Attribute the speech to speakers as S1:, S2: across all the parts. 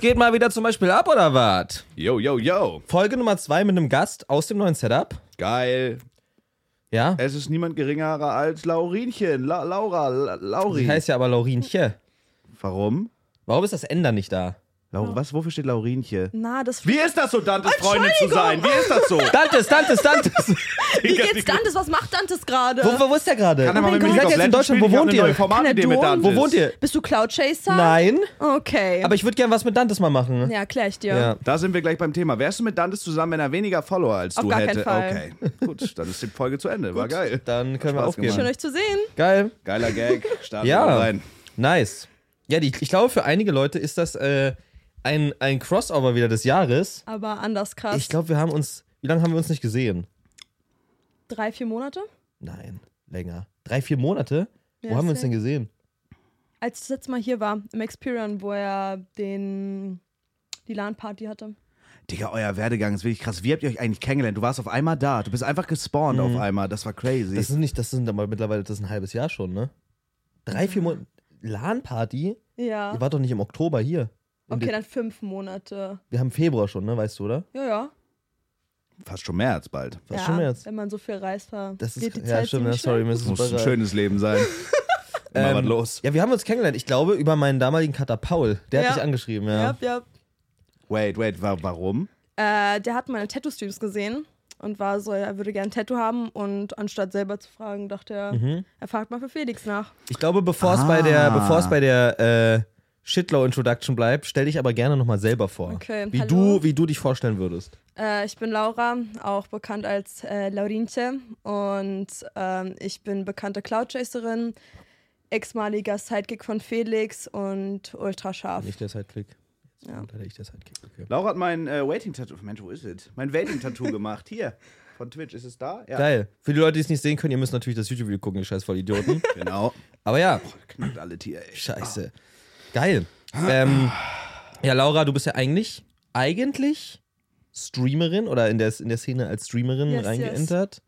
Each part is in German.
S1: geht mal wieder zum Beispiel ab, oder was?
S2: Yo, yo, yo.
S1: Folge Nummer 2 mit einem Gast aus dem neuen Setup.
S2: Geil.
S1: Ja.
S2: Es ist niemand geringerer als Laurinchen. La Laura, La
S1: Die
S2: Lauri.
S1: heißt ja aber Laurinche.
S2: Warum?
S1: Warum ist das Änder nicht da?
S2: Lau was, wofür steht Laurinchen?
S3: Na, das.
S2: Wie ist das so, Dantes Freundin zu sein? Wie ist das so?
S1: Dantes, Dantes, Dantes!
S3: Wie geht's Dantes? Was macht Dantes gerade?
S1: wo, wo, wo ist der gerade?
S2: Kann er mal mit mir
S1: Ihr
S2: nicht
S1: seid
S2: auf
S1: jetzt in
S2: Land
S1: Deutschland, wo
S2: spielen? Ich hab
S1: wohnt
S2: eine neue Formatidee
S1: ihr?
S3: Kann
S2: mit
S3: er Dom?
S2: Dantes.
S1: Wo wohnt ihr?
S3: Bist du Cloud Chaser?
S1: Nein,
S3: Okay.
S1: aber ich würde gern was mit Dantes mal machen.
S3: ja, klär ich dir.
S1: Ja.
S2: Da sind wir gleich beim Thema. Wärst du mit Dantes zusammen, wenn er weniger Follower als
S3: Auf
S2: du
S3: gar
S2: hätte?
S3: keinen Fall.
S2: Okay, gut, dann ist die Folge zu Ende. War geil.
S1: Dann können wir
S2: Spaß
S1: aufgeben.
S3: Schön euch zu sehen.
S1: Geil.
S2: Geiler Gag. Starten wir
S1: Ja.
S2: rein.
S1: Nice. Ja, die, ich glaube, für einige Leute ist das äh, ein, ein Crossover wieder des Jahres.
S3: Aber anders krass.
S1: Ich glaube, wir haben uns. Wie lange haben wir uns nicht gesehen?
S3: Drei, vier Monate?
S1: Nein, länger. Drei, vier Monate? Wo
S3: Ja,
S1: haben wir uns denn
S3: safe.
S1: gesehen?
S3: Als ich das letzte Mal hier war, im Experian, wo er den. die LAN-Party hatte.
S2: Digga, euer Werdegang ist wirklich krass. Wie habt ihr euch eigentlich kennengelernt? Du warst auf einmal da. Du bist einfach gespawnt auf einmal. Mhm. Das war crazy.
S1: Das ist nicht, das sind aber mittlerweile das ist ein halbes Jahr schon, ne? Drei, vier Monate. LAN-Party?
S3: Ja.
S1: Ihr wart doch nicht im Oktober hier. In
S3: Okay,
S1: den-
S3: dann fünf Monate.
S1: wir haben Februar schon, ne? Weißt du, oder?
S3: Ja, ja.
S2: Fast schon März bald.
S1: Was
S3: ja,
S1: schon jetzt?
S3: Wenn man so viel reist war.
S1: Das ist
S3: geht die
S1: ja
S3: Zeit
S1: stimmt, ja,
S3: ziemlich
S1: sorry,
S3: schnell.
S1: mir ist
S2: Das muss ein
S1: bereit.
S2: schönes Leben sein. Immer was
S1: Ähm,
S2: los.
S1: Ja, wir haben uns kennengelernt. Ich glaube, über meinen damaligen Cutter Paul. Der
S3: Ja.
S1: hat dich angeschrieben, ja.
S3: Ja, ja.
S2: Wait, wait, wa warum?
S3: Äh, der hat meine Tattoo-Streams gesehen und war so, er würde gerne ein Tattoo haben und anstatt selber zu fragen, dachte er,
S1: Mhm.
S3: er fragt mal für Felix nach.
S1: Ich glaube, bevor es bei der,
S2: Ah.
S1: bevor es bei der äh, Shitlow Introduction bleibt, stell dich aber gerne nochmal selber vor.
S3: Okay,
S1: wie
S3: hallo.
S1: du, wie du dich vorstellen würdest.
S3: Äh, ich bin Laura, auch bekannt als äh, Laurinche und ähm, ich bin bekannte Cloudchaserin, exmaliger Sidekick von Felix und ultrascharf.
S1: Nicht ne? der Sidekick.
S3: Ja.
S1: Leider ich der Sidekick. Okay.
S2: Laura hat mein äh, Waiting-Tattoo. Mensch, wo ist es? Mein Waiting-Tattoo gemacht. Hier. Von Twitch. Ist es da? Ja.
S1: Geil. Für die Leute, die es nicht sehen können, ihr müsst natürlich das YouTube-Video gucken, ihr scheiß Vollidioten.
S2: Genau.
S1: aber ja,
S2: Knackt alle Tiere, ey.
S1: scheiße. Geil. Ähm, ja, Laura, du bist ja eigentlich, eigentlich Streamerin oder in der, in der Szene als Streamerin
S3: Yes,
S1: reingeentert.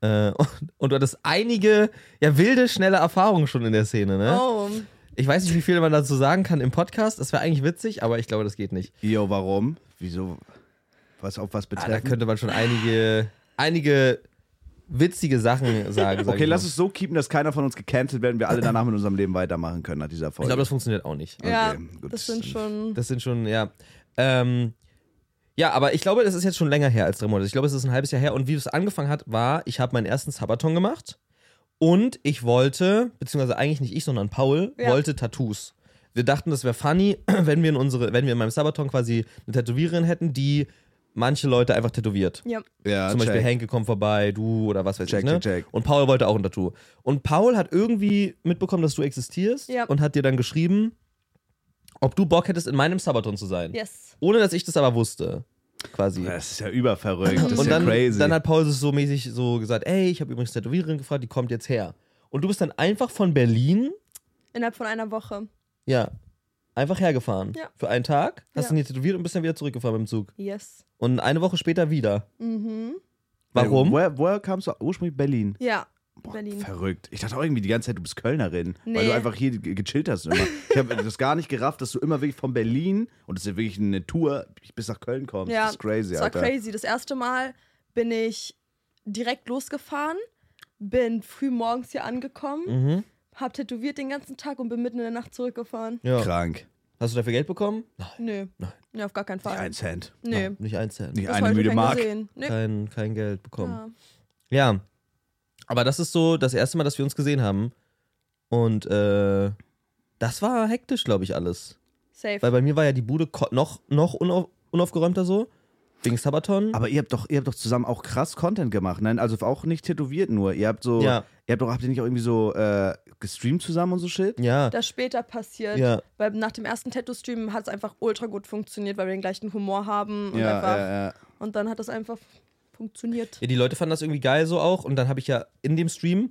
S1: Äh, und, und du hattest einige, ja, wilde, schnelle Erfahrungen schon in der Szene, ne?
S3: Oh,
S1: Ich weiß nicht, wie viel man dazu sagen kann im Podcast. Das wäre eigentlich witzig, aber ich glaube, das geht nicht.
S2: Jo, warum? Wieso? Was auf was
S1: Ah, da
S2: betreffen?
S1: könnte man schon einige, einige witzige Sachen sagen. sag
S2: okay,
S1: ich
S2: lass
S1: mal.
S2: es so keepen, dass keiner von uns gecancelt werden. Wir alle danach mit unserem Leben weitermachen können nach dieser
S1: Ich
S2: Folge.
S1: glaube, das funktioniert auch nicht.
S3: ja,
S2: gut,
S3: das sind
S2: dann-
S3: schon...
S1: Das sind schon, ja. Ähm, ja, aber ich glaube, das ist jetzt schon länger her als drei Monate. Ich glaube, es ist ein halbes Jahr her. Und wie es angefangen hat, war, ich habe meinen ersten Sabaton gemacht und ich wollte, beziehungsweise eigentlich nicht ich, sondern Paul,
S3: Ja.
S1: wollte Tattoos. Wir dachten, das wäre funny, wenn wir in unsere, wenn wir in meinem Sabaton quasi eine Tätowiererin hätten, die manche Leute einfach tätowiert.
S3: Ja,
S2: ja,
S1: Zum Beispiel
S2: Ah, check.
S1: Henke kommt vorbei, du oder was weiß
S2: Check,
S1: ich. Ne?
S2: check, check.
S1: Und Paul wollte auch ein Tattoo. Und Paul hat irgendwie mitbekommen, dass du existierst
S3: Ja.
S1: und hat dir dann geschrieben, ob du Bock hättest, in meinem Sabaton zu sein.
S3: yes.
S1: Ohne dass ich das aber wusste. Quasi.
S2: Das ist ja überverrückt. Das ist
S1: und
S2: ja
S1: dann,
S2: crazy.
S1: dann hat Paul sich so mäßig so gesagt, ey, ich habe übrigens eine Tätowiererin gefragt, die kommt jetzt her. Und du bist dann einfach von Berlin,
S3: Innerhalb von einer Woche.
S1: ja, einfach hergefahren.
S3: Ja.
S1: Für einen Tag, hast
S3: Ja.
S1: du nie tätowiert und bist dann wieder zurückgefahren mit dem Zug.
S3: Yes.
S1: Und eine Woche später wieder.
S3: Mhm.
S1: Warum?
S2: Woher, woher Äh, kamst du? Ursprünglich Berlin.
S3: Ja,
S2: Boah,
S3: Berlin.
S2: Verrückt. Ich dachte auch irgendwie die ganze Zeit, du bist Kölnerin, weil
S3: Nee.
S2: du einfach hier ge- gechillt hast immer. Ich habe das gar nicht gerafft, dass du immer wirklich von Berlin und das ist ja wirklich eine Tour bis nach Köln kommst.
S3: Ja,
S2: das ist crazy,
S3: Das war
S2: Alter.
S3: crazy. Das erste Mal bin ich direkt losgefahren, bin früh morgens hier angekommen,
S1: Mhm.
S3: hab tätowiert den ganzen Tag und bin mitten in der Nacht zurückgefahren.
S1: Ja.
S2: Krank.
S1: Hast du dafür Geld bekommen?
S3: Nö. Nee, auf gar keinen
S2: Nicht
S3: Fall.
S2: ein Cent.
S3: Nö.
S1: Nein, nicht ein Cent.
S2: Nicht
S3: Das
S2: eine
S3: wollte
S2: müde
S3: kein
S2: Mark.
S3: Gesehen. Nö.
S1: Kein, kein Geld bekommen.
S3: Ja.
S1: Ja. Aber das ist so das erste Mal, dass wir uns gesehen haben. Und äh, das war hektisch, glaube ich, alles.
S3: Safe.
S1: Weil bei mir war ja die Bude ko- noch, noch unauf unaufgeräumter so. Wegen Sabaton.
S2: Aber ihr habt doch, ihr habt doch zusammen auch krass Content gemacht, nein? Also auch nicht tätowiert nur. Ihr habt so,
S1: Ja.
S2: ihr habt doch, habt ihr nicht auch irgendwie so äh, gestreamt zusammen und so Shit?
S1: ja.
S3: das später passiert.
S1: Ja.
S3: Weil nach dem ersten Tattoo-Stream hat es einfach ultra gut funktioniert, weil wir den gleichen Humor haben. Und,
S2: Ja,
S3: einfach,
S2: ja, ja.
S3: und dann hat das einfach funktioniert.
S1: Ja, die Leute fanden das irgendwie geil so auch. Und dann habe ich ja in dem Stream,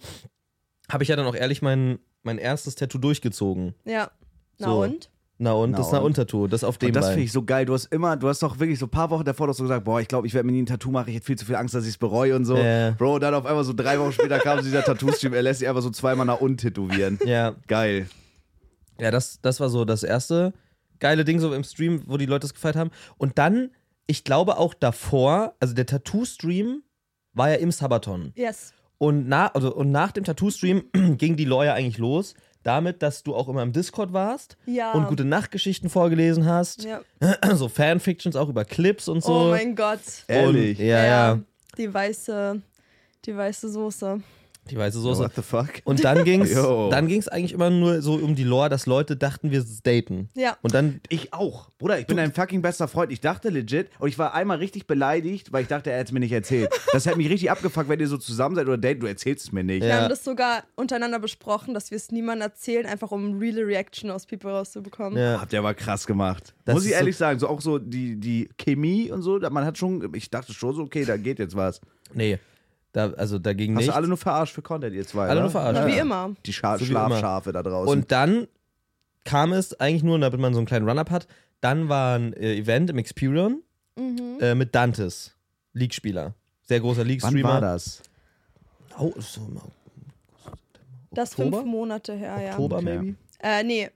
S1: habe ich ja dann auch ehrlich mein, mein erstes Tattoo durchgezogen.
S3: Ja. Na
S1: So.
S3: und?
S1: Na und?
S2: Na
S1: das ist na
S2: und?
S1: und Tattoo. Das auf dem
S2: Und das
S1: Bein.
S2: finde ich so geil. Du hast immer, du hast doch wirklich so ein paar Wochen davor doch so gesagt, boah, ich glaube, ich werde mir nie ein Tattoo machen, ich hätte viel zu viel Angst, dass ich es bereue und so.
S1: Ja.
S2: Bro, dann auf einmal so drei Wochen später kam so dieser Tattoo-Stream, er lässt sich einfach so zweimal nach unten tätowieren.
S1: ja.
S2: Geil.
S1: Ja, das, das war so das erste geile Ding so im Stream, wo die Leute es gefeiert haben. Und dann, ich glaube auch davor, also der Tattoo-Stream war ja im Sabaton.
S3: Yes.
S1: Und, na, also, und nach dem Tattoo-Stream ging die Lawyer eigentlich los, damit, dass du auch immer im Discord warst
S3: Ja.
S1: und gute Nachtgeschichten vorgelesen hast.
S3: Ah. ja.
S1: So Fanfictions auch über Clips und so.
S3: Oh mein Gott.
S2: Ehrlich.
S1: Und, ja, ja,
S3: Die weiße, die weiße Soße.
S1: Die weiße Soße.
S2: What the fuck?
S1: Und dann ging's,
S2: Yo.
S1: dann ging's eigentlich immer nur so um die Lore, dass Leute dachten, wir daten.
S3: Ja.
S1: Und dann,
S2: Ich auch. Bruder, ich bin dein fucking bester Freund. Ich dachte legit und ich war einmal richtig beleidigt, weil ich dachte, er hätte es mir nicht erzählt. Das hätte mich richtig abgefuckt, wenn ihr so zusammen seid oder date, du erzählst es mir nicht.
S1: Ja.
S3: Wir haben das sogar untereinander besprochen, dass wir es niemandem erzählen, einfach um reale Reaction aus People rauszubekommen.
S1: ja,
S2: Habt ihr aber krass gemacht.
S1: Das
S2: Muss ich
S1: ist so-
S2: ehrlich sagen, so auch so die, die Chemie und so, da- man hat schon, ich dachte schon so, okay, da geht jetzt was.
S1: nee, da, also dagegen
S2: Hast
S1: nicht.
S2: du alle nur verarscht für Content, ihr zwei?
S1: Alle
S2: oder?
S1: nur verarscht,
S3: Na,
S1: Ja.
S3: Wie immer.
S2: Die Scha
S1: So wie
S2: Schlafschafe da draußen.
S1: und dann kam es eigentlich nur, damit man so einen kleinen Run-Up hat, dann war ein äh, Event im Experion
S3: Mhm.
S1: äh, mit Dantes, League-Spieler. Sehr großer
S2: Wann
S1: League-Streamer.
S2: war das?
S1: Oh, ist so im
S3: Das ist
S1: Oktober?
S3: fünf Monate her, ja.
S1: Oktober
S2: Okay.
S1: maybe?
S3: Äh, nee.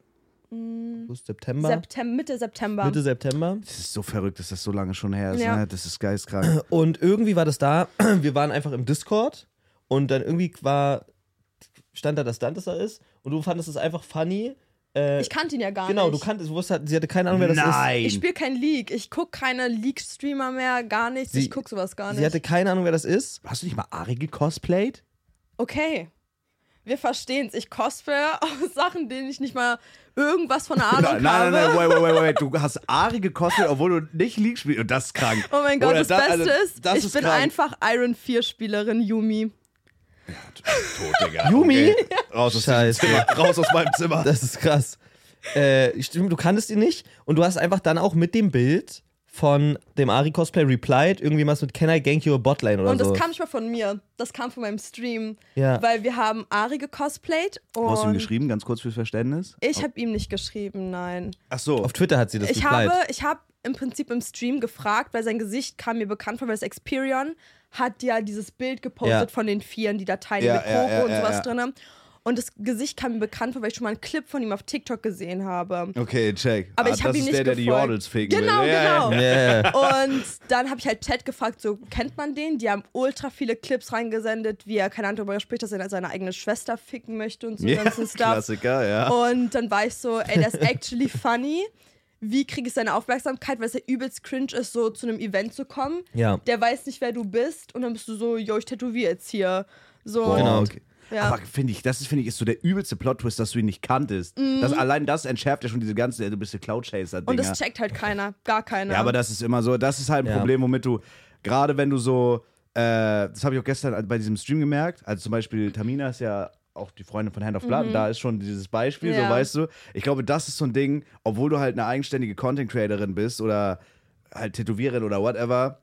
S3: Mm,
S1: August, September?
S3: Septem Mitte September.
S1: Mitte September.
S2: Das ist so verrückt, dass das so lange schon her ist.
S3: Ja.
S2: Ne? Das ist geistkrank.
S1: Und irgendwie war das da, wir waren einfach im Discord und dann irgendwie war, stand da, dass Dantes da ist und du fandest es einfach funny. Äh,
S3: ich kannte ihn ja gar
S1: genau,
S3: nicht.
S1: du kanntest, du wusstest, halt- sie hatte keine Ahnung, wer das
S3: Ich
S2: Nein!
S3: spiele kein League. Ich gucke keine League-Streamer mehr, gar nichts.
S1: Sie-
S3: ich gucke sowas gar
S1: ist.
S3: nicht.
S1: Sie hatte keine Ahnung, wer das ist.
S2: Hast du nicht mal Ari gecosplayt?
S3: okay. Wir verstehen's. Ich cosplay aus Sachen, denen ich nicht mal irgendwas von der Ahnung
S2: Nein, nein,
S3: habe.
S2: nein, wait, wait, wait, wait. Du hast Ari gekostet, obwohl du nicht League spielst. Und das ist krank.
S3: Oh mein Gott,
S2: Oder
S3: das
S2: da-
S3: Beste
S2: also,
S3: ist,
S2: das
S3: ich
S2: ist
S3: bin
S2: krank.
S3: einfach Iron 4-Spielerin Yumi.
S2: Tot, Digga.
S1: Yumi?
S2: Okay. Raus aus diesem
S1: Scheiße.
S2: Zimmer. Raus aus meinem Zimmer.
S1: Das ist krass. Äh, stimmt, du kanntest ihn nicht und du hast einfach dann auch mit dem Bild von dem Ari-Cosplay replied, irgendwie was mit Can I gank your botlane oder
S3: Und
S1: so.
S3: das kam nicht mal von mir. Das kam von meinem Stream.
S1: Ja.
S3: Weil wir haben Ari gecosplayt
S2: Wo
S3: und
S2: hast du ihm geschrieben, ganz kurz fürs Verständnis?
S3: ich habe ihm nicht geschrieben, nein.
S2: Ach so.
S1: Auf Twitter hat sie das
S3: Ich
S1: replied.
S3: habe, ich habe im Prinzip im Stream gefragt, weil sein Gesicht kam mir bekannt vor, weil das Experion hat ja dieses Bild gepostet
S1: Ja.
S3: von den Vieren, die Dateien
S2: Ja,
S3: mit Coco
S2: ja, ja,
S3: und
S2: ja,
S3: sowas
S2: ja.
S3: drin. Und das Gesicht kam mir bekannt vor, weil ich schon mal einen Clip von ihm auf TikTok gesehen habe.
S2: Okay, check.
S3: Aber
S2: Ah,
S3: ich hab
S2: das
S3: ihn
S2: ist
S3: nicht
S2: der, der die
S3: gefolgt.
S2: Jordels fegen
S3: Genau,
S2: will. Ja, ja,
S3: genau.
S1: Yeah.
S3: Und dann habe ich halt Chat gefragt, so kennt man den? Die haben ultra viele Clips reingesendet, wie er, keine Ahnung, darüber spricht, dass er seine eigene Schwester ficken möchte und so
S2: Ja,
S3: ganzen Stuff. Oh.
S2: Klassiker, ja.
S3: Und dann war ich so, ey, das ist actually funny. Wie kriege ich seine Aufmerksamkeit, weil es ja übelst cringe ist, so zu einem Event zu kommen.
S1: Ja.
S3: Der weiß nicht, wer du bist und dann bist du so, yo, ich tätowiere jetzt hier. So.
S2: Boah,
S1: Genau.
S2: okay.
S3: Ja.
S2: Aber finde ich, das ist, finde ich, ist so der übelste Plot-Twist, dass du ihn nicht kanntest. Das, allein das entschärft ja schon diese ganzen, ja, du bist der Cloud-Chaser-Dinger.
S3: Mhm. Und das checkt halt keiner, gar keiner.
S2: Ja, aber das ist immer so, das ist halt ein
S1: Ja.
S2: Problem, womit du, gerade wenn du so, äh, das habe ich auch gestern bei diesem Stream gemerkt, also zum Beispiel Tamina ist ja auch die Freundin von Hand of Blood, und da ist schon dieses Beispiel, so
S3: Mhm. Ja.
S2: weißt du. Ich glaube, das ist so ein Ding, obwohl du halt eine eigenständige Content-Creatorin bist oder halt Tätowierin oder whatever,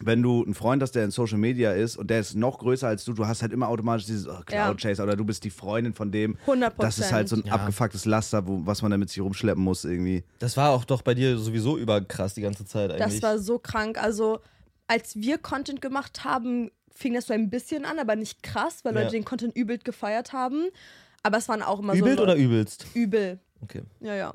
S2: wenn du einen Freund hast, der in Social Media ist und der ist noch größer als du, du hast halt immer automatisch dieses oh,
S3: Ja.
S2: Cloud Chaser oder du bist die Freundin von dem.
S3: 100%.
S2: Das ist halt so ein abgefucktes Laster, wo, was man damit sich rumschleppen muss irgendwie.
S1: Das war auch doch bei dir sowieso überkrass die ganze Zeit eigentlich.
S3: Das war so krank. Also, als wir Content gemacht haben, fing das so ein bisschen an, aber nicht krass, weil
S1: Ja.
S3: Leute den Content übel gefeiert haben. Aber es waren auch immer
S1: Übelt
S3: so.
S1: oder übelst?
S3: Übel.
S1: Okay.
S3: Ja, ja.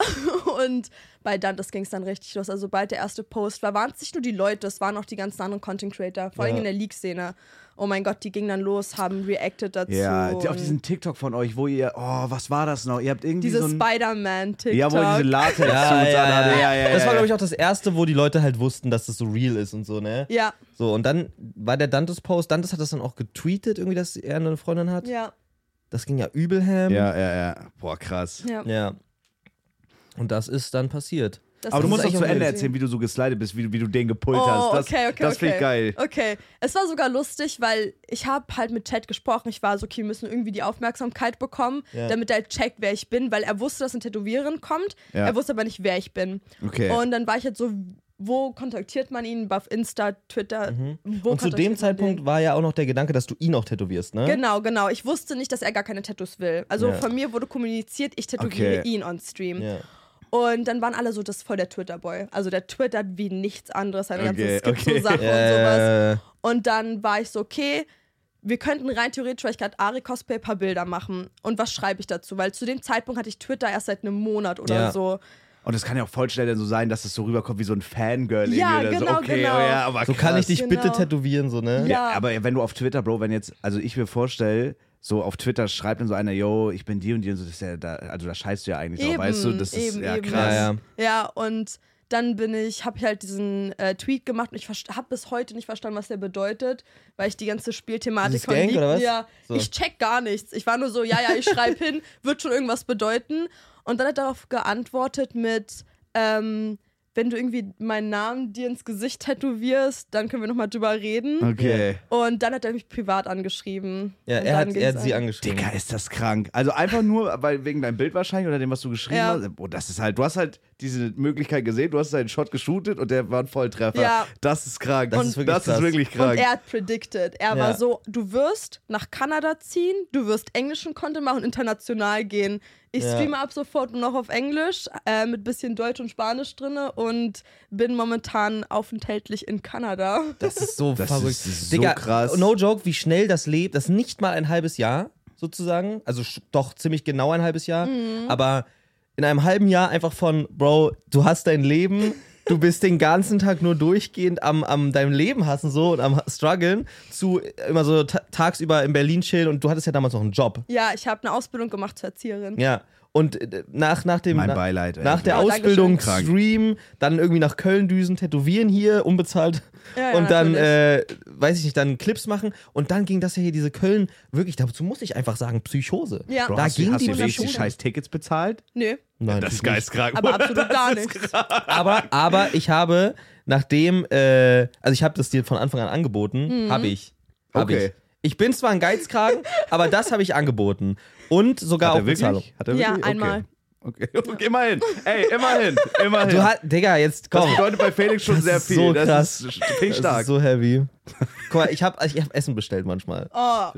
S3: Und bei Dantes ging es dann richtig los. Also, sobald der erste Post war, waren es nicht nur die Leute, es waren auch die ganzen anderen Content Creator, vor allem
S1: Ja.
S3: in der League-Szene. Oh mein Gott, die gingen dann los, haben reacted dazu.
S2: Ja, die- auf
S3: und
S2: diesen TikTok von euch, wo ihr, oh, was war das noch? Ihr habt irgendwie
S3: diese
S2: so ein,
S3: Spider-Man-TikTok.
S2: ja, wo ihr diese Latex Suits
S1: Ja, ja,
S2: anhatte. ja,
S1: ja.
S2: ja,
S1: das
S2: ja,
S1: war,
S2: ja.
S1: glaube ich, auch das erste, wo die Leute halt wussten, dass das so real ist und so, ne?
S3: ja,
S1: So, und dann war der Dantes-Post. Dantes hat das dann auch getweetet, irgendwie, dass er eine Freundin hat.
S3: ja,
S1: Das ging ja übel ham.
S2: Ja, ja, ja. Boah, krass.
S3: ja.
S1: Ja. Und das ist dann passiert.
S3: Das
S2: Aber du
S3: ist
S2: musst auch
S3: echt
S2: zu Ende
S3: crazy.
S2: erzählen, wie du so geslidet bist, wie, du- wie du den gepult hast.
S3: Oh,
S2: Das,
S3: okay, okay,
S2: das
S3: okay.
S2: finde ich geil.
S3: Okay, es war sogar lustig, weil ich habe halt mit Chad gesprochen. Ich war so, okay, wir müssen irgendwie die Aufmerksamkeit bekommen,
S1: Ja.
S3: damit er checkt, wer ich bin, weil er wusste, dass eine Tätowiererin kommt.
S2: Ja.
S3: Er wusste aber nicht, wer ich bin.
S2: Okay.
S3: Und dann war ich halt so, wo kontaktiert man ihn? Auf Insta, Twitter? Wo
S1: Mhm. und zu
S3: kontaktiert
S1: dem
S3: man
S1: Zeitpunkt ne?
S3: den?
S1: war ja auch noch der Gedanke, dass du ihn auch tätowierst, ne?
S3: Genau, genau. Ich wusste nicht, dass er gar keine Tattoos will. Also
S1: Ja.
S3: von mir wurde kommuniziert, ich tätowiere
S2: Okay.
S3: ihn on Stream.
S1: Ja.
S3: Und dann waren alle so, das ist voll der Twitter-Boy. Also der twittert wie nichts anderes, seine
S2: Okay,
S3: ganzen Skizzo
S2: okay.
S3: Sachen und sowas.
S1: Äh,
S3: Und dann war ich so, okay, wir könnten rein theoretisch, weil ich gerade Ari Cosplay ein paar Bilder machen. Und was schreibe ich dazu? Weil zu dem Zeitpunkt hatte ich Twitter erst seit einem Monat oder
S1: Ja.
S3: so.
S2: Und es kann ja auch voll schnell dann so sein, dass es so rüberkommt wie so ein Fangirl
S3: Ja,
S2: in mir. dann
S3: genau,
S2: so, okay,
S3: genau.
S2: Oh ja, aber
S1: So
S2: krass.
S1: kann ich dich bitte
S3: Genau.
S1: tätowieren, so, ne?
S2: Ja,
S3: Ja.
S2: aber wenn du auf Twitter, Bro, wenn jetzt, also ich mir vorstelle, so auf Twitter schreibt dann so einer, yo, ich bin die und die und so, das ist ja da, also da scheißt du ja eigentlich
S3: Eben,
S2: drauf, weißt du? Das ist
S3: eben,
S2: ja
S3: eben.
S2: krass.
S1: Ja, ja.
S3: Ja, und dann bin ich, habe ich halt diesen äh, Tweet gemacht und ich habe bis heute nicht verstanden, was der bedeutet, weil ich die ganze Spielthematik
S1: Dieses Gank
S3: Lied-
S1: oder was?
S3: Ja,
S1: So.
S3: ich check gar nichts. Ich war nur so, ja, ja, ich schreibe hin, wird schon irgendwas bedeuten. Und dann hat er darauf geantwortet mit, ähm, wenn du irgendwie meinen Namen dir ins Gesicht tätowierst, dann können wir nochmal drüber reden.
S2: Okay.
S3: Und dann hat er mich privat angeschrieben.
S1: Halt. Ja,
S3: und
S1: er hat,
S3: dann
S1: er
S3: ging's
S1: hat sie
S3: an.
S1: angeschrieben.
S2: Digga, ist das krank. Also einfach nur weil, wegen deinem Bild wahrscheinlich oder dem, was du geschrieben
S3: Ja.
S2: hast. Boah, das ist halt, du hast halt diese Möglichkeit gesehen, du hast deinen Shot geshootet und der war ein Volltreffer.
S3: Ja.
S2: Das ist krank.
S1: Das ist wirklich
S2: das
S1: krass.
S2: ist wirklich
S3: Und
S2: krank.
S3: er hat predicted. Er
S1: Ja.
S3: war so, du wirst nach Kanada ziehen, du wirst englischen Content machen, international gehen. Ich
S1: Ja.
S3: streame ab sofort nur noch auf Englisch, äh, mit bisschen Deutsch und Spanisch drinne und bin momentan aufenthaltlich in Kanada.
S1: Das ist so
S2: Das
S1: verrückt.
S2: ist so
S1: Digga,
S2: krass.
S1: No joke, wie schnell das lebt. Das ist nicht mal ein halbes Jahr sozusagen. Also sch- doch ziemlich genau ein halbes Jahr. Aber in einem halben Jahr einfach von, Bro, du hast dein Leben. Du bist den ganzen Tag nur durchgehend am, am deinem Leben hassen so und am struggeln zu immer so ta tagsüber in Berlin chillen und du hattest ja damals noch einen Job.
S3: ja, ich habe eine Ausbildung gemacht zur Erzieherin.
S1: Ja. Und äh, nach, nach dem
S2: Mein
S1: na-
S2: Beileid, ey.
S1: nach der
S3: Ja,
S1: Ausbildung
S2: Dankeschön.
S1: Stream, dann irgendwie nach Köln düsen, tätowieren hier, unbezahlt
S3: Ja, ja,
S1: und dann, äh, weiß ich nicht, dann Clips machen und dann ging das ja hier, diese Köln, wirklich, dazu muss ich einfach sagen, Psychose.
S3: Ja.
S2: Bro,
S1: da
S2: hast
S1: ging
S2: du, hast
S1: die
S2: du wenigstens die
S1: Psychose.
S2: scheiß Tickets bezahlt?
S3: Nö,
S1: Nein,
S2: Das
S1: natürlich
S2: ist geisteskrank.
S3: aber
S2: oder?
S3: absolut gar nichts.
S1: aber, aber ich habe, nachdem, äh, also ich habe das dir von Anfang an
S3: Mhm.
S1: angeboten, habe ich. Hab
S2: Okay.
S1: ich. Ich bin zwar ein Geizkragen, aber das habe ich angeboten. Und sogar
S2: Hat
S1: auch
S2: er
S1: Bezahlung.
S2: wirklich? Hat er
S3: Ja,
S2: wirklich? Okay.
S3: einmal.
S2: Okay. okay. Immerhin. Ey, immerhin. Immerhin.
S1: Du hast, Digga, jetzt
S2: das
S1: komm.
S2: bedeutet bei Felix schon
S1: Das
S2: sehr
S1: ist
S2: viel.
S1: so
S2: das
S1: krass.
S2: ist finde ich
S1: Das
S2: stark.
S1: ist so heavy. Guck mal, ich habe ich hab Essen bestellt manchmal.
S3: Oh, da,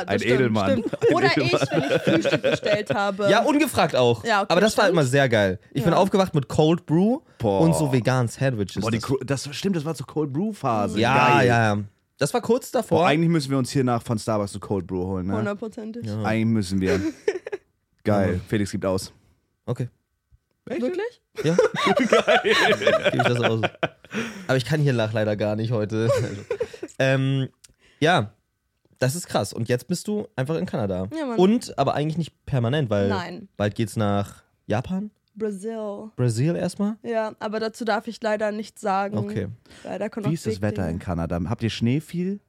S3: das
S2: Ein
S3: stimmt,
S2: Edelmann.
S3: Stimmt.
S2: Ein
S3: Oder
S2: Edelmann.
S3: ich, wenn ich Frühstück bestellt habe.
S1: Ja, ungefragt auch.
S3: Ähm, Ja, okay,
S1: Aber das war
S3: stimmt.
S1: immer sehr geil. Ich bin
S3: Ja.
S1: aufgewacht mit Cold Brew
S2: Boah.
S1: und so veganen Sandwiches.
S2: Boah, die,
S1: Das-
S2: Cru- das stimmt, das war zur Cold Brew Phase.
S1: ja,
S2: Geil.
S1: ja, ja. Das war kurz davor.
S2: Boah, eigentlich müssen wir uns hier nach von Starbucks eine Cold Brew holen, ne?
S3: Hundertprozentig.
S2: Eigentlich müssen wir. Geil. Felix gibt aus.
S1: okay.
S3: Wirklich?
S1: Ja. Gebe ich das aus. Aber ich kann hier nach leider gar nicht heute. Also, ähm, ja, das ist krass. Und jetzt bist du einfach in Kanada.
S3: Ja, Mann.
S1: Und aber eigentlich nicht permanent, weil
S3: Nein.
S1: bald geht's nach Japan,
S3: Brasil.
S1: Brasil erstmal.
S3: Ja, aber dazu darf ich leider nichts sagen.
S1: Okay.
S3: Leider kommt
S2: Wie
S3: noch
S2: ist das
S3: Big
S2: Wetter
S3: Ding.
S2: in Kanada? Habt ihr Schnee viel?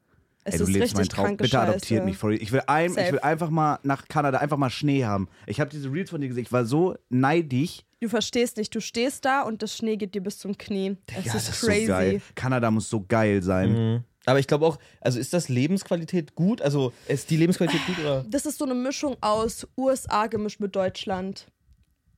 S3: Es
S2: Ey, du
S3: ist
S2: lebst
S3: richtig
S2: meinen Traum.
S3: kranke
S2: Bitte
S3: Scheiße.
S2: adoptiert mich. Sorry. Ich will, ein, ich
S3: Safe.
S2: will einfach mal nach Kanada, einfach mal Schnee haben. Ich habe diese Reels von dir gesehen. Ich war so neidisch.
S3: Du verstehst nicht. Du stehst da und das Schnee geht dir bis zum Knie. Es
S2: Ja,
S3: ist
S2: das
S3: crazy.
S2: ist so geil. Kanada muss so geil sein.
S3: Mhm.
S1: Aber ich glaube auch, also ist das Lebensqualität gut? Also ist die Lebensqualität gut oder?
S3: Das ist so eine Mischung aus USA gemischt mit Deutschland.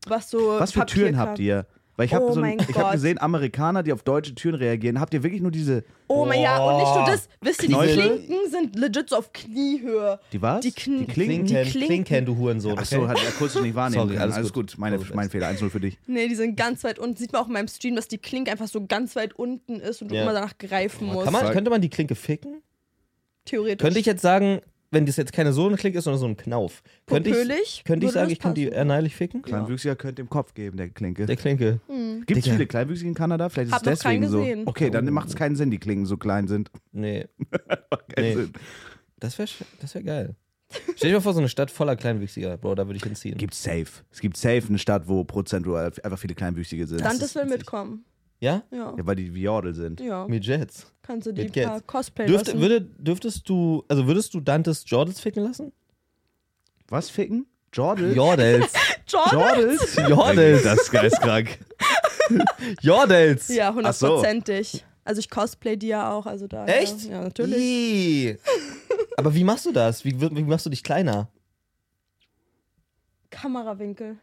S3: Was so.
S2: Was für
S3: Papier
S2: Türen habt ihr? Weil ich
S3: Oh
S2: habe so
S3: mein
S2: ein- ich hab
S3: Gott.
S2: gesehen, Amerikaner, die auf deutsche Türen reagieren. Habt ihr wirklich nur diese.
S3: Oh mein ja, und nicht nur das. Wisst ihr, die
S2: Knäuel?
S3: Klinken sind legit so auf Kniehöhe.
S2: Die was?
S3: Die, Kn
S2: Die Klinken?
S3: Die Klinken.
S1: Klinken, du Hurensohn.
S2: Achso,
S1: okay?
S2: hat er kurz nicht wahrnehmen
S1: Sorry,
S2: können.
S1: alles
S2: Alles,
S1: gut.
S2: gut. Meine,
S1: Sorry,
S2: mein
S1: best.
S2: Fehler, 1-0 für dich.
S3: Nee, die sind ganz weit unten. Sieht man auch in meinem Stream, dass die Klinke einfach so ganz weit unten ist und du
S1: Ja.
S3: immer danach greifen musst.
S1: Kann man, könnte man die Klinke ficken?
S3: Theoretisch.
S1: Könnte ich jetzt sagen, wenn das jetzt keine so eine Klinke ist, sondern so ein Knauf. Könnte ich,
S3: Popölig?
S1: könnte ich
S3: Würde
S1: sagen,
S3: das
S1: ich kann die
S3: passen?
S1: erneilig ficken?
S2: Kleinwüchsiger könnte im Kopf geben, der Klinke.
S1: Der Klinke.
S3: Hm.
S2: Gibt es
S1: Digga.
S2: viele Kleinwüchsige in Kanada? Vielleicht ist
S3: Hab
S2: es
S3: noch keinen
S2: deswegen so.
S3: gesehen.
S2: Okay, dann macht es keinen Sinn, die Klingen so klein sind. Also,
S1: Nee.
S2: Keinen
S1: Nee.
S2: Sinn.
S1: Das wäre das wär geil. Stell dir mal vor, so eine Stadt voller Kleinwüchsiger, Bro, da würde ich hinziehen.
S2: Gibt safe. Es gibt safe eine Stadt, wo prozentual einfach viele Kleinwüchsige sind.
S3: Dantes will
S1: witzig.
S3: mitkommen.
S1: Ja?
S3: Ja.
S2: Ja, weil die Viordel sind.
S3: Ja.
S1: Mit Jets.
S3: Kannst du die
S1: mit Geld.
S3: paar Cosplay
S1: Dürft,
S3: lassen.
S1: würde, dürftest du, also würdest du Dantes Jordels ficken lassen?
S2: Was ficken? Jordel?
S1: Jordels.
S3: Jordan?
S2: Jordels?
S1: Jordels.
S2: Das ist geistkrank.
S1: Jordels.
S3: Ja,
S2: Ach so.
S3: hundertprozentig. Also ich cosplay die ja auch, also da.
S1: Echt?
S3: Ja, natürlich.
S1: Ih. Aber wie machst du das? Wie, wird- wie machst du dich kleiner?
S3: Kamerawinkel.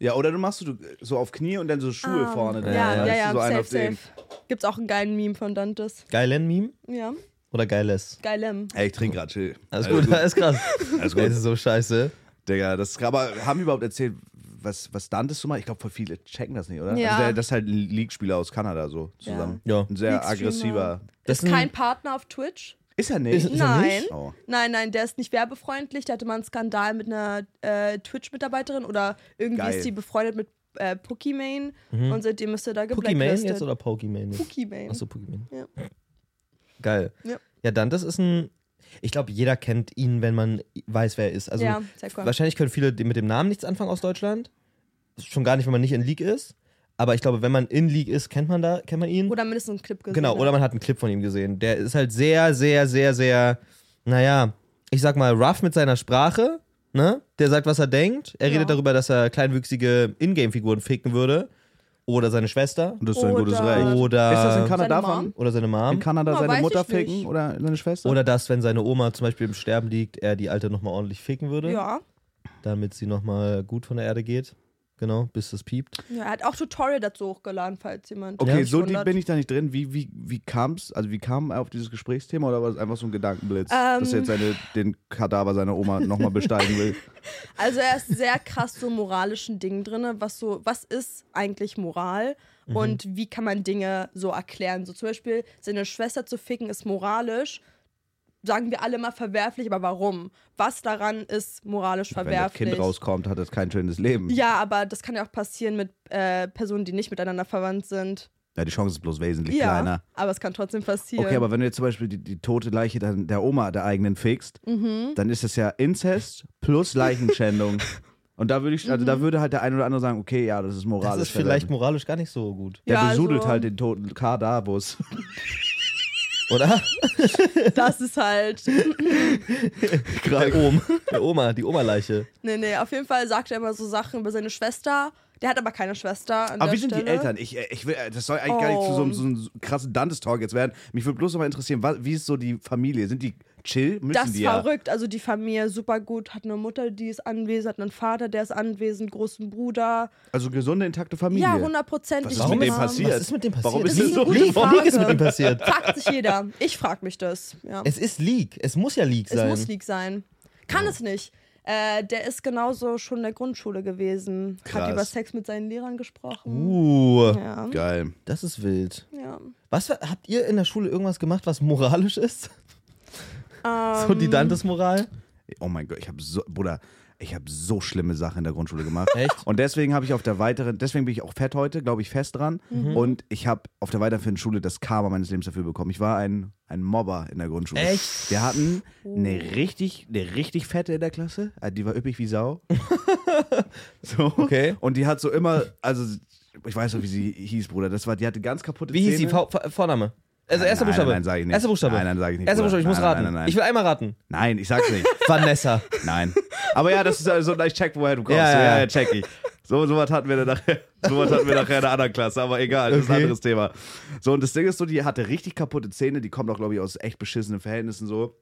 S2: Ja, oder du machst so- du so auf Knie und dann so Schuhe
S3: Ah,
S2: vorne. dran,
S3: Ja,
S2: weißt
S3: ja,
S2: du,
S3: ja,
S2: so einen
S3: safe,
S2: auf den.
S3: safe. Gibt's auch einen geilen Meme von Dantes.
S1: Geilen Meme
S3: Ja, ähm.
S1: oder geiles?
S3: geilem.
S2: Ey, ich trinke gerade chill.
S1: Alles gut, alles krass.
S2: Alles
S1: Das
S2: gut.
S1: ist so scheiße.
S2: Digga, das ist, aber haben wir überhaupt erzählt, was, was Dantes so macht? Ich glaube, voll viele checken das nicht, oder?
S3: Ja.
S2: Also der, das ist halt ein League-Spieler aus Kanada so zusammen.
S1: Ja.
S2: Ein sehr
S3: League-Streamer.
S2: aggressiver.
S1: Das
S3: Ist kein Partner auf Twitch?
S2: Ist er nicht?
S1: Ist- ist er
S3: Nein.
S1: nicht?
S2: Oh.
S3: Nein, nein, der ist nicht werbefreundlich. Der hatte mal einen Skandal mit einer äh, Twitch-Mitarbeiterin oder irgendwie
S2: Geil.
S3: ist die befreundet mit äh, Pokimane
S1: Mhm.
S3: und seitdem ist er da
S1: Pokimane jetzt
S3: geblacklistet.
S1: oder Pokimane jetzt?
S3: Pokimane.
S1: Achso, Pokimane.
S3: Ja.
S1: Geil.
S3: Ja.
S1: Ja, Dantes ist ein. Ich glaube, jeder kennt ihn, wenn man weiß, wer er ist. Also
S3: ja, sehr cool.
S1: wahrscheinlich können viele die mit dem Namen nichts anfangen aus Deutschland. Schon gar nicht, wenn man nicht in League ist. Aber ich glaube, wenn man in League ist, kennt man da, kennt man ihn.
S3: Oder mindestens einen Clip gesehen.
S1: genau, oder man hat einen Clip von ihm gesehen. Der ist halt sehr, sehr, sehr, sehr, naja, ich sag mal, rough mit seiner Sprache. Ne? Der sagt, was er denkt. Er
S3: Ja.
S1: redet darüber, dass er kleinwüchsige Ingame-Figuren ficken würde. Oder seine Schwester.
S2: Und das ist ein gutes
S3: Oder-
S2: Recht.
S1: Oder,
S2: Ist das in
S3: Seine
S2: Kanada
S3: Mom?
S2: von?
S1: oder seine
S2: In
S1: Mom.
S2: Kanada
S3: Ja, weiß
S2: seine
S3: ich
S2: Mutter
S3: nicht.
S2: ficken oder seine Schwester?
S1: Oder dass, wenn seine Oma zum Beispiel im Sterben liegt, er die Alte nochmal ordentlich ficken würde.
S3: Ja.
S1: Damit sie nochmal gut von der Erde geht. Genau, bis das piept.
S3: ja, er hat auch Tutorial dazu hochgeladen, falls jemand.
S2: Okay,
S3: sich
S2: so deep
S3: wundert.
S2: bin ich da nicht drin. Wie, wie, wie kam's? Also wie kam er auf dieses Gesprächsthema oder war das einfach so ein Gedankenblitz,
S3: Ähm.
S2: dass er jetzt seine, den Kadaver seiner Oma nochmal besteigen will?
S3: Also er ist sehr krass so moralischen Dingen drin, was so, was ist eigentlich Moral
S1: Mhm.
S2: Mhm.
S3: und wie kann man Dinge so erklären? So zum Beispiel, seine Schwester zu ficken ist moralisch, sagen wir alle mal verwerflich, aber warum? Was daran ist moralisch
S2: Wenn das
S3: verwerflich?
S2: Kind rauskommt, hat es kein schönes Leben.
S3: ja, aber das kann ja auch passieren mit äh, Personen, die nicht miteinander verwandt sind.
S2: Ja, die Chance ist bloß wesentlich
S3: Ja,
S2: kleiner.
S3: aber es kann trotzdem passieren.
S2: Okay, aber wenn du jetzt zum Beispiel die, die tote Leiche dann der Oma der eigenen fickst,
S3: Mhm.
S2: dann ist das ja Inzest plus Leichenschändung. Und da würde ich, also
S3: Mhm.
S2: da würde halt der ein oder andere sagen, okay, ja, das ist moralisch.
S1: Das ist vielleicht
S2: verwerflich.
S1: moralisch gar nicht so gut.
S2: der
S3: Ja,
S2: besudelt
S3: also-
S2: halt den toten Kadavus.
S1: Oder?
S3: das ist halt.
S1: Der Om. Der Oma, die Oma-Leiche.
S3: Nee, nee, auf jeden Fall sagt er immer so Sachen über seine Schwester. Der hat aber keine Schwester. An
S2: Aber
S3: der
S2: wie sind
S3: Stelle. Oh.
S2: die Eltern? Ich, äh, ich will, äh, das soll eigentlich gar nicht zu so, einem- so einem krassen Dantes-Talk jetzt werden. Mich würde bloß nochmal interessieren, wa- wie ist so die Familie? Sind die chill? Müssen
S3: Das
S2: die
S3: ist
S2: ja.
S3: verrückt. Also die Familie super gut, hat eine Mutter, die ist anwesend, hat einen Vater, der ist anwesend, großen Bruder.
S2: Also gesunde, intakte Familie.
S3: Ja, hundertprozentig.
S2: Was ist
S1: Warum
S2: mit dem
S1: ist-
S2: passiert?
S1: Was ist mit dem passiert?
S2: Warum ist
S3: Das
S2: das
S3: ist
S2: so?
S3: eine gute
S1: League, warum
S3: Frage.
S1: League ist mit dem passiert?
S3: Fragt sich jeder. Ich frag mich das. Ja. Es,
S1: Es ist League. Es muss ja League sein.
S3: muss League sein. Kann es nicht. Äh, der ist genauso schon in der Grundschule gewesen.
S2: Krass.
S3: Hat über Sex mit seinen Lehrern gesprochen.
S1: Uh,
S3: Ja.
S2: Geil.
S1: das ist wild.
S3: ja.
S1: Was war- habt ihr in der Schule irgendwas gemacht, was moralisch ist?
S3: Ähm,
S1: So die Dantes-Moral?
S2: Oh mein Gott, ich habe so, Bruder, ich habe so schlimme Sachen in der Grundschule gemacht.
S1: Echt?
S2: Und deswegen habe ich auf der weiteren, deswegen bin ich auch fett heute, glaube ich, fest dran. Und ich habe auf der weiterführenden Schule das Karma meines Lebens dafür bekommen. Ich war ein, ein Mobber in der Grundschule.
S1: Echt?
S2: Wir hatten eine richtig, eine richtig fette in der Klasse. Äh, Die war üppig wie Sau. so.
S1: Okay.
S2: Und die hat so immer, also ich weiß noch, wie sie hieß, Bruder. Das war, die hatte ganz kaputte
S1: Wie hieß die
S2: Zähne.
S1: V- V- Vorname? Also
S2: Nein,
S1: erster
S2: nein,
S1: Buchstabe.
S2: nein, sag ich nicht.
S1: Erster Buchstabe.
S2: Nein, nein, sag ich nicht,
S1: Erster
S2: Bruder.
S1: Buchstabe, ich muss
S2: Nein,
S1: raten.
S2: nein, nein, nein.
S1: Ich will einmal raten.
S2: Nein, ich sag's nicht.
S1: Vanessa.
S2: Nein. Aber ja, das ist also, ich check, woher du kommst.
S1: Ja,
S2: Ja,
S1: ja,
S2: ja,
S1: ja.
S2: ja, check ich. So, so was hatten wir dann nachher, so was hatten wir nachher in der anderen Klasse, aber egal, das ist ein
S1: Okay.
S2: anderes Thema. So, und das Ding ist so, die hatte richtig kaputte Zähne, die kommt auch, glaube ich, aus echt beschissenen Verhältnissen so.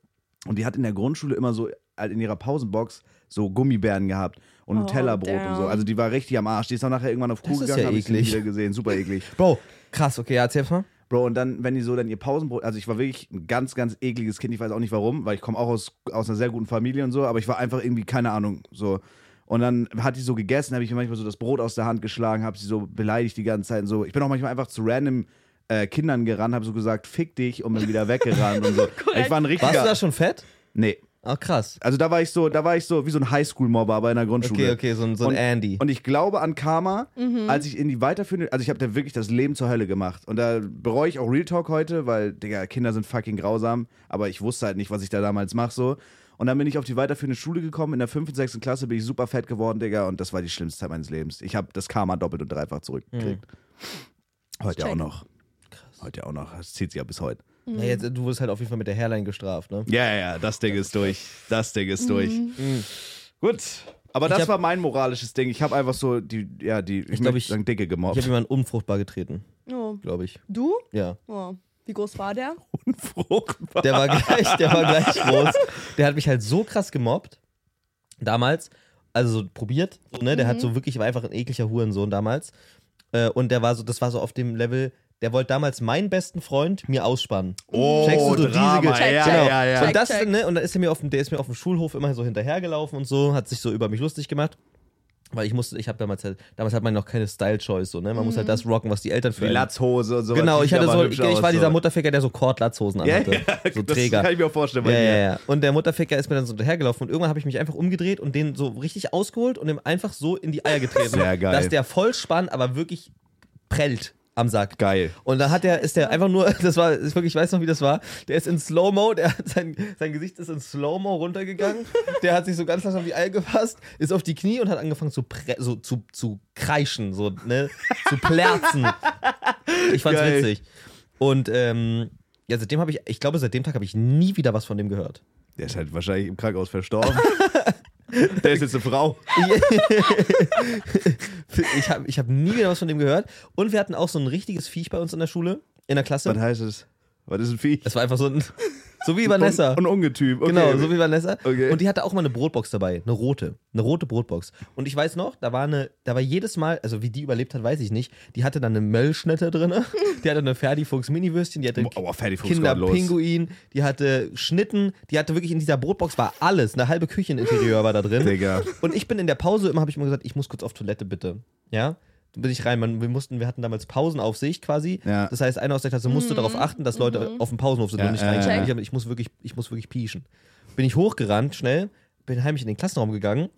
S2: Und die hat in der Grundschule immer so, halt in ihrer Pausenbox, so Gummibären gehabt und Nutellabrot und so.
S3: damn.
S2: Also die war richtig am Arsch. Die ist dann nachher irgendwann auf Kuh
S1: Das ist
S2: gegangen,
S1: ja
S2: hab ich sie nie
S1: eklig.
S2: wieder gesehen. Super eklig.
S1: Bro, krass, okay, ja, erzähl mal.
S2: Bro, und dann, wenn die so dann ihr Pausenbrot, also ich war wirklich ein ganz, ganz ekliges Kind, ich weiß auch nicht warum, weil ich komme auch aus, aus einer sehr guten Familie und so, aber ich war einfach irgendwie, keine Ahnung, so. Und dann hat die so gegessen, habe ich mir manchmal so das Brot aus der Hand geschlagen, habe sie so beleidigt die ganze Zeit und so. Ich bin auch manchmal einfach zu random äh, Kindern gerannt, habe so gesagt, fick dich und bin wieder weggerannt und so. Ich war ein
S1: Warst
S2: richtiger.
S1: du da schon fett?
S2: nee.
S1: Ah, krass.
S2: Also da war ich so, da war ich so wie so ein Highschool-Mobber, aber in der Grundschule.
S1: Okay, okay, so ein, so ein
S2: Und-
S1: Andy.
S2: Und ich glaube an Karma, als ich in die weiterführende, also ich habe da wirklich das Leben zur Hölle gemacht. Und da bereue ich auch Real Talk heute, weil, Digga, Kinder sind fucking grausam, aber ich wusste halt nicht, was ich da damals mache so. Und dann bin ich auf die weiterführende Schule gekommen. In der 5. und 6. Klasse bin ich super fett geworden, Digga. Und das war die schlimmste Zeit meines Lebens. Ich habe das Karma doppelt und dreifach zurückgekriegt. Heute
S3: Check.
S2: auch noch. Heute auch noch. Das zieht sich ja bis heute.
S1: ja, jetzt, du wurdest halt auf jeden Fall mit der Hairline gestraft, ne?
S2: Ja, ja, ja, das Ding ist durch. Das Ding ist durch. Gut. Aber
S1: Mhm. Ich
S2: das
S1: hab-
S2: war mein moralisches Ding. Ich habe einfach so die, ja, die, ich,
S1: glaub,
S2: möchte
S1: ich-
S2: sagen, Dicke gemobbt.
S1: Ich habe jemanden unfruchtbar getreten,
S3: oh.
S1: glaube ich.
S3: Du?
S1: Ja.
S3: Oh. Wie groß war der?
S2: Oh. unfruchtbar.
S1: Der war gleich, der war gleich groß. Der hat mich halt so krass gemobbt. Damals. Also so probiert, so, ne? Der hat so wirklich, war einfach ein ekliger Hurensohn damals. Äh, und der war so, das war so auf dem Level, der wollte damals meinen besten Freund mir ausspannen.
S2: Oh,
S1: Checkst du so
S2: Drama.
S1: diese Ge-
S2: ja,
S3: Check,
S1: Genau.
S3: check.
S2: ja, ja.
S1: Und das,
S3: check.
S1: ne, und dann ist er mir auf dem, der ist mir auf dem Schulhof immer so hinterhergelaufen und so, hat sich so über mich lustig gemacht. Weil ich musste, ich habe damals, halt- damals hat man noch keine Style-Choice, so, ne? Man muss halt
S3: Mhm.
S1: das rocken, was die Eltern für
S2: Die
S1: einen-
S2: Latzhose und so.
S1: Genau, ich hatte so, ich, ich war dieser Mutterficker, der so Kordlatzhosen
S2: Ja,
S1: anhatte.
S2: ja,
S1: so
S2: das
S1: Träger.
S2: kann ich mir auch vorstellen.
S1: Ja,
S2: bei
S1: ja,
S2: dir.
S1: ja. Und der Mutterficker ist mir dann so hinterhergelaufen und irgendwann habe ich mich einfach umgedreht und den so richtig ausgeholt und ihm einfach so in die Eier getreten.
S2: Sehr geil.
S1: Dass der Vollspann aber wirklich prellt am Sack.
S2: Geil.
S1: Und dann hat der, ist der einfach nur, das war, ist wirklich, ich weiß noch, wie das war. Der ist in Slow-Mo, der hat sein, sein Gesicht ist in Slow-Mo runtergegangen. Der hat sich so ganz langsam auf die Eier gefasst, ist auf die Knie und hat angefangen zu, pre so, zu, zu kreischen, so, ne, zu plärzen. Ich fand's
S2: Geil.
S1: witzig. Und, ähm, ja, seitdem habe ich, ich glaube, seit dem Tag habe ich nie wieder was von dem gehört.
S2: Der ist halt wahrscheinlich im Krankenhaus verstorben. der ist jetzt eine Frau.
S1: Ich habe ich hab nie wieder was von dem gehört. Und wir hatten auch so ein richtiges Viech bei uns in der Schule, in der
S2: Was
S1: Klasse.
S2: heißt es? Was ist ein Vieh?
S1: Das war einfach so ein, so wie Vanessa.
S2: Ein Ungetüm. Okay.
S1: Genau, so wie Vanessa.
S2: Okay.
S1: Und die hatte auch mal eine Brotbox dabei, eine rote, eine rote Brotbox. Und ich weiß noch, da war eine, da war jedes Mal, also wie die überlebt hat, weiß ich nicht. Die hatte dann eine Möllschnitte drin, die hatte eine Ferdifuchs Miniwürstchen, die hatte
S2: Aua, fertig, Fuchs, kommt los.
S1: Kinderpinguin, die hatte Schnitten, die hatte wirklich in dieser Brotbox war alles, eine halbe Kücheninterieur war da drin.
S2: Digga.
S1: Und ich bin in der Pause immer, habe ich immer gesagt, ich muss kurz auf Toilette bitte. Ja? Dann bin ich rein. Man, wir mussten, wir hatten damals Pausenaufsicht quasi.
S2: Ja.
S1: Das heißt, einer aus der Klasse musste darauf achten, dass Leute auf dem Pausenhof sind
S2: Ja,
S1: und nicht
S2: ja,
S1: rein.
S3: ja.
S1: Ich, hab- ich muss wirklich, ich muss wirklich pieschen. Bin ich hochgerannt, schnell, bin heimlich in den Klassenraum gegangen.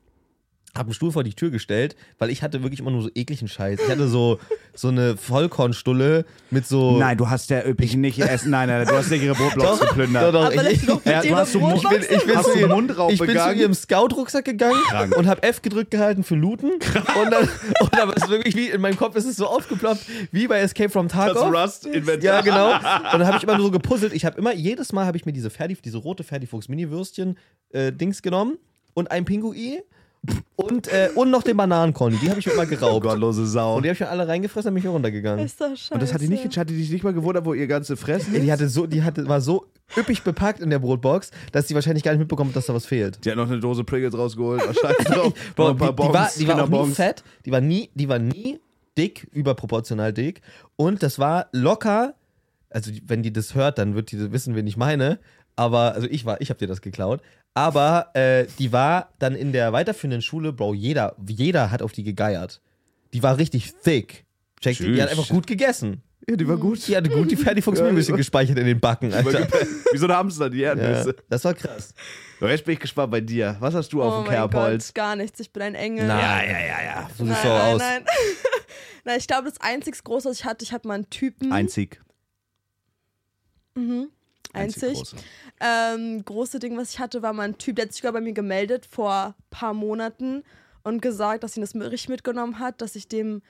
S1: Hab einen Stuhl vor die Tür gestellt, weil ich hatte wirklich immer nur so ekligen Scheiß. Ich hatte so, so eine Vollkornstulle mit so.
S2: Nein, du hast der üppig nicht essen. Nein, nein, du hast nicht ihre Brotblocks
S1: Doch,
S2: geplündert.
S1: doch,
S3: Aber
S1: ich,
S3: das noch mit
S2: Ja, du
S3: ihrer
S2: hast so Mund-
S1: ich bin, ich bin,
S2: Hast
S1: zu,
S2: du
S1: ihrem-
S2: Mundraub
S1: ich bin zu
S2: begangen?
S1: ihrem Scout-Rucksack gegangen und habe F gedrückt gehalten für Looten. Und dann, und dann ist wirklich wie, in meinem Kopf ist es so aufgeploppt, wie bei Escape from Tarkov.
S2: Rust inventar.
S1: Ja, genau. Und dann habe ich immer nur so gepuzzelt. Ich habe immer, jedes Mal habe ich mir diese, Ferdi, diese rote Ferdifuchs-Mini-Würstchen-Dings genommen und ein Pinguin und, äh, und noch den Bananenkorni. Die habe ich mir immer
S2: Oh,
S1: geraubt.
S2: gottlose Sau.
S1: und die habe ich mir alle reingefressen und bin ich runtergegangen.
S3: Ist das scheiße.
S2: Und das hat die nicht gecheckt, hat die dich nicht mal gewundert, wo ihr ganze Fressen
S1: Ey,
S2: ist?
S1: die hatte so, die hatte, war so üppig bepackt in der Brotbox, dass sie wahrscheinlich gar nicht mitbekommen hat, dass da was fehlt.
S2: Die hat noch eine Dose Pringles rausgeholt. Oh, scheiß drauf.
S1: Bro,
S2: Noch ein paar
S1: die, die
S2: Bongs,
S1: war, die war auch nie
S2: Kinderbongs.
S1: fett, die war nie, die war nie dick, überproportional dick. Und das war locker, also die- wenn die das hört, dann wird die wissen, wen ich meine. Aber, also ich war, ich habe dir das geklaut. Aber äh, die war dann in der weiterführenden Schule, Bro, jeder, jeder hat auf die gegeiert. Die war richtig thick. Check, die, die hat
S2: Tschüss.
S1: einfach gut gegessen.
S2: Ja, die war gut.
S1: Die hatte gut die Fertigfuchs ein bisschen gespeichert in den Backen, Alter.
S2: Wie so ein Hamster, die
S1: Ja,
S2: Erdnüsse.
S1: das war krass.
S2: So, jetzt bin ich gespannt bei dir. Was hast du
S3: oh
S2: auf dem
S3: mein
S2: Kerbholz?
S3: Gott, gar nichts. Ich bin ein Engel.
S1: Nein.
S2: Ja, ja, ja, ja.
S1: So
S3: Nein,
S1: sieht's so
S3: nein,
S1: aus.
S3: nein. nein, ich glaube, das einzig Große, was ich hatte, ich hatte mal einen Typen. Mhm.
S2: Einzig.
S3: einzig.
S2: große.
S3: Ähm, große Ding, was ich hatte, war mal ein Typ, der hat sich sogar bei mir gemeldet vor ein paar Monaten und gesagt, dass ihn das mit- richtig mitgenommen hat, dass ich dem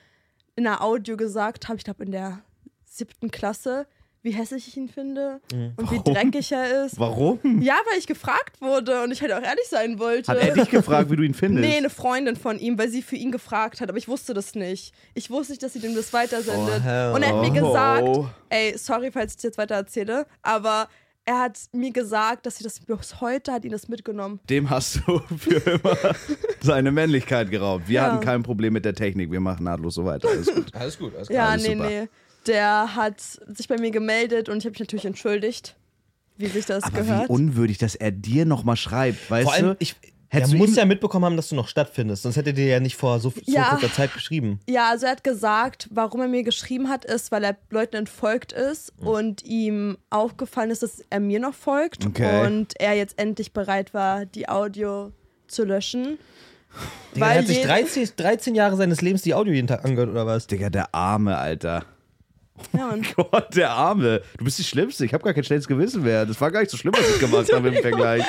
S3: in einer Audio gesagt habe, ich glaube in der siebten Klasse, wie hässlich ich ihn finde und wie
S2: Mhm. Warum?
S3: dreckig er ist.
S2: Warum?
S3: Ja, weil ich gefragt wurde und ich halt auch ehrlich sein wollte.
S2: Hat er dich gefragt, wie du ihn findest?
S3: Nee, eine Freundin von ihm, weil sie für ihn gefragt hat, aber ich wusste das nicht. Ich wusste nicht, dass sie dem das weitersendet.
S1: Oh, hell.
S3: und er hat mir
S2: Oh.
S3: gesagt, ey, sorry, falls ich das jetzt weiter erzähle, aber er hat mir gesagt, dass sie das bis heute hat ihn das mitgenommen.
S2: Dem hast du für immer seine Männlichkeit geraubt. Wir
S3: Ja.
S2: hatten kein Problem mit der Technik. Wir machen nahtlos so weiter. Alles gut.
S1: Alles gut, alles
S3: Ja,
S2: Alles
S3: nee,
S2: super.
S3: nee. Der hat sich bei mir gemeldet und ich habe mich natürlich entschuldigt, wie sich das
S2: Aber
S3: gehört.
S2: wie unwürdig, dass er dir nochmal schreibt, weißt
S1: Vor allem,
S2: du?
S1: ich,
S2: Hättest
S1: der
S2: du
S1: muss
S2: ihm-
S1: ja mitbekommen haben, dass du noch stattfindest. Sonst hätte dir ja nicht vor so, so
S3: Ja.
S1: kurzer Zeit geschrieben.
S3: Ja, also er hat gesagt, warum er mir geschrieben hat, ist, weil er Leuten entfolgt ist
S2: Hm.
S3: und ihm aufgefallen ist, dass er mir noch folgt
S2: Okay.
S3: und er jetzt endlich bereit war, die Audio zu löschen.
S1: Digga, der hat sich
S3: je-
S1: 13, 13 Jahre seines Lebens die Audio jeden Tag angehört, oder was?
S2: Digga, der Arme, Alter.
S3: Ja, Mann.
S2: Gott, der Arme. Du bist die Schlimmste. Ich habe gar kein schlechtes Gewissen mehr. Das war gar nicht so schlimm, was ich gemacht habe im Vergleich.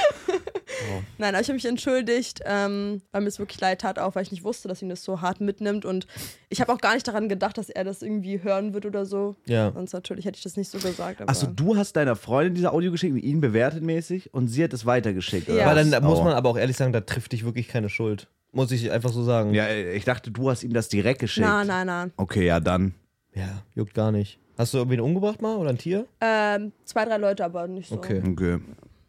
S3: Nein, aber ich habe mich entschuldigt, ähm, weil mir es wirklich leid tat, auch weil ich nicht wusste, dass ihn das so hart mitnimmt und ich habe auch gar nicht daran gedacht, dass er das irgendwie hören wird oder so.
S1: Ja.
S3: Sonst natürlich hätte ich das nicht so gesagt. Aber
S2: Achso, du hast deiner Freundin diese Audio geschickt, und ihn bewertet mäßig und sie hat es weitergeschickt. Oder?
S3: Ja.
S1: Aber dann da
S2: was?
S1: muss
S2: Aua.
S1: man aber auch ehrlich sagen, da trifft dich wirklich keine Schuld. Muss ich einfach so sagen.
S2: Oh. Ja, ich dachte, du hast ihm das direkt geschickt.
S3: Nein, nein, nein.
S2: Okay, ja, dann.
S1: Ja, juckt gar nicht. Hast du irgendwie umgebracht mal oder ein Tier?
S3: Ähm, zwei, drei Leute, aber nicht so.
S1: Okay,
S2: Okay.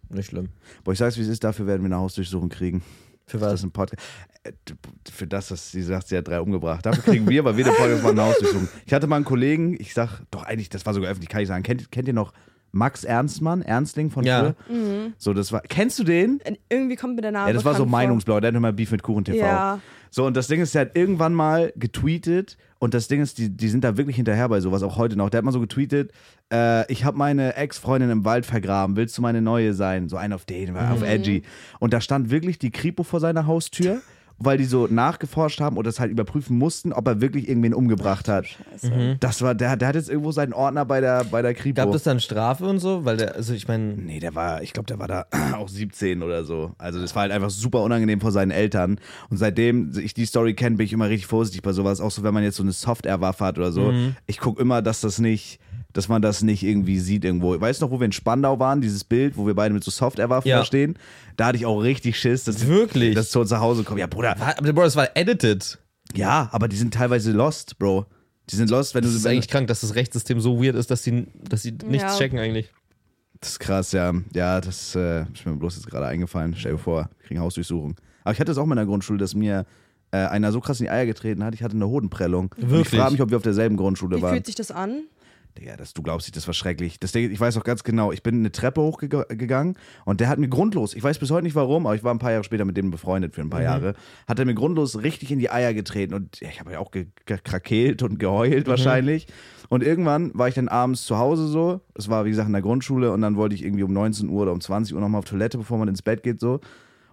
S1: nicht schlimm.
S2: Boah, ich sag's, wie es ist, dafür werden wir eine Hausdurchsuchung kriegen.
S1: Für
S2: Das ist
S1: was?
S2: ein Podcast. Äh, d- Für das, dass sie sagt, sie hat drei umgebracht. Dafür kriegen wir, weil wir den Podcast mal eine Hausdurchsuchung. Ich hatte mal einen Kollegen, ich sag, doch eigentlich, das war sogar öffentlich, kann ich sagen. Kennt, kennt ihr noch Max Ernstmann, Ernstling von
S1: Ja.
S2: früher? So, das war. Kennst du den?
S3: Irgendwie kommt mir der Name.
S2: Ja, das war so
S3: bekannt vor.
S2: Meinungsblau, der hat immer Beef mit Kuchen TV.
S3: Ja.
S2: So, und das Ding ist, der hat irgendwann mal getweetet und das Ding ist, die, die sind da wirklich hinterher bei sowas, auch heute noch. Der hat mal so getweetet, äh, ich habe meine Ex-Freundin im Wald vergraben, willst du meine neue sein? So ein auf den, war auf Edgy. Und da stand wirklich die Kripo vor seiner Haustür, weil die so nachgeforscht haben oder das halt überprüfen mussten, ob er wirklich irgendwen umgebracht hat.
S3: Also,
S2: Das war, der, der hat jetzt irgendwo seinen Ordner bei der, bei der Kripo.
S1: Gab es dann Strafe und so? Weil der, also ich meine,
S2: Nee, der war, ich glaube, der war da auch 17 oder so. Also das war halt einfach super unangenehm vor seinen Eltern. Und seitdem ich die Story kenne, bin ich immer richtig vorsichtig bei sowas. Auch so, wenn man jetzt so eine Software-Waffe hat oder so.
S1: Mhm.
S2: Ich gucke immer, dass das nicht, dass man das nicht irgendwie sieht irgendwo. Weißt du noch, wo wir in Spandau waren, dieses Bild, wo wir beide mit so Software-Waffen
S1: Ja.
S2: da stehen? Da hatte ich auch richtig Schiss, dass
S1: Wirklich?
S2: dass zu uns nach Hause kommen. Ja, Bruder.
S1: war, aber Bro, das war edited.
S2: Ja, aber die sind teilweise lost, Bro. Die sind lost, wenn du
S1: Das ist eigentlich krank, dass das Rechtssystem so weird ist, dass sie, dass sie nichts
S3: Ja.
S1: checken eigentlich.
S2: Das ist krass, ja. Ja, das äh, ist mir bloß jetzt gerade eingefallen. Stell dir vor, wir kriegen Hausdurchsuchung. Aber ich hatte es auch mal in der Grundschule, dass mir äh, einer so krass in die Eier getreten hat, ich hatte eine Hodenprellung. Und Ich
S1: Wirklich?
S2: frage mich, ob wir auf derselben Grundschule
S3: Wie
S2: waren.
S3: fühlt sich das an?
S2: Digga, das, du glaubst nicht, das war schrecklich. Das, Ding- ich weiß auch ganz genau, ich bin eine Treppe hochgegangen und der hat mir grundlos, ich weiß bis heute nicht warum, aber ich war ein paar Jahre später mit dem befreundet für ein paar Jahre, hat er mir grundlos richtig in die Eier getreten und ja, ich habe ja auch ge- ge- krakeelt und geheult wahrscheinlich. Und irgendwann war ich dann abends zu Hause so, es war wie gesagt in der Grundschule und dann wollte ich irgendwie um 19 Uhr oder um 20 Uhr nochmal auf Toilette, bevor man ins Bett geht so.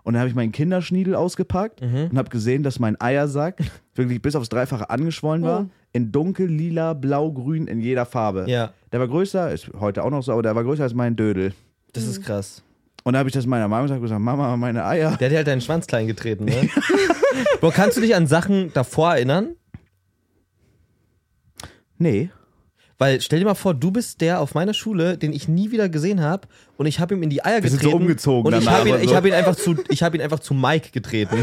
S2: Und dann habe ich meinen Kinderschniedel ausgepackt
S1: Mhm.
S2: und habe gesehen, dass mein Eiersack wirklich bis aufs Dreifache angeschwollen war.
S3: Oh.
S2: In dunkel, lila, blau, grün, in jeder Farbe.
S1: Ja.
S2: Der war größer, ist heute auch noch so, aber der war größer als mein Dödel.
S1: Das ist krass.
S2: Und da habe ich das meiner Mama gesagt, gesagt, Mama, meine Eier.
S1: Der hat dir halt deinen Schwanz klein getreten, ne? Bro, kannst du dich an Sachen davor erinnern?
S2: Nee.
S1: Weil stell dir mal vor, du bist der auf meiner Schule, den ich nie wieder gesehen habe und ich habe ihm in die Eier
S2: Wir sind
S1: getreten.
S2: so umgezogen
S1: und ich
S2: danach
S1: habe ihn,
S2: und so.
S1: ich hab ihn einfach zu ich habe ihn einfach zu Mike getreten.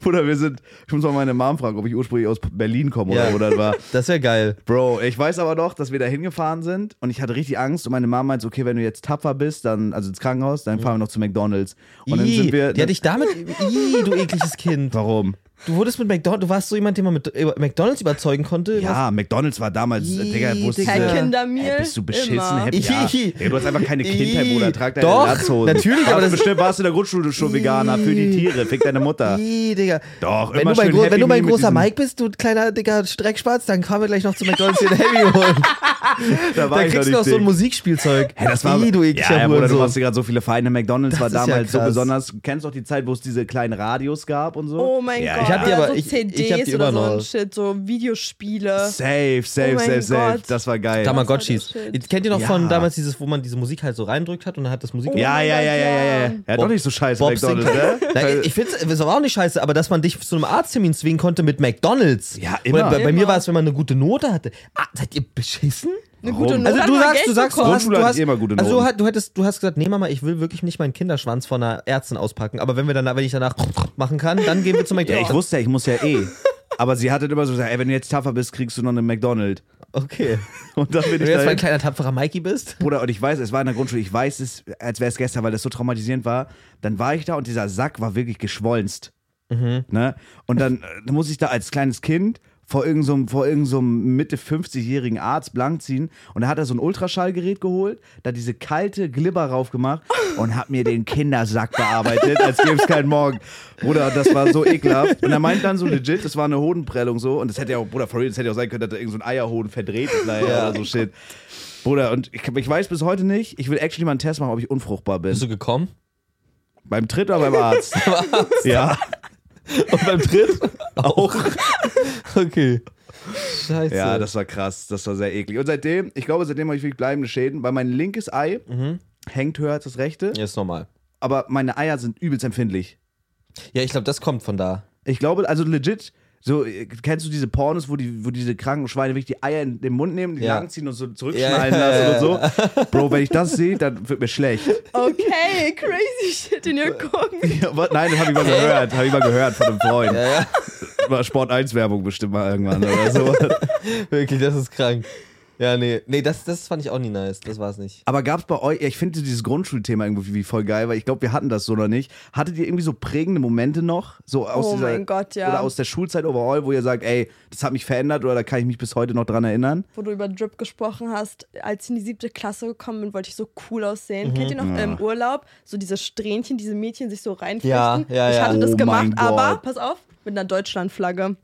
S2: Bruder, wir sind, ich muss mal meine Mom fragen, ob ich ursprünglich aus Berlin komme
S1: Ja.
S2: oder wo das war.
S1: Das wäre geil.
S2: Bro, ich weiß aber noch, dass wir da hingefahren sind und ich hatte richtig Angst und meine Mama meinte, okay, wenn du jetzt tapfer bist, dann, also ins Krankenhaus, dann fahren wir noch zu McDonalds. Und dann
S1: Ih,
S2: sind wir.
S1: die hat dich damit Ih, du ekliges Kind.
S2: warum?
S1: Du wurdest mit McDonald's, du warst so jemand, den man mit über McDonald's überzeugen konnte.
S2: Ja, McDonalds war damals, äh, Digga,
S1: Ih,
S2: wusste
S1: Digga.
S3: Kein
S1: Diese-
S3: Kindermehl.
S2: Ey, bist du beschissen?
S3: Immer.
S2: Happy, ja.
S1: Ih.
S2: Ey, du hast einfach keine
S1: Ih.
S2: Kindheit, Bruder. Trag deine
S1: Doch,
S2: Latzhosen.
S1: natürlich, aber
S2: Warst
S1: das-
S2: bestimmt warst du in der Grundschule schon
S1: Ih.
S2: Veganer für die Tiere. Fick deine
S1: Was?
S2: Mutter.
S1: Ih, Digga.
S2: Doch,
S1: Wenn
S2: immer
S1: du, mein
S2: schön
S1: Gro-
S2: Happy
S1: wenn du mein
S2: Meal mit
S1: großer
S2: diesem-
S1: Mike bist, du kleiner, dicker Streckspatz, dann kommen wir gleich noch zu McDonalds hier ein Heavy holen.
S2: Da war
S1: Dann
S2: ich
S1: kriegst du
S2: noch nicht
S1: noch so ein
S2: dick.
S1: Musikspielzeug.
S2: Hey, das war,
S1: Ih, du
S2: ja,
S1: ekliger
S2: ja, Bruder, du
S1: Hurensohn.
S2: machst dir gerade so viele Feinde. McDonalds war
S1: Das ist ja
S2: damals so
S1: krass.
S2: besonders. Du kennst doch die Zeit, wo es diese kleinen Radios gab und so.
S3: Oh mein
S2: ja,
S3: Gott.
S1: ich hab die
S3: oder
S1: aber-
S3: so
S1: ich- ich hab die
S3: CDs
S1: immer
S3: oder so ein
S1: noch.
S3: Shit, so Videospiele.
S2: Safe, safe,
S3: Oh mein
S2: safe, safe.
S3: Gott.
S2: Das war geil.
S1: Tamagotchis.
S3: Das war das Schild.
S1: Kennt ihr noch von
S2: Ja.
S1: damals dieses, wo man diese Musik halt so reindrückt hat und dann hat das Musik.
S3: Oh.
S2: ja,
S3: mein
S2: ja,
S3: Gott,
S2: ja, ja, ja, ja.
S3: ja.
S2: Ja, doch nicht so scheiße,
S1: Bob
S2: McDonalds,
S1: Sinclair.
S2: ne?
S1: Nein, ich finde es war auch nicht scheiße, aber dass man dich zu einem Arzttermin zwingen konnte mit McDonalds.
S2: Ja, immer.
S1: Oder Bei, bei
S3: Immer.
S1: mir war es, wenn man eine gute Note hatte. Ah, seid ihr beschissen?
S3: Eine
S2: Warum?
S3: gute Note.
S1: Also
S3: hat
S1: du
S3: man
S1: sagst,
S3: Geld
S1: du sagst, du
S3: bekommen.
S1: hast,
S2: Grundschule
S1: du
S2: hat eh
S1: hast
S2: immer gute
S1: Also du,
S2: Noten.
S1: hat- du hättest, du hast gesagt, nee Mama, ich will wirklich nicht meinen Kinderschwanz von einer Ärztin auspacken, aber wenn wir danach, wenn ich danach machen kann, dann gehen wir zu
S2: Ja,
S1: McDonalds.
S2: ich wusste ja, ich muss ja eh. Aber sie hatte immer so gesagt, ey, wenn du jetzt tougher bist, kriegst du noch eine McDonald's.
S1: Okay.
S2: Und dann bin
S1: Wenn
S2: ich
S1: du jetzt mal ein
S2: dahin.
S1: kleiner tapferer Mikey bist.
S2: Bruder, und ich weiß, es war in der Grundschule, ich weiß es, als wäre es gestern, weil das so traumatisierend war. Dann war ich da und dieser Sack war wirklich geschwollenst. Ne? Und dann, äh, dann muss ich da als kleines Kind vor irgendeinem so, einem- vor irgend so einem Mitte 50-jährigen Arzt blank ziehen und da hat er so ein Ultraschallgerät geholt, da diese kalte Glibber raufgemacht und hat mir den Kindersack bearbeitet, als gäbe es keinen Morgen. Bruder, das war so ekelhaft. Und er meint dann so legit, das war eine Hodenprellung so und das hätte ja auch, Bruder, for real, das hätte ja auch sein können, dass da irgend so ein Eierhoden verdreht ist leider oder so shit. Bruder, und ich, ich weiß bis heute nicht, ich will actually mal einen Test machen, ob ich unfruchtbar bin.
S1: Bist du gekommen?
S2: Beim Tritt oder beim Arzt? ja.
S1: Und beim Tritt? Auch. Okay. Scheiße.
S2: Ja, das war krass. Das war sehr eklig. Und seitdem, ich glaube, seitdem habe ich wirklich bleibende Schäden, weil mein linkes Ei hängt höher als das rechte,
S1: Mhm. Ja, ist normal.
S2: aber meine Eier sind übelst empfindlich.
S1: Ja, ich glaube, das kommt von da.
S2: Ich glaube, also legit, so, äh, kennst du diese Pornos, wo, die, wo diese kranken Schweine wirklich die Eier in den Mund nehmen, die
S1: Ja.
S2: langziehen und so zurückschneiden
S1: Ja, ja,
S2: lassen und so? Bro, wenn ich das sehe, dann wird mir schlecht.
S3: Okay, crazy shit, den ihr gucken.
S2: Ja, wa- Nein, das habe ich mal gehört. Habe ich mal gehört von einem Freund. War Sport 1 Werbung bestimmt mal irgendwann oder so.
S1: Wirklich, das ist krank. Ja, nee. Nee, das, das fand ich auch nie nice. Das war es nicht.
S2: Aber gab es bei euch, ja, ich finde dieses Grundschulthema irgendwie voll geil, weil ich glaube, wir hatten das so noch nicht. Hattet ihr irgendwie so prägende Momente noch? So aus
S3: Oh
S2: dieser,
S3: mein Gott, ja.
S2: Oder aus der Schulzeit overall, wo ihr sagt, ey, das hat mich verändert oder da kann ich mich bis heute noch dran erinnern?
S3: Wo du über Drip gesprochen hast, als ich in die siebte Klasse gekommen bin, wollte ich so cool aussehen.
S1: Mhm.
S3: Kennt ihr noch ähm, im Urlaub so diese Strähnchen, diese Mädchen sich so reinflechten?
S1: Ja, ja,
S3: Ich
S1: ja.
S3: hatte das
S2: Oh mein
S3: gemacht, aber
S2: Gott.
S3: pass auf, mit einer Deutschlandflagge.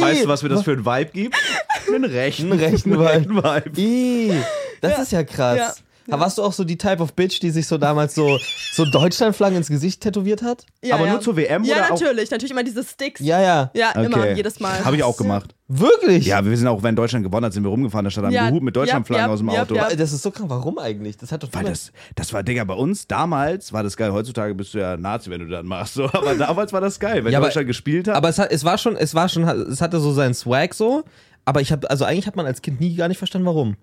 S2: Weißt du, was mir das für ein Vibe gibt? Einen rechten,
S1: Einen rechten Vibe.
S2: Vibe.
S1: Ih, das
S3: Ja.
S1: ist ja krass.
S3: Ja.
S1: Aber warst du auch so die Type of Bitch, die sich so damals so, so Deutschlandflaggen ins Gesicht tätowiert hat?
S3: Ja,
S2: Aber
S3: ja.
S2: nur zur WM
S3: Ja,
S2: oder auch-
S3: natürlich. Natürlich immer diese Sticks.
S1: Ja, ja.
S3: Ja, immer, jedes Mal.
S2: Habe ich auch gemacht.
S1: Wirklich?
S2: Ja, wir sind auch, wenn Deutschland gewonnen hat, sind wir rumgefahren. Da stand am
S3: Ja,
S2: Hut mit
S3: ja,
S2: Deutschlandflaggen
S3: ja,
S2: aus dem
S3: ja,
S2: Auto.
S3: ja.
S1: Das ist so krank. Warum eigentlich? Das hat doch
S2: Weil das, das war, Digga, bei uns damals war das geil. Heutzutage bist du ja Nazi, wenn du das machst. So. Aber damals war das geil, wenn
S1: Ja, aber-
S2: Deutschland gespielt hat.
S1: Aber es, hat, es war schon, es war schon, es hatte so seinen Swag so. Aber ich habe, also eigentlich hat man als Kind nie gar nicht verstanden, warum.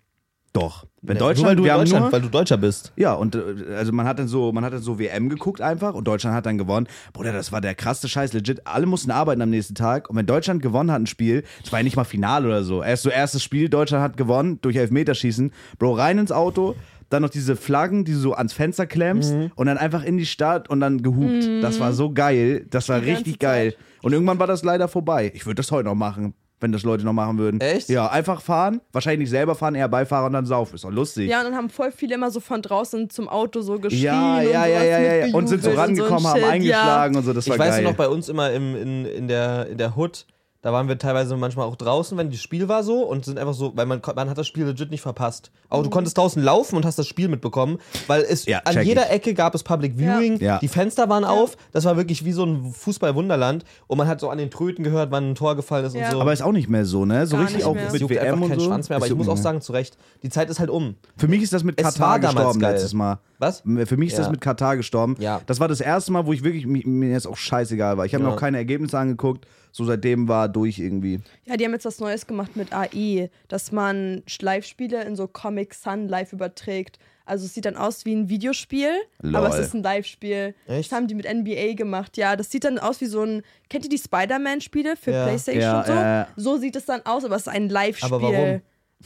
S2: doch. Wenn
S1: Nee, nur weil
S2: Deutschland,
S1: du
S2: wir
S1: in
S2: haben
S1: Deutschland,
S2: nur,
S1: weil du Deutscher bist.
S2: Ja, und äh, also man hat dann so, man hat dann so WM geguckt einfach und Deutschland hat dann gewonnen. Bruder, das war der krasseste Scheiß, legit. Alle mussten arbeiten am nächsten Tag und wenn Deutschland gewonnen hat ein Spiel, das war ja nicht mal Finale oder so. Erst so erstes Spiel, Deutschland hat gewonnen durch Elfmeterschießen. Bro, rein ins Auto, dann noch diese Flaggen, die du so ans Fenster klemmst
S3: Mhm.
S2: und dann einfach in die Stadt und dann gehupt. Das war so geil, das war
S3: Die ganze
S2: richtig geil. Und irgendwann war das leider vorbei. Ich würde das heute noch machen. Wenn das Leute noch machen würden.
S1: Echt?
S2: Ja, einfach fahren. Wahrscheinlich nicht selber fahren, eher Beifahrer und dann saufen. Ist doch lustig.
S3: Ja, und dann haben voll viele immer so von draußen zum Auto so geschrien.
S2: Ja,
S3: und
S2: ja, ja,
S3: sowas
S2: ja, ja, ja.
S3: mitgejubelt
S2: Und sind so
S3: und ein
S2: rangekommen, haben
S3: Shit,
S2: eingeschlagen und so, das war
S1: ich weiß
S2: geil.
S1: nur noch bei uns immer im, in, in, der, in der Hood, da waren wir teilweise manchmal auch draußen, wenn das Spiel war so und sind einfach so, weil man, kon- man hat das Spiel legit nicht verpasst. Auch du konntest draußen laufen und hast das Spiel mitbekommen, weil es
S2: Ja,
S1: an
S2: check
S1: jeder
S2: ich.
S1: Ecke gab es Public Viewing,
S2: Ja. Ja.
S1: die Fenster waren auf, das war wirklich wie so ein Fußballwunderland und man hat so an den Tröten gehört, wann ein Tor gefallen ist
S3: Ja.
S1: und so.
S2: aber ist auch nicht mehr so, ne? So
S3: Gar
S2: richtig
S3: nicht
S2: auch
S3: mehr.
S1: es
S2: mit
S1: juckt
S2: WM
S1: einfach
S2: und
S1: keinen
S2: so.
S1: Schwanz mehr, aber
S2: Es
S1: ich muss
S2: juckt
S1: auch
S2: nicht
S1: sagen, zu Recht, die Zeit ist halt um.
S2: mehr. Für mich ist das mit
S1: Es
S2: Katar
S1: war damals
S2: gestorben
S1: geil.
S2: letztes Mal.
S1: Was?
S2: Für mich ist das
S1: Ja.
S2: mit Katar gestorben.
S1: Ja.
S2: Das war das erste Mal, wo ich wirklich, mi- mir jetzt auch scheißegal war. Ich habe mir
S1: Ja.
S2: auch keine Ergebnisse angeguckt. So seitdem war durch irgendwie.
S3: Ja, die haben jetzt was Neues gemacht mit AI, dass man Live-Spiele in so Comic Sun live überträgt. Also es sieht dann aus wie ein Videospiel,
S2: Lol.
S3: aber es ist ein Live-Spiel.
S1: Echt?
S3: Das haben die mit NBA gemacht. Ja, das sieht dann aus wie so ein. Kennt ihr die Spider-Man-Spiele für
S1: Ja.
S3: PlayStation
S2: Ja,
S3: und so?
S2: ja, ja.
S3: So sieht es dann aus, aber es ist ein Live-Spiel.
S1: Aber warum?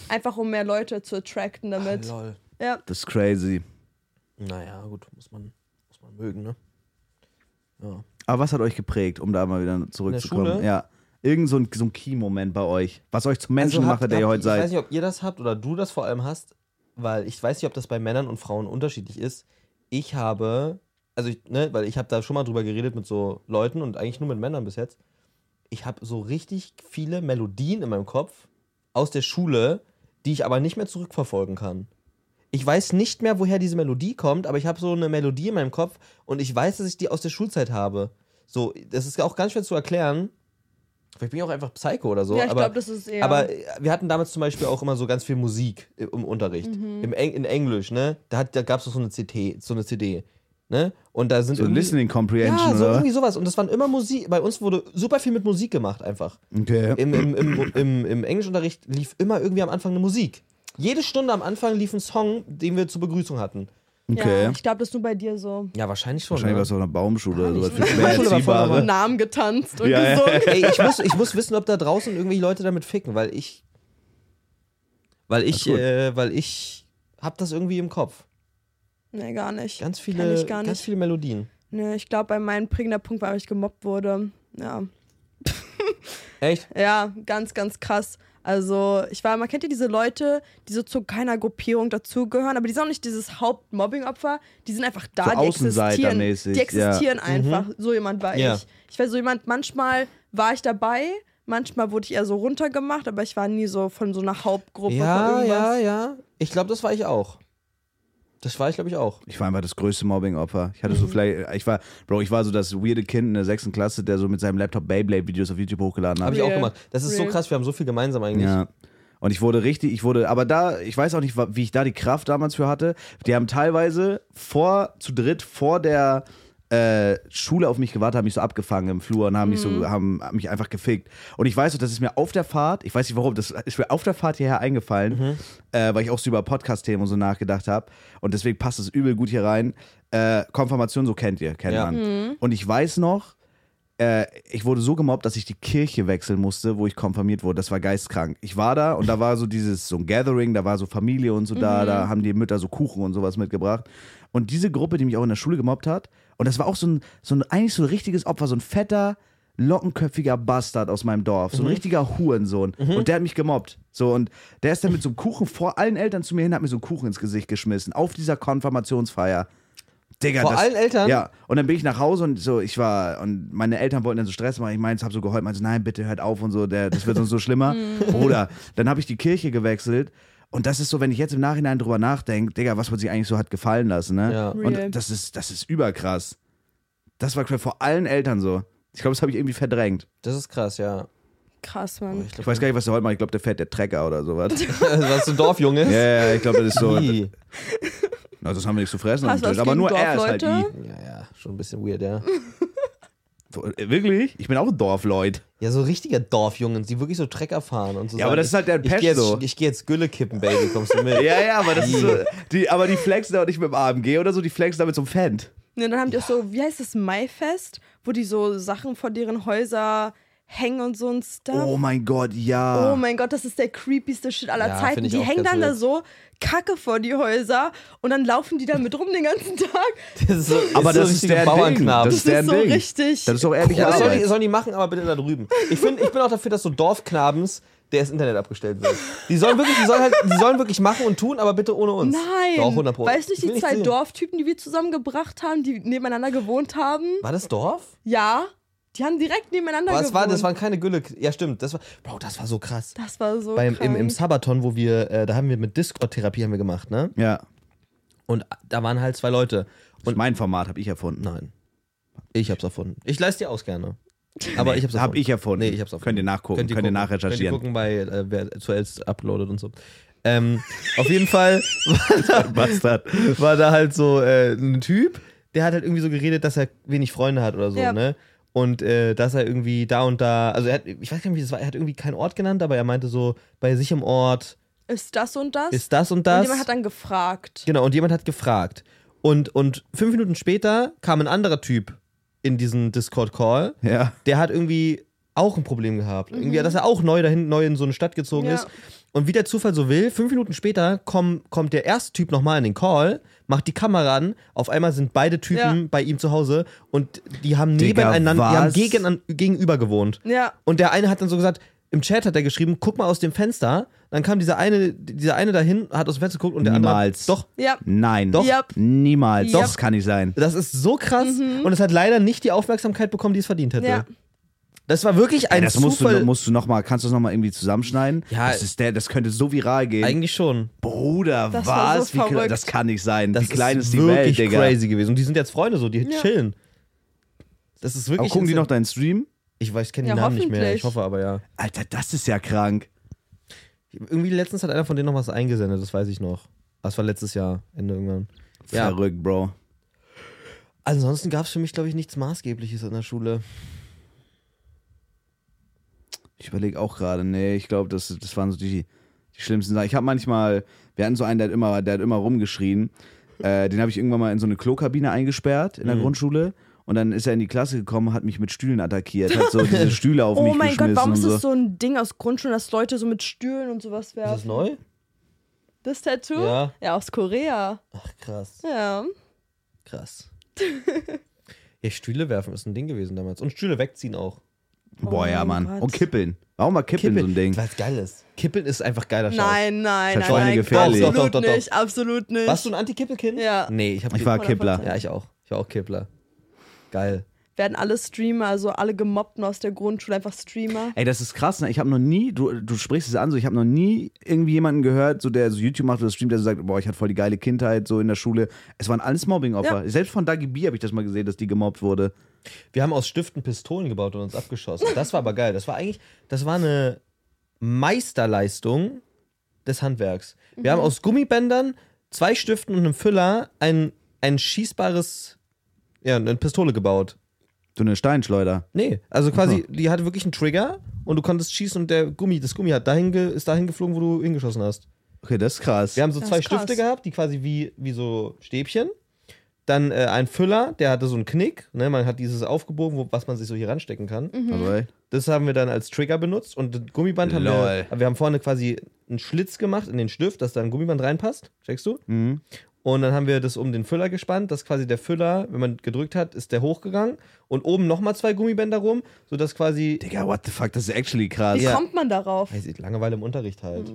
S3: Einfach um mehr Leute zu attracten damit.
S1: Lol.
S3: ja.
S2: Das ist crazy.
S1: Naja, gut, muss man, muss man mögen, ne? Ja.
S2: Aber was hat euch geprägt, um da mal wieder zurückzukommen?
S1: Schule?
S2: Ja. Irgend so ein, so ein Key-Moment bei euch. Was euch zum Menschen
S1: habt-
S2: macht, der ihr
S1: habt-
S2: heute
S1: Also Ich
S2: seid.
S1: weiß nicht, ob ihr das habt oder du das vor allem hast, weil ich weiß nicht, ob das bei Männern und Frauen unterschiedlich ist. Ich habe, also ich, ne, weil ich habe da schon mal drüber geredet mit so Leuten und eigentlich nur mit Männern bis jetzt. Ich habe so richtig viele Melodien in meinem Kopf aus der Schule, die ich aber nicht mehr zurückverfolgen kann. Ich weiß nicht mehr, woher diese Melodie kommt, aber ich habe so eine Melodie in meinem Kopf und ich weiß, dass ich die aus der Schulzeit habe. So, das ist auch ganz schwer zu erklären. Vielleicht bin ich auch einfach Psycho oder so.
S3: ja, ich
S1: aber-
S3: glaube, das ist eher.
S1: aber äh, wir hatten damals zum Beispiel auch immer so ganz viel Musik i- im Unterricht. Im Eng in Englisch, ne? Da, hat- da gab es so eine CT, so eine CD. Ne? Und da sind
S2: So
S1: irgendwie-
S2: Listening Comprehension,
S1: Ja, so
S2: oder?
S1: irgendwie sowas. Und das waren immer Musik. Bei uns wurde super viel mit Musik gemacht einfach.
S2: Okay.
S1: Im, im, im, im, Im Englischunterricht lief immer irgendwie am Anfang eine Musik. Jede Stunde am Anfang lief ein Song, den wir zur Begrüßung hatten.
S2: Okay.
S3: Ja, ich glaube, das ist nur bei dir so.
S1: Ja, wahrscheinlich schon.
S2: Wahrscheinlich
S1: ne?
S2: warst du auf einer Baumschule oder
S1: nicht.
S2: so. Für
S1: Die Baumschule war voll
S2: schwer
S1: normal.
S3: Namen getanzt und
S2: Ja, ja.
S3: gesungen.
S1: Ey, ich muss, ich muss wissen, ob da draußen irgendwie Leute damit ficken, weil ich. Weil ich,
S2: gut.
S1: äh, weil ich hab das irgendwie im Kopf.
S3: Nee, gar nicht.
S1: Ganz
S3: Kenn
S1: viele,
S3: ich gar
S1: ganz
S3: nicht.
S1: viele Melodien.
S3: Nee, ich glaube, bei meinem prägender Punkt war, weil ich gemobbt wurde. Ja.
S1: Echt?
S3: Ja, ganz, ganz krass. Also, ich war, man kennt ja diese Leute, die so zu keiner Gruppierung dazugehören, aber die sind auch nicht dieses Hauptmobbing-Opfer, die sind einfach da,
S2: So
S3: die existieren.
S2: Außenseitermäßig, Mhm.
S3: Die existieren einfach. So jemand war
S1: Ja.
S3: ich. Ich war so jemand, manchmal war ich dabei, manchmal wurde ich eher so runtergemacht, aber ich war nie so von so einer Hauptgruppe von
S1: Ja, ja,
S3: irgendwas.
S1: ja. Ich glaube, das war ich auch. Das war ich, glaube ich, auch.
S2: Ich war einfach das größte Mobbing-Opfer. Ich hatte
S1: Mhm.
S2: so vielleicht, ich war, Bro, ich war so das weirde Kind in der sechsten Klasse, der so mit seinem Laptop Beyblade-Videos auf YouTube hochgeladen
S1: Habe
S2: hat.
S1: ich auch
S3: Real.
S1: gemacht. Das ist so
S3: Real.
S1: krass, wir haben so viel gemeinsam eigentlich.
S2: Ja. Und ich wurde richtig, ich wurde, aber da, ich weiß auch nicht, wa- wie ich da die Kraft damals für hatte. Die haben teilweise vor, zu dritt vor der äh, Schule auf mich gewartet, haben mich so abgefangen im Flur und haben mich so, haben, haben mich einfach gefickt. Und ich weiß noch, das ist mir auf der Fahrt, ich weiß nicht warum, das ist mir auf der Fahrt hierher eingefallen, äh, weil ich auch so über Podcast-Themen und so nachgedacht habe. Und deswegen passt es übel gut hier rein. Äh, Konfirmation, so kennt ihr, kennt
S1: Ja.
S2: man. Und ich weiß noch, äh, ich wurde so gemobbt, dass ich die Kirche wechseln musste, wo ich konfirmiert wurde. Das war geistkrank. Ich war da und da war so dieses, so ein Gathering, da war so Familie und so
S1: Mhm.
S2: da, da haben die Mütter so Kuchen und sowas mitgebracht. Und diese Gruppe, die mich auch in der Schule gemobbt hat, und das war auch so ein, so ein eigentlich so ein richtiges Opfer, so ein fetter, lockenköpfiger Bastard aus meinem Dorf,
S1: Mhm.
S2: so ein richtiger Hurensohn. Und der hat mich gemobbt. So, und der ist dann mit so einem Kuchen vor allen Eltern zu mir hin, hat mir so einen Kuchen ins Gesicht geschmissen, auf dieser Konfirmationsfeier. Digga,
S1: Vor
S2: das,
S1: allen Eltern?
S2: Ja. Und dann bin ich nach Hause und so, ich war, und meine Eltern wollten dann so Stress machen. Ich meinte, hab so geheult, meinte, so, nein, bitte hört auf und so, der, das wird sonst so schlimmer. Bruder, dann habe ich die Kirche gewechselt. Und das ist so, wenn ich jetzt im Nachhinein drüber nachdenke, Digga, was man sich eigentlich so hat gefallen lassen, ne?
S1: Ja.
S3: Real.
S2: Und das ist, das ist überkrass. Das war crazy. vor allen Eltern so. Ich glaube, das habe ich irgendwie verdrängt.
S1: Das ist krass, ja.
S3: Krass, Mann.
S2: Ich weiß gar nicht, was der heute macht. Ich glaube, der fährt der Trecker oder sowas.
S1: Was so ein Dorfjunge ist.
S2: Ja, ja, ja, ich glaube, das ist so. Also,
S1: Ii.
S2: das haben wir nichts zu fressen.
S3: Hast du was
S2: aber
S3: gegen
S2: nur er ist halt
S3: Dorfleute?
S2: I.
S1: Ja, ja, schon ein bisschen weird, ja.
S2: So, äh, Wirklich? Ich bin auch ein Dorfleut.
S1: Ja, so richtiger Dorfjunge, die wirklich so Trecker fahren und so.
S2: Ja, aber
S1: sagen,
S2: das ist halt deren
S1: ich, ich
S2: Pest
S1: geh jetzt,
S2: so.
S1: Ich gehe jetzt Gülle kippen, Baby, kommst du mit?
S2: Ja, ja, aber das ist so. Die, aber die flexen da auch nicht mit dem AMG oder so, die flexen da mit so einem Fendt.
S3: Ne, dann haben die auch so, wie heißt das, Maifest, wo die so Sachen vor deren Häuser hängen und so ein Stuff.
S2: Oh mein Gott,
S3: Oh
S2: ja.
S3: mein Gott, das ist der creepyste Shit aller
S1: Ja,
S3: Zeiten.
S1: find ich
S3: Die
S1: auch
S3: hängen
S1: ganz
S3: dann da
S1: wild.
S3: so Kacke vor die Häuser und dann laufen die damit rum den ganzen Tag.
S1: Das ist so,
S2: aber
S1: ist so
S2: das ist
S1: richtige
S2: der Ding.
S1: Bauernknaben.
S2: Das
S3: Das
S2: ist deren
S3: ist so
S2: Ding.
S3: richtig.
S2: Das ist doch ehrliche
S1: ja, das sollen die,
S2: Arbeit.
S1: sollen die machen, aber bitte da drüben. Ich, find, ich bin auch dafür, dass so Dorfknabens der das Internet abgestellt wird. Die sollen wirklich, die sollen, halt, die sollen wirklich machen und tun, aber bitte ohne uns.
S3: Nein.
S1: Doch, 100
S3: weißt du
S1: Ich
S3: nicht,
S1: will
S3: die zwei
S1: sehen.
S3: Dorftypen, die wir zusammengebracht haben, die nebeneinander gewohnt haben?
S1: War das Dorf?
S3: Ja, die haben direkt nebeneinander
S1: Boah, das,
S3: gewohnt.
S1: war, das waren keine Gülle. Ja, stimmt. Das war, Bro, das war so krass.
S3: Das war so
S1: Beim, im,
S3: krank.
S1: Im Sabaton, wo wir, äh, da haben wir mit Discord-Therapie haben wir gemacht, ne?
S2: Ja.
S1: Und da waren halt zwei Leute.
S2: Und mein Format habe ich erfunden.
S1: Nein. Ich hab's erfunden. Ich leiste dir aus gerne. Aber ich hab's erfunden.
S2: Hab ich erfunden.
S1: Nee, ich hab's erfunden.
S2: Könnt ihr nachgucken, könnt ihr
S1: gucken.
S2: nachrecherchieren.
S1: Könnt ihr gucken, bei, äh, wer zuerst uploadet und so. Ähm, auf jeden Fall war da,
S2: Bastard.
S1: war da halt so äh, ein Typ, der hat halt irgendwie so geredet, dass er wenig Freunde hat oder so,
S3: Ja.
S1: ne? Und äh, dass er irgendwie da und da, also er hat, ich weiß gar nicht, wie das war, er hat irgendwie keinen Ort genannt, aber er meinte so, bei sich im Ort
S3: Ist das und das?
S1: ist das und
S3: und
S1: das.
S3: jemand hat dann gefragt.
S1: Genau, und jemand hat gefragt. Und, und fünf Minuten später kam ein anderer Typ in diesen Discord-Call,
S2: Ja.
S1: der hat irgendwie auch ein Problem gehabt. Irgendwie, dass er auch neu dahin, neu in so eine Stadt gezogen
S3: Mhm. Ja.
S1: ist. Und wie der Zufall so will, fünf Minuten später komm, kommt der erste Typ nochmal in den Call, macht die Kamera an, auf einmal sind beide Typen
S3: Ja.
S1: bei ihm zu Hause und die haben
S2: Digga,
S1: nebeneinander, die haben
S2: was?
S1: gegeneinander, gegenüber gewohnt.
S3: Ja.
S1: Und der eine hat dann so gesagt, im Chat hat er geschrieben, guck mal aus dem Fenster. Dann kam dieser eine, dieser eine dahin, hat aus dem Fenster geguckt und der
S2: Niemals.
S1: andere. Doch,
S3: Ja.
S2: Nein.
S1: Doch.
S3: Yep.
S2: Niemals.
S3: Doch.
S2: Das kann nicht sein.
S1: das ist so krass und es hat leider nicht die Aufmerksamkeit bekommen, die es verdient hätte.
S3: Mhm. Ja.
S1: Das war wirklich ein
S2: das musst
S1: Zufall.
S2: du, musst du noch mal, kannst du das nochmal irgendwie zusammenschneiden?
S1: Ja.
S2: Das, ist der, das könnte so viral gehen.
S1: Eigentlich schon.
S2: Bruder,
S3: Das war
S2: was?
S3: so
S2: Wie kle-
S3: verrückt.
S2: das kann nicht sein.
S1: Das
S2: Wie klein ist, die
S1: wirklich
S2: Welt, Digga.
S1: crazy gewesen. Und die sind jetzt Freunde so, die
S3: Ja.
S1: chillen. Das ist
S2: Aber
S1: wirklich.
S2: gucken die
S1: insane.
S2: noch deinen Stream?
S1: Ich weiß, ich kenne
S3: Ja,
S1: den Namen nicht mehr.
S3: hoffentlich.
S1: Ich hoffe aber ja.
S2: Alter, das ist ja krank.
S1: Irgendwie letztens hat einer von denen noch was eingesendet, das weiß ich noch. Das war letztes Jahr, Ende irgendwann. Ja.
S2: Verrückt, Bro.
S1: Ansonsten gab es für mich, glaube ich, nichts Maßgebliches in der Schule.
S2: Ich überlege auch gerade, nee, ich glaube, das, das waren so die, die schlimmsten Sachen. Ich habe manchmal, wir hatten so einen, der hat immer, der hat immer rumgeschrien. Äh, den habe ich irgendwann mal in so eine Klokabine eingesperrt in der
S3: Mhm.
S2: Grundschule. Und dann ist er in die Klasse gekommen, hat mich mit Stühlen attackiert, hat so diese Stühle auf
S3: Oh
S2: mich
S3: mein
S2: geschmissen
S3: Gott, warum
S2: und
S3: ist
S2: so.
S3: das so ein Ding aus Grundschulen, dass Leute so mit Stühlen und sowas
S1: Ist das
S3: werfen?
S1: neu?
S3: Das Tattoo?
S1: Ja.
S3: Ja, aus Korea.
S1: Ach, krass.
S3: Ja.
S1: Krass. ja, Stühle werfen ist ein Ding gewesen damals. Und Stühle wegziehen auch.
S2: Boah, ja,
S3: Oh mein
S2: Mann.
S3: Gott.
S2: Und kippeln. Warum war kippeln, so ein Ding?
S1: Weil es geil ist. Kippeln ist einfach geiler Scheiß.
S3: Nein, nein,
S2: Das
S3: nein,
S2: ist
S3: nein.
S2: gefährlich.
S3: Absolut
S1: Doch, doch, doch, doch.
S3: nicht, absolut nicht.
S1: Warst du ein Anti-Kippelkind?
S3: Ja.
S1: Nee, ich hab
S2: Ich war Kippler.
S1: Ja, ich auch. Ich war auch Kippler. Geil.
S3: Werden alle Streamer, also alle Gemobbten aus der Grundschule einfach Streamer?
S2: Ey, das ist krass, ne? Ich habe noch nie, du, du sprichst es an, so ich habe noch nie irgendwie jemanden gehört, so der so YouTube macht oder streamt, der so sagt, boah, ich hatte voll die geile Kindheit so in der Schule. Es waren alles Mobbing-Opfer. Selbst von Dagi B habe ich das mal gesehen, dass die gemobbt wurde.
S1: Wir haben aus Stiften Pistolen gebaut und uns abgeschossen. Das war aber geil. Das war eigentlich, das war eine Meisterleistung des Handwerks. Wir haben aus Gummibändern, zwei Stiften und einem Füller ein, ein schießbares, ja, eine Pistole gebaut.
S2: So eine ne Steinschleuder.
S1: Nee, also quasi, die hatte wirklich einen Trigger und du konntest schießen und der Gummi, das Gummi hat dahin ge, ist dahin geflogen, wo du hingeschossen hast.
S2: Okay, das ist krass.
S1: Wir haben so
S3: Das
S1: zwei
S3: ist krass.
S1: Stifte gehabt, die quasi wie, wie so Stäbchen. Dann äh, ein Füller, der hatte so einen Knick. Ne? Man hat dieses aufgebogen, wo, was man sich so hier ranstecken kann.
S3: Mhm.
S2: Also, ey,
S1: Das haben wir dann als Trigger benutzt und das Gummiband haben
S2: Lol.
S1: wir. Wir haben vorne quasi einen Schlitz gemacht in den Stift, dass da ein Gummiband reinpasst. Checkst du?
S2: Mhm.
S1: Und dann haben wir das um den Füller gespannt, dass quasi der Füller, wenn man gedrückt hat, ist der hochgegangen und oben nochmal zwei Gummibänder rum, sodass quasi.
S2: Digga, what the fuck, das ist actually krass.
S3: Wie
S1: Ja.
S3: kommt man darauf? Mhm.
S1: Weiß ich, Langeweile im Unterricht halt.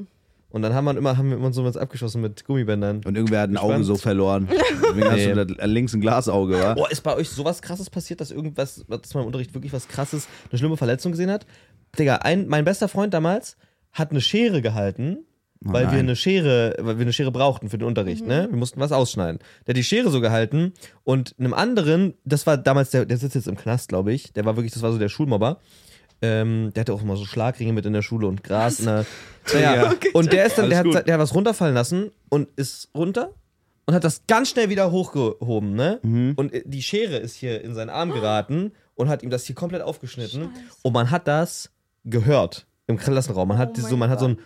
S1: Und dann haben wir immer, haben wir immer so was abgeschossen mit Gummibändern.
S2: Und irgendwer hat ein
S1: Gespannt.
S2: Auge so verloren. Deswegen hast du da äh, links ein Glasauge, wa?
S1: Boah, ist bei euch sowas krasses passiert, dass irgendwas, dass man im Unterricht wirklich was krasses, eine schlimme Verletzung gesehen hat? Digga, ein, mein bester Freund damals hat eine Schere gehalten, weil wir
S2: nein.
S1: eine Schere, weil wir eine Schere brauchten für den Unterricht,
S2: Mhm.
S1: ne? Wir mussten was ausschneiden. Der hat die Schere so gehalten und einem anderen, das war damals, der, der sitzt jetzt im Knast, glaube ich, der war wirklich, das war so der Schulmobber. Ähm, der hatte auch immer so Schlagringe mit in der Schule und Gras. In der, naja.
S2: Okay.
S1: Und der ist dann,
S2: Alles
S1: der hat,
S2: gut.
S1: der hat was runterfallen lassen und ist runter und hat das ganz schnell wieder hochgehoben, ne? Und äh, die Schere ist hier in seinen Arm geraten und hat ihm das hier komplett aufgeschnitten.
S3: Scheiße.
S1: Und man hat das gehört im Klassenraum. Man hat
S3: Oh
S1: die- so,
S3: mein
S1: man hat so ein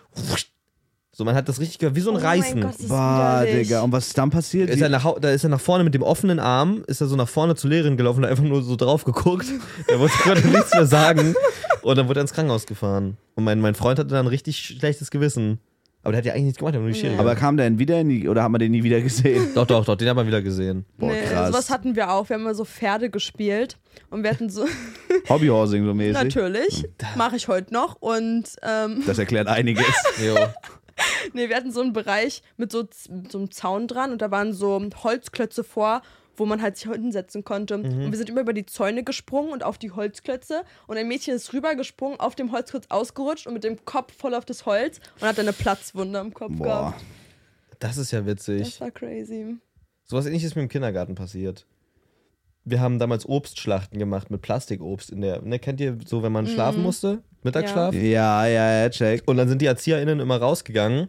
S1: so, man hat das richtig gehört, wie so ein
S3: Oh mein
S1: Reißen.
S3: Gott, das ist
S2: Bah,
S3: widerlich.
S2: Digga. Und was ist dann passiert?
S1: Ist
S2: Die-
S1: er nach, hau- da ist er nach vorne mit dem offenen Arm, ist er so nach vorne zur Lehrerin gelaufen, hat einfach nur so drauf geguckt. Er wollte gerade nichts mehr sagen. Und dann wurde er ins Krankenhaus gefahren. Und mein, mein Freund hatte dann ein richtig schlechtes Gewissen. Aber der hat ja eigentlich nichts gemacht, der hat nur die Schere.
S2: aber
S1: gehalten.
S2: kam der denn wieder in die, oder haben wir den nie wieder gesehen?
S1: doch, doch, doch, den haben wir wieder gesehen.
S2: Boah,
S3: nee, also
S2: krass.
S3: sowas hatten wir auch. Wir haben immer so Pferde gespielt und wir hatten so,
S2: Hobbyhorsing so mäßig.
S3: natürlich,
S2: Mhm.
S3: mache ich heute noch. Und ähm,
S2: Das erklärt einiges.
S1: Jo.
S3: nee, wir hatten so einen Bereich mit so, Z- mit so einem Zaun dran und da waren so Holzklötze vor, wo man halt sich hinsetzen konnte.
S2: Mhm.
S3: Und wir sind immer über die Zäune gesprungen und auf die Holzklötze. Und ein Mädchen ist rübergesprungen, auf dem Holzklotz ausgerutscht und mit dem Kopf voll auf das Holz und hat dann eine Platzwunde am
S1: Oh
S3: Kopf
S2: Boah.
S3: gehabt.
S1: Das ist ja witzig.
S3: Das war crazy.
S1: Sowas ähnliches ist mir im Kindergarten passiert. Wir haben damals Obstschlachten gemacht mit Plastikobst in der. Ne, kennt ihr so, wenn man schlafen musste? Mittagsschlaf?
S2: Ja, ja, ja, check.
S1: Und dann sind die ErzieherInnen immer rausgegangen.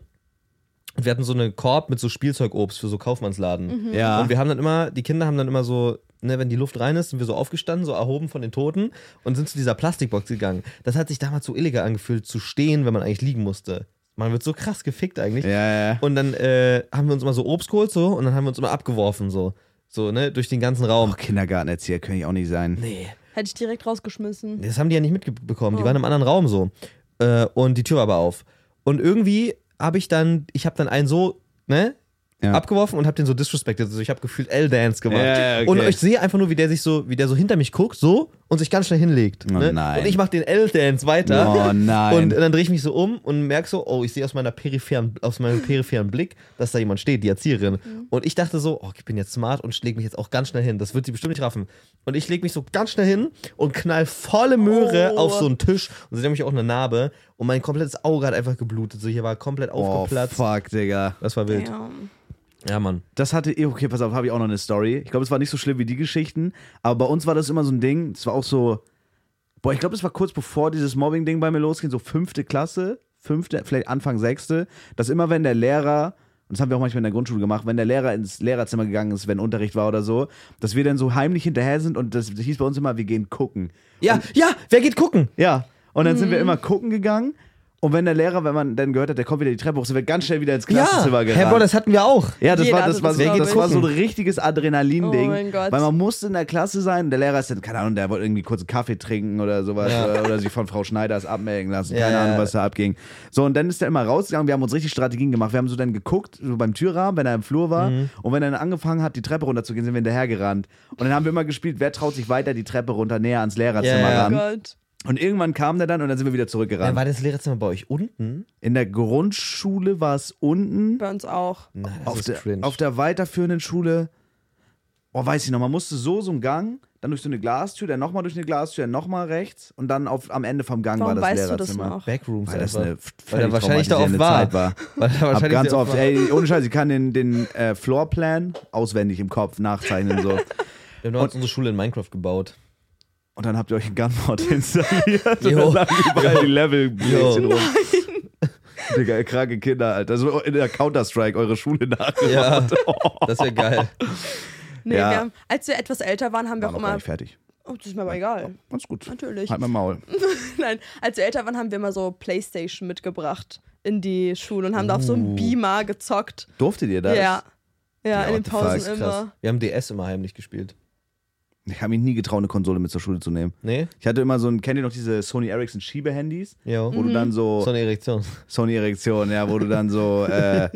S1: Und wir hatten so einen Korb mit so Spielzeugobst für so Kaufmannsladen.
S2: Ja.
S1: Und wir haben dann immer, die Kinder haben dann immer so, ne, wenn die Luft rein ist, sind wir so aufgestanden, so erhoben von den Toten und sind zu dieser Plastikbox gegangen. Das hat sich damals so illegal angefühlt, zu stehen, wenn man eigentlich liegen musste. Man wird so krass gefickt eigentlich.
S2: ja, ja.
S1: Und dann äh, haben wir uns immer so Obst geholt so und dann haben wir uns immer abgeworfen so. So, ne, durch den ganzen Raum.
S2: Oh, Kindergartenerzieher kann ich auch nicht sein.
S1: Nee.
S3: Hätte ich direkt rausgeschmissen.
S1: Das haben die ja nicht mitbekommen. Die waren im anderen Raum so. Äh, und die Tür war aber auf. Und irgendwie habe ich dann, ich habe dann einen so, ne?
S2: Ja.
S1: Abgeworfen und habe den so disrespected. Also ich habe gefühlt L-Dance gemacht.
S2: Ja, okay.
S1: Und ich sehe einfach nur, wie der sich so, wie der so hinter mich guckt, so und sich ganz schnell hinlegt.
S2: Oh
S1: ne?
S2: nein.
S1: Und ich mache den L-Dance weiter.
S2: Oh nein.
S1: Und dann drehe ich mich so um und merke so, oh, ich sehe aus, meiner peripheren, aus meinem peripheren Blick, dass da jemand steht, die Erzieherin.
S2: Mhm.
S1: Und ich dachte so, oh, ich bin jetzt smart und schläge mich jetzt auch ganz schnell hin. Das wird sie bestimmt nicht raffen. Und ich lege mich so ganz schnell hin und knall volle Möhre
S3: Oh.
S1: auf so einen Tisch. Und sie nämlich auch eine Narbe. Und mein komplettes Auge hat einfach geblutet. So, hier war komplett
S2: oh,
S1: aufgeplatzt.
S2: fuck, Digga.
S1: das war wild. Ja,
S3: Ja. oh
S1: Mann.
S2: Das hatte, eh, okay, pass auf, habe ich auch noch eine Story. Ich glaube, es war nicht so schlimm wie die Geschichten, aber bei uns war das immer so ein Ding. Es war auch so, boah, ich glaube, das war kurz bevor dieses Mobbing-Ding bei mir losging, so fünfte Klasse, fünfte, vielleicht Anfang sechste, dass immer wenn der Lehrer, und das haben wir auch manchmal in der Grundschule gemacht, wenn der Lehrer ins Lehrerzimmer gegangen ist, wenn Unterricht war oder so, dass wir dann so heimlich hinterher sind und das, das hieß bei uns immer, wir gehen gucken.
S1: Ja, ja, wer geht gucken?
S2: Ja, und dann
S1: Mhm.
S2: sind wir immer gucken gegangen. Und wenn der Lehrer, wenn man dann gehört hat, der kommt wieder die Treppe hoch, sind wir ganz schnell wieder ins Klassenzimmer
S1: ja,
S2: gerannt.
S1: Herr Bro, das hatten wir auch.
S2: Ja, das
S3: Jeder
S2: war, das
S3: hatte
S2: war,
S3: das,
S2: so,
S1: glaub
S2: das
S1: ich.
S2: war so ein richtiges Adrenalin-Ding.
S3: Oh mein Gott.
S2: Weil man musste in der Klasse sein, der Lehrer ist dann, keine Ahnung, der wollte irgendwie kurz einen Kaffee trinken oder sowas. äh,
S1: Ja.
S2: Oder, oder sich von Frau Schneiders abmelden lassen.
S1: Ja,
S2: Keine
S1: ja,
S2: Ahnung,
S1: ja.
S2: was da abging. So, und dann ist er immer rausgegangen. Wir haben uns richtig Strategien gemacht. Wir haben so dann geguckt, so beim Türrahmen, wenn er im Flur war.
S1: Mhm.
S2: Und wenn er dann angefangen hat, die Treppe runterzugehen, sind wir hinterhergerannt. Und dann haben wir immer gespielt, wer traut sich weiter die Treppe runter, näher ans Lehrerzimmer
S1: Ja, Oh ja.
S2: ran.
S3: Gott.
S2: Und irgendwann kam der dann und dann sind wir wieder
S1: Dann
S2: zurückgerannt.
S1: war das Lehrerzimmer bei euch unten.
S2: In der Grundschule war es unten.
S3: Bei uns auch.
S1: Nein, das
S2: auf
S1: ist
S2: der,
S1: cringe.
S2: auf der weiterführenden Schule, oh, weiß ich noch, man musste so so einen Gang, dann durch so eine Glastür, dann nochmal durch eine Glastür, dann nochmal rechts und dann auf, am Ende vom Gang
S3: Warum
S2: war das
S3: weißt du das
S2: Lehrerzimmer.
S3: noch?
S1: Backrooms
S2: Weil das
S1: einfach.
S2: eine
S1: Weil er
S2: völlig
S1: wahrscheinlich da oft
S2: traumatisierende
S1: war.
S2: Zeit war.
S1: Weil er
S2: Hab
S1: wahrscheinlich
S2: ganz
S1: sehr
S2: oft,
S1: war.
S2: ey, ohne Scheiß, ich kann den, den äh, Floorplan auswendig im Kopf nachzeichnen so.
S1: Wir haben damals unsere Schule in Minecraft gebaut.
S2: Und dann habt ihr euch ein Gunboard installiert
S1: Jo.
S2: und dann lagen überall
S1: Jo.
S2: die level
S1: Jo.
S2: rum. Digga, kranke Kinder, Alter. So in der Counter-Strike eure Schule nach.
S1: Ja, das wäre geil.
S3: Nee,
S2: Ja.
S3: wir haben, als wir etwas älter waren, haben wir
S2: War
S3: auch
S2: noch gar
S3: immer.
S2: nicht fertig.
S3: Oh, das ist mir aber egal.
S2: Ganz gut.
S3: Natürlich.
S2: Halt mal Maul.
S3: Nein, als wir älter waren, haben wir immer so Playstation mitgebracht in die Schule und haben da auf so
S1: Uh.
S3: einem Beamer gezockt.
S2: Durftet ihr das?
S3: ja. Ja,
S2: Ja,
S3: in den
S2: what the fuck,
S3: Pausen
S2: ist
S3: immer.
S1: Wir haben DS immer heimlich gespielt.
S2: Ich habe mich nie getraut, eine Konsole mit zur Schule zu nehmen.
S1: Nee?
S2: Ich hatte immer so ein, kennt ihr noch diese Sony Ericsson Schiebehandys?
S1: Jo.
S2: Wo du dann so,
S1: So eine Erektion.
S2: Sony Erektion, ja, wo du dann so äh,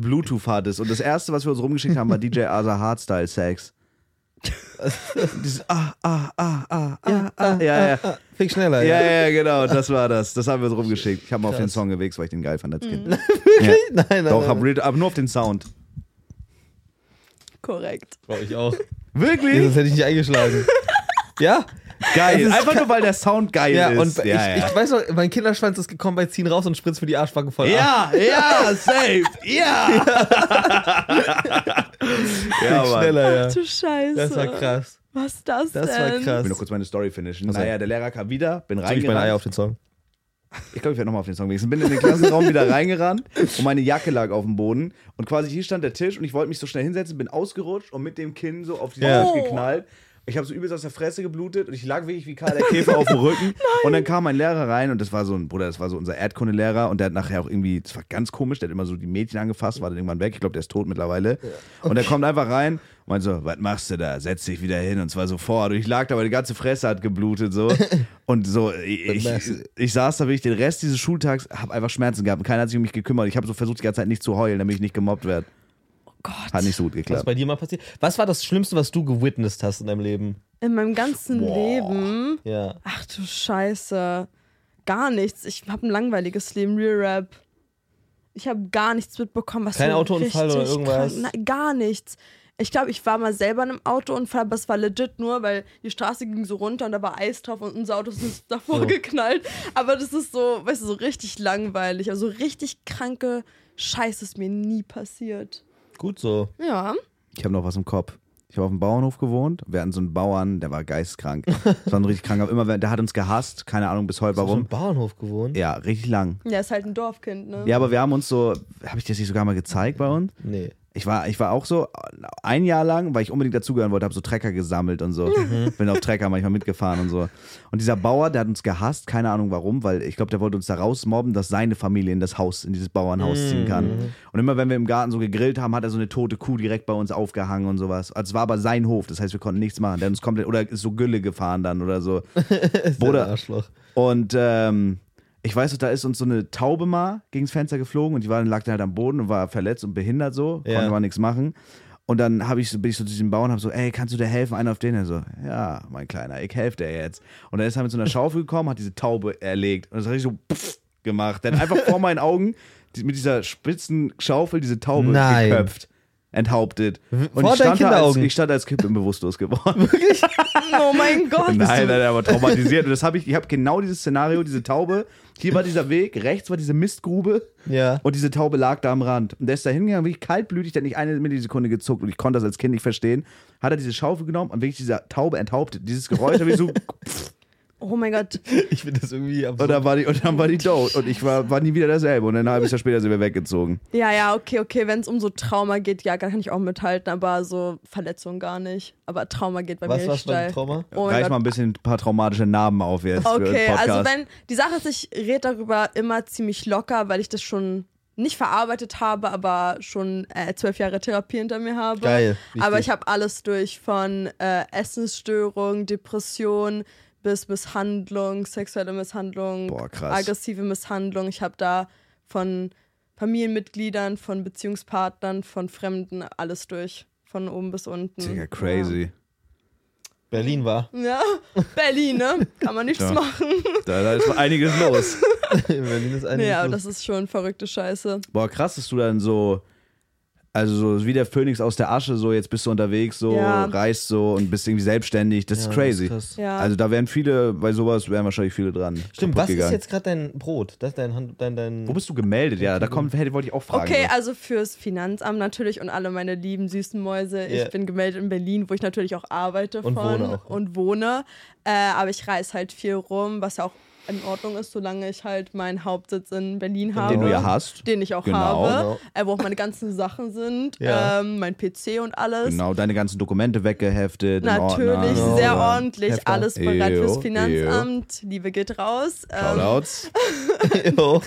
S2: Bluetooth hattest. Und das erste, was wir uns rumgeschickt haben, war DJ Asa Hardstyle Sex. Dieses ah, ah, ah, ah, ah, ah.
S1: ah,
S2: Ja, ja.
S1: ah, Fick schneller.
S2: Ja, ja, genau, das war das. Das haben wir so rumgeschickt. Ich habe mal auf
S1: Krass.
S2: den Song gewächst, weil ich den geil fand als Kind.
S1: Wirklich? Nein, nein.
S2: Doch,
S1: nein.
S2: hab, real- aber nur auf den Sound.
S3: Korrekt.
S1: Brauch ich auch. Nee,
S2: Wirklich?
S1: sonst hätte ich nicht eingeschlagen. ja?
S2: Geil.
S1: Das ist
S2: Einfach nur, weil der Sound geil
S1: Ja, und
S2: ist.
S1: ich, ich weiß noch, mein Kinderschwanz ist gekommen bei Ziehen raus und spritzt mir die Arschbacke voll ab.
S2: Ja, ja, safe. Ja. ja,
S1: Fick
S2: Mann.
S1: schneller, ja.
S3: Ach du Scheiße.
S1: Das war krass.
S3: Was ist das denn?
S1: Das war krass.
S2: Ich will noch kurz meine Story finishen.
S1: Achso.
S2: Naja, der Lehrer kam wieder, bin
S1: Drück ich meine Eier
S2: reingerannt.
S1: auf den Song.
S2: Ich glaube, ich werde nochmal auf den Song wechseln. Bin in den Klassenraum wieder reingerannt und meine Jacke lag auf dem Boden. Und quasi hier stand der Tisch und ich wollte mich so schnell hinsetzen, bin ausgerutscht und mit dem Kinn so auf die
S1: Ja.
S2: Tisch
S3: Oh.
S2: geknallt. Ich habe so übelst aus der Fresse geblutet und ich lag wirklich wie Karl der Käfer auf dem Rücken. Und dann kam mein Lehrer rein und das war so ein, Bruder, das war so unser Erdkundelehrer und der hat nachher auch irgendwie, das war ganz komisch, der hat immer so die Mädchen angefasst, war dann irgendwann weg. Ich glaube, der ist tot mittlerweile. Und der kommt einfach rein und meint so, was machst du da? Setz dich wieder hin und zwar sofort. Und ich lag da, aber die ganze Fresse hat geblutet so. Und so, ich,
S1: machst du?
S2: ich, ich saß da wirklich den Rest dieses Schultags, habe einfach Schmerzen gehabt. und Keiner hat sich um mich gekümmert. Ich habe so versucht, die ganze Zeit nicht zu heulen, damit ich nicht gemobbt werde.
S3: Gott.
S2: Hat nicht so gut
S1: Was
S2: geklappt.
S1: bei dir mal passiert? Was war das Schlimmste, was du gewitnessed hast in deinem Leben?
S3: In meinem ganzen
S2: Boah.
S3: Leben.
S1: Ja.
S3: Ach du Scheiße. Gar nichts. Ich habe ein langweiliges Leben, Real Rap. Ich habe gar nichts mitbekommen, was
S1: Kein
S3: so
S1: Autounfall oder
S3: richtig
S1: irgendwas?
S3: krank- Nein, gar nichts. Ich glaube, ich war mal selber in einem Autounfall, aber es war legit nur, weil die Straße ging so runter und da war Eis drauf und unser Auto ist uns davor
S1: So.
S3: geknallt. Aber das ist so, weißt du, so richtig langweilig. Also richtig kranke Scheiße ist mir nie passiert.
S1: Gut so.
S3: Ja.
S2: Ich habe noch was im Kopf. Ich habe auf dem Bauernhof gewohnt. Wir hatten so einen Bauern, der war geisteskrank. Das war ein richtig kranker. Immer, wenn- der hat uns gehasst. Keine Ahnung bis heute
S1: Auf dem
S2: warum.
S1: Bauernhof gewohnt?
S2: Ja, richtig lang.
S3: Ja, ist halt ein Dorfkind, ne?
S2: Ja, aber wir haben uns so, habe ich das nicht sogar mal gezeigt bei uns?
S1: Nee.
S2: Ich war, ich war auch so ein Jahr lang, weil ich unbedingt dazugehören wollte, habe so Trecker gesammelt und so. Bin auf Trecker manchmal mitgefahren und so. Und dieser Bauer, der hat uns gehasst, keine Ahnung warum, weil ich glaube, der wollte uns da rausmobben, dass seine Familie in das Haus, in dieses Bauernhaus ziehen kann. Und immer wenn wir im Garten so gegrillt haben, hat er so eine tote Kuh direkt bei uns aufgehangen und sowas. Also es war aber sein Hof, das heißt, wir konnten nichts machen. Der hat uns komplett, oder ist so Gülle gefahren dann oder so.
S1: Ist
S2: Bruder.
S1: ein Arschloch.
S2: Und ähm, ich weiß noch, da ist uns so eine Taube mal gegens Fenster geflogen und die war, dann lag dann halt am Boden und war verletzt und behindert so,
S1: Ja.
S2: konnte man nichts machen. Und dann hab ich so, bin ich so zu diesem Bauern und hab so, ey, kannst du dir helfen? Einer auf den. Er so, ja, mein Kleiner, ich helfe dir jetzt. Und dann ist er mit so einer Schaufel gekommen, hat diese Taube erlegt. Und das hat ich so pff, gemacht. Dann einfach vor meinen Augen die, mit dieser spitzen Schaufel diese Taube
S1: Nein.
S2: geköpft. Enthauptet. Und
S1: Vor
S2: ich
S1: deinen
S2: stand, da als,
S1: Kinderaugen?
S2: ich stand als Kind bin bewusstlos geworden.
S3: Oh mein Gott.
S2: Nein, nein, er war traumatisiert. Und das habe ich, ich habe genau dieses Szenario, diese Taube. Hier war dieser Weg, rechts war diese Mistgrube.
S1: Ja.
S2: Und diese Taube lag da am Rand. Und der ist da hingegangen, wirklich kaltblütig, der hat nicht eine Millisekunde gezuckt. Und ich konnte das als Kind nicht verstehen. Hat er diese Schaufel genommen und wirklich dieser Taube enthauptet. Dieses Geräusch habe ich so.
S3: Oh mein Gott.
S1: Ich finde das irgendwie absurd.
S2: Und dann war die, und dann war die tot. Und ich war, war nie wieder dasselbe. Und ein halbes Jahr später sind wir weggezogen.
S3: Ja, ja, okay, okay. Wenn es um so Trauma geht, ja, kann ich auch mithalten, aber so Verletzung gar nicht. Aber Trauma geht bei
S1: was
S3: mir
S1: war's
S3: nicht
S1: beim
S3: steil.
S1: Trauma?
S3: Oh mein
S2: Reich
S3: Gott.
S2: mal ein bisschen ein paar traumatische Narben auf jetzt für den
S3: Okay,
S2: Podcast.
S3: also wenn die Sache ist, ich rede darüber immer ziemlich locker, weil ich das schon nicht verarbeitet habe, aber schon äh, zwölf Jahre Therapie hinter mir habe.
S1: Geil, wichtig.
S3: Aber ich habe alles durch von äh, Essensstörung, Depression bis Misshandlung, sexuelle Misshandlung,
S2: Boah, krass.
S3: aggressive Misshandlung. Ich habe da von Familienmitgliedern, von Beziehungspartnern, von Fremden alles durch. Von oben bis unten.
S2: Digga, crazy.
S1: Berlin war.
S3: Ja, Berlin, ne? Kann man nichts
S2: Ja.
S3: machen.
S2: Da, da ist einiges los.
S1: In Berlin ist einiges
S3: Ja,
S1: los.
S3: das ist schon verrückte Scheiße.
S2: Boah, krass, dass du dann so, also so wie der Phönix aus der Asche, so jetzt bist du unterwegs, so
S3: Ja.
S2: reist so und bist irgendwie selbstständig. Das
S1: Ja,
S2: ist crazy.
S1: das ist krass.
S3: Ja.
S2: Also da wären viele, bei sowas wären wahrscheinlich viele dran.
S1: Stimmt,
S2: kaputt
S1: was ist
S2: gegangen.
S1: jetzt gerade dein Brot? Das ist dein Hand, dein, dein
S2: Wo bist du gemeldet? Ja, da kommt, hätte wollte ich auch fragen. ne?
S3: Okay, also fürs Finanzamt natürlich und alle meine lieben süßen Mäuse.
S1: Ja.
S3: Ich bin gemeldet in Berlin, wo ich natürlich auch arbeite
S1: Und
S3: von
S1: wohne auch.
S3: und wohne. Äh, aber ich reise halt viel rum, was ja auch in Ordnung ist, solange ich halt meinen Hauptsitz in Berlin habe.
S2: den du ja hast.
S3: Den ich auch
S2: Genau.
S3: habe,
S1: Genau.
S3: Äh, wo auch meine ganzen Sachen sind,
S1: Ja.
S3: ähm, mein PC und alles.
S2: Genau, deine ganzen Dokumente weggeheftet. in
S3: Natürlich,
S2: Ordner.
S3: sehr
S1: Genau.
S3: ordentlich,
S1: Hefter.
S3: alles bereit
S2: Ew,
S3: fürs Finanzamt. Liebe geht raus. Ähm,
S2: Shoutouts.
S1: Jo,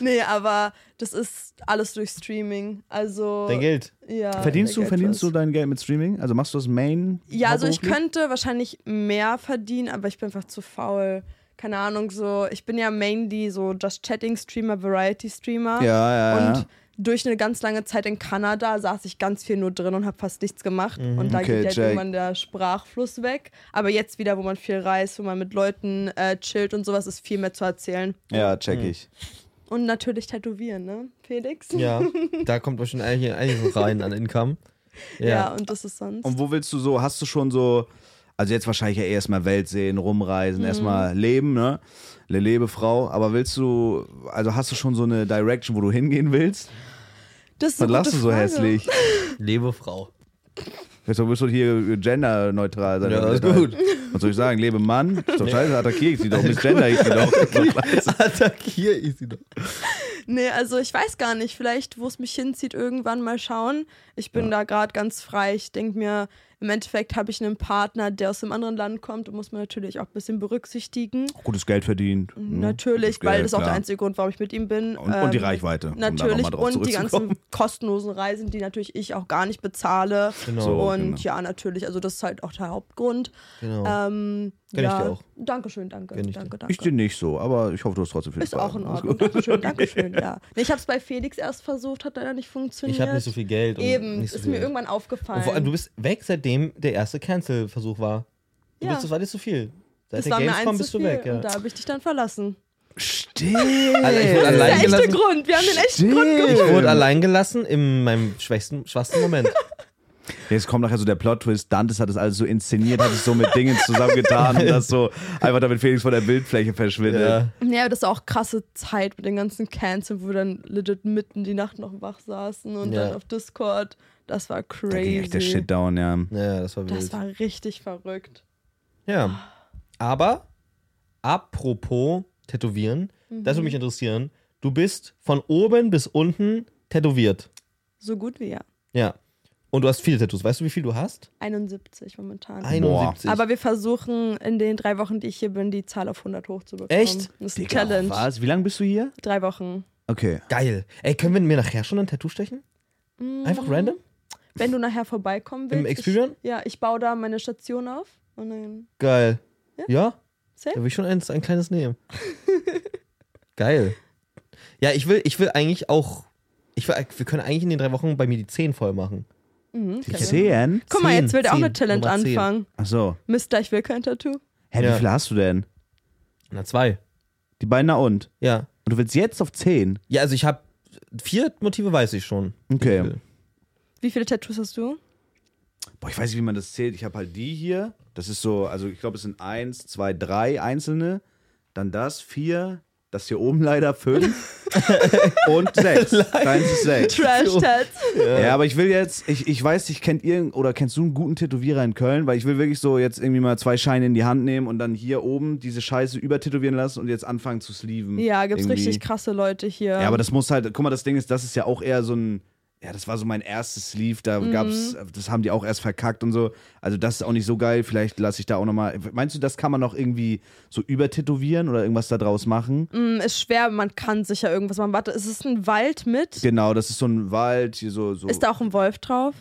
S3: Nee, aber das ist alles durch Streaming. Also.
S1: dein Geld.
S3: Ja,
S2: Verdienst
S3: der
S2: du, verdienst du
S3: Geldfluss.
S2: dein Geld mit Streaming? Also machst du das Main?
S3: Ja, also ich
S2: hauptberuflich?
S3: könnte wahrscheinlich mehr verdienen, aber ich bin einfach zu faul. Keine Ahnung, so. Ich bin ja mainly so Just Chatting-Streamer, Variety-Streamer.
S2: Ja, ja, ja.
S3: Und durch eine ganz lange Zeit in Kanada saß ich ganz viel nur drin und habe fast nichts gemacht. Und da
S2: Mhm. Okay,
S3: geht halt
S2: check.
S3: irgendwann der Sprachfluss weg. Aber jetzt wieder, wo man viel reist, wo man mit Leuten äh, chillt und sowas, ist viel mehr zu erzählen.
S2: Ja, check ich.
S3: Und natürlich tätowieren, ne, Felix?
S1: Ja, da kommt bestimmt eigentlich einiges rein an Income. Ja.
S3: Ja, und das ist sonst.
S2: Und wo willst du so, hast du schon so, also jetzt wahrscheinlich ja eh erstmal Welt sehen,
S3: Mhm.
S2: rumreisen, erstmal leben, ne? Le lebe Frau, aber willst du, also hast du schon so eine Direction, wo du hingehen willst?
S3: das ist
S2: Dann
S3: eine
S2: lachst
S3: gute
S2: du so
S3: Frage.
S2: hässlich.
S1: Lebe Frau.
S2: Jetzt willst du hier genderneutral sein.
S1: Ja,
S2: oder?
S1: ist gut.
S2: Was soll ich sagen? Lebe Mann? Ist doch scheiße, attackiere ich sie doch, misgender ich sie doch. Ist doch scheiße.
S1: Attackiere ich sie doch.
S3: Nee, also ich weiß gar nicht. Vielleicht, wo es mich hinzieht, irgendwann mal schauen. Ich bin da gerade ganz frei. Ich denke mir, im Endeffekt habe ich einen Partner, der aus einem anderen Land kommt und muss man natürlich auch ein bisschen berücksichtigen.
S2: Gutes Geld verdient. ne?
S3: Mhm, Natürlich,
S2: Gutes
S3: weil
S2: Geld,
S3: das ist auch der
S2: klar.
S3: einzige Grund, warum ich mit ihm bin. Ähm,
S2: Und, und die Reichweite. um da noch mal
S3: Natürlich,
S2: drauf
S3: und die
S2: zurückzukommen.
S3: ganzen kostenlosen Reisen, die natürlich ich auch gar nicht bezahle.
S1: Genau.
S2: So.
S3: und
S2: genau.
S3: ja, natürlich, also das ist halt auch der Hauptgrund.
S1: Genau.
S3: Ähm,
S1: Kenn ich
S3: ja.
S1: dir auch.
S3: Dankeschön, danke.
S1: Kenn ich
S3: danke, danke.
S2: Ich dir nicht so, aber ich hoffe, du hast trotzdem viel
S3: Ist
S2: Spaß.
S3: auch in Ordnung. Dankeschön, Dankeschön, ja. Nee, ich habe es bei Felix erst versucht, hat leider nicht funktioniert.
S1: Ich habe nicht so viel Geld. Und
S3: Eben,
S1: nicht so
S3: ist
S1: viel
S3: mir
S1: Geld.
S3: irgendwann aufgefallen.
S1: Und vor allem, du bist weg, seitdem der erste Cancel-Versuch war. Du
S3: Ja.
S1: bist, das war dir zu viel. Seit
S3: das
S1: der
S3: war mir
S1: Gamescom
S3: eins
S1: bist
S3: zu
S1: du
S3: viel
S1: weg, ja.
S3: und da habe ich dich dann verlassen.
S2: Stimmt.
S1: Alter, ich wurde
S3: Das ist der
S1: allein
S3: echte
S1: gelassen.
S3: Grund, wir haben den echten Grund
S2: Stimmt.
S3: gemacht.
S1: Ich wurde allein gelassen in meinem schwächsten, schwachsten Moment.
S2: Jetzt kommt nachher so der Plot-Twist. Dantes hat das alles so inszeniert, hat es so mit Dingen zusammengetan und das so einfach damit Felix von der Bildfläche verschwindet.
S1: ja.
S3: Ja, aber das ist auch krasse Zeit mit den ganzen Cancel, wo wir dann legit mitten die Nacht noch wach saßen und
S1: Ja.
S3: dann auf Discord. Das war crazy.
S2: Da ging echt der Shit down, ja.
S1: ja, das war wild.
S3: das war Ah. richtig verrückt.
S1: ja. Aber, apropos Tätowieren,
S3: Mhm.
S1: das würde mich interessieren. Du bist von oben bis unten tätowiert.
S3: So gut wie ja.
S1: Ja. Und du hast viele Tattoos. Weißt du, wie viel du hast?
S3: 71 momentan.
S1: 71.
S3: Aber wir versuchen in den drei Wochen, die ich hier bin, die Zahl auf 100 hochzubekommen.
S1: Echt?
S3: Das ist eine Challenge.
S2: Was? Wie lange bist du hier?
S3: Drei Wochen.
S2: Okay.
S1: Geil. Ey, können wir mir nachher schon ein Tattoo stechen? Einfach random?
S3: Mhm. Wenn du nachher vorbeikommen
S1: Im
S3: willst.
S1: Experian?
S3: Ich, ja, ich baue da meine Station auf und dann
S1: Geil. Ja?
S3: Safe?
S1: Da will ich schon eins, ein kleines nehmen. Geil. Ja, ich will, ich will eigentlich auch. Ich will, wir können eigentlich in den drei Wochen bei mir die 10 voll machen.
S3: Mhm, okay.
S2: Zehn?
S3: Guck mal,
S1: Zehn,
S3: jetzt will der auch
S1: zehn,
S3: eine Challenge
S1: Nummer zehn.
S3: anfangen.
S2: Achso.
S3: Mister, ich will kein Tattoo.
S2: Hä,
S1: Ja.
S2: wie viele hast du denn?
S1: Na, zwei.
S2: Die beiden na und?
S1: Ja.
S2: Und du willst jetzt auf zehn?
S1: Ja, also ich habe vier Motive, weiß ich schon.
S2: Okay.
S1: Wie viel.
S3: Wie viele Tattoos hast du?
S2: Boah, ich weiß nicht, wie man das zählt. Ich habe halt die hier. Das ist so, also ich glaube, es sind eins, zwei, drei einzelne. Dann das, vier. Das hier oben leider fünf. und sechs. Deins ist sechs.
S3: Trash-Tats.
S2: Ja, aber ich will jetzt, ich, ich weiß nicht, kennt ihr oder kennst du einen guten Tätowierer in Köln? Weil ich will wirklich so jetzt irgendwie mal zwei Scheine in die Hand nehmen und dann hier oben diese Scheiße übertätowieren lassen und jetzt anfangen zu sleeven.
S3: Ja, gibt's
S2: Irgendwie.
S3: richtig krasse Leute hier.
S2: Ja, aber das muss halt, guck mal, das Ding ist, das ist ja auch eher so ein, ja, das war so mein erstes Sleeve, da
S3: Mhm.
S2: gab's, das haben die auch erst verkackt und so. Also das ist auch nicht so geil, vielleicht lasse ich da auch nochmal, meinst du, das kann man noch irgendwie so übertätowieren oder irgendwas da draus machen?
S3: Hm, ist schwer, man kann sicher irgendwas machen. Warte, ist es ein Wald mit?
S2: Genau, das ist so ein Wald, hier so, so.
S3: Ist da auch ein Wolf drauf?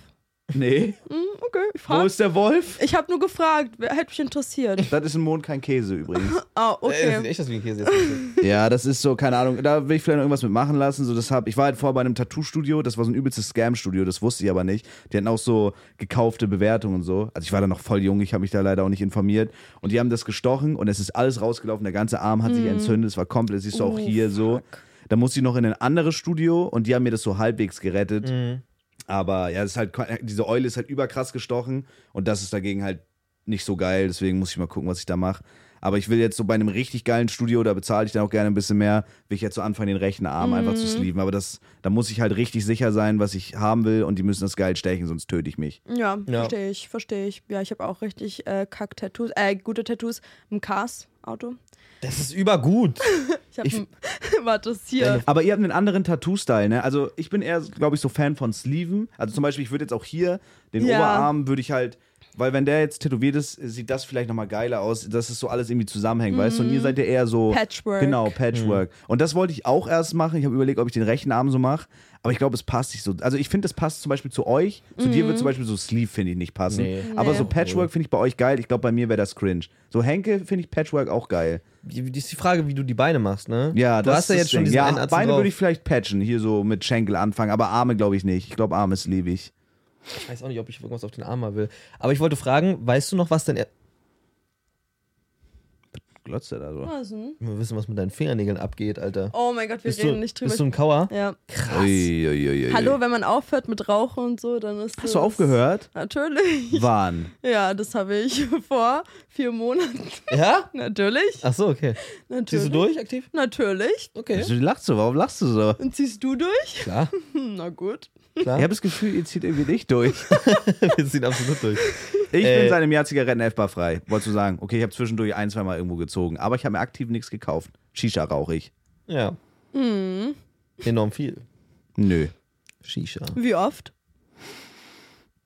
S2: nee,
S3: Hm, okay, ich
S2: wo
S3: frag.
S2: ist der Wolf?
S3: Ich habe nur gefragt, wer- hätte mich interessiert.
S2: Das ist im Mond kein Käse übrigens.
S3: Ah,
S1: Ey,
S2: Äh,
S1: das sieht
S3: okay.
S1: echt aus wie ein Käse. Jetzt.
S2: Ja, das ist so, keine Ahnung, da will ich vielleicht noch irgendwas mit machen lassen. So, das hab, ich war halt vorher bei einem Tattoo-Studio, das war so ein übelstes Scam-Studio, das wusste ich aber nicht. Die hatten auch so gekaufte Bewertungen und so. Also ich war da noch voll jung, ich habe mich da leider auch nicht informiert. Und die haben das gestochen und es ist alles rausgelaufen, der ganze Arm hat sich entzündet, es war komplett, das siehst du auch
S3: Oh,
S2: hier so. Da musste ich noch in ein anderes Studio und die haben mir das so halbwegs gerettet.
S1: Mhm.
S2: Aber ja, das ist halt, diese Eule ist halt überkrass gestochen und das ist dagegen halt nicht so geil. Deswegen muss ich mal gucken, was ich da mache. Aber ich will jetzt so bei einem richtig geilen Studio, da bezahle ich dann auch gerne ein bisschen mehr, will ich jetzt so anfangen, den rechten Arm einfach zu sleeven. Aber das, da muss ich halt richtig sicher sein, was ich haben will und die müssen das geil stechen, sonst töte ich mich.
S3: Ja,
S1: Ja.
S3: verstehe ich, verstehe ich. Ja, ich habe auch richtig äh, Kack-Tattoos, äh, gute Tattoos. Ein Cars-Auto.
S1: Das ist übergut.
S3: Ich habe
S2: Ich-
S3: ein. Warte, das hier.
S1: Deine-
S2: Aber ihr habt einen anderen Tattoo-Style, ne? Also ich bin eher, glaube ich, so Fan von Sleeven. Also zum Beispiel, ich würde jetzt auch hier den
S3: Ja.
S2: Oberarm, würde ich halt, weil wenn der jetzt tätowiert ist, sieht das vielleicht nochmal geiler aus, dass es so alles irgendwie zusammenhängt, weißt du? Und ihr seid ja eher so...
S3: Mhm. Patchwork.
S2: Genau, Patchwork. Und das wollte ich auch erst machen. Ich habe überlegt, ob ich den rechten Arm so mache. Aber ich glaube, es passt nicht so. Also ich finde, es passt zum Beispiel zu euch. Zu dir wird zum Beispiel so Sleeve, finde ich, nicht passen.
S1: Nee.
S2: Aber
S3: Mhm. Nee.
S2: so Patchwork finde ich bei euch geil. Ich glaube, bei mir wäre das cringe. So Henke finde ich Patchwork auch geil.
S1: Die- die ist die Frage, wie du die Beine machst, ne?
S2: Ja,
S1: du
S2: das
S1: hast ja
S2: ist
S1: jetzt
S2: das
S1: schon
S2: Ding.
S1: diesen einen
S2: Ja,
S1: Arzt
S2: Beine
S1: drauf.
S2: würde ich vielleicht patchen. Hier so mit Schenkel anfangen. Aber Arme glaube ich nicht. Ich glaube, Arme ist lebig.
S1: Ich weiß auch nicht, ob ich irgendwas auf den Arm haben will. Aber ich wollte fragen, weißt du noch, was denn. Er
S2: Glotzt er da so?
S3: Was denn?
S1: wir wissen, was mit deinen Fingernägeln abgeht, Alter.
S3: Ah, Oh mein Gott, wir
S1: bist
S3: reden
S1: du,
S3: nicht drüber.
S1: Bist du ein Kauer?
S3: ja.
S2: Äh.
S1: Krass.
S2: Ui, ui, ui, ui.
S3: Hallo, wenn man aufhört mit Rauchen und so, dann ist
S2: Hast
S3: das-
S2: du aufgehört?
S3: Natürlich.
S2: Wann?
S3: Ja, das habe ich vor vier Monaten.
S1: Ja?
S3: Natürlich.
S1: Ach so, okay.
S3: Natürlich.
S1: Ziehst du durch aktiv?
S3: Natürlich.
S1: Okay.
S2: Wieso lachst du? Warum lachst du so?
S3: Und ziehst du durch?
S1: Klar,
S3: Hm, na gut.
S1: klar.
S2: Ich habe das Gefühl, ihr zieht irgendwie nicht durch.
S1: Wir ziehen absolut durch.
S2: Ich
S1: Äh.
S2: bin seit einem Jahr Zigaretten elfbar frei. Wolltest du sagen, okay, ich habe zwischendurch ein, zweimal irgendwo gezogen, aber ich habe mir aktiv nichts gekauft. Shisha rauche ich.
S1: Ja.
S3: Hm,
S1: Enorm viel.
S2: Nö.
S1: Shisha.
S3: Wie oft?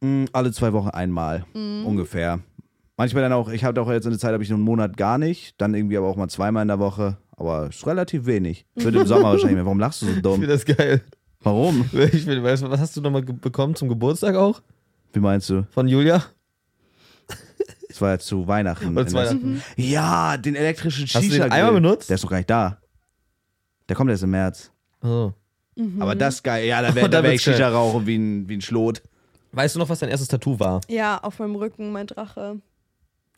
S2: Mm, alle zwei Wochen einmal. Ungefähr. Manchmal dann auch, ich habe auch jetzt in der Zeit, habe ich einen Monat gar nicht, dann irgendwie aber auch mal zweimal in der Woche. Aber ist relativ wenig. Wird im Sommer wahrscheinlich mehr. Warum lachst du so
S1: Ich
S2: dumm?
S1: finde das geil.
S2: Warum?
S1: Ich find, weißt, du, was hast du nochmal ge- bekommen zum Geburtstag auch?
S2: Wie meinst du?
S1: Von Julia?
S2: Das war ja zu Weihnachten.
S1: Oder zu Weihnachten?
S3: Mhm.
S2: Ja, den elektrischen Shisha.
S1: Hast du den einmal benutzt?
S2: Der ist doch gar nicht da. Der kommt erst im März.
S1: Oh.
S2: Aber das ist geil. Ja, da
S1: Und
S2: werde
S1: dann
S2: werd ich
S1: wird's geil.
S2: Shisha rauchen wie ein, wie ein Schlot.
S1: Weißt du noch, was dein erstes Tattoo war?
S3: Ja, auf meinem Rücken, mein Drache.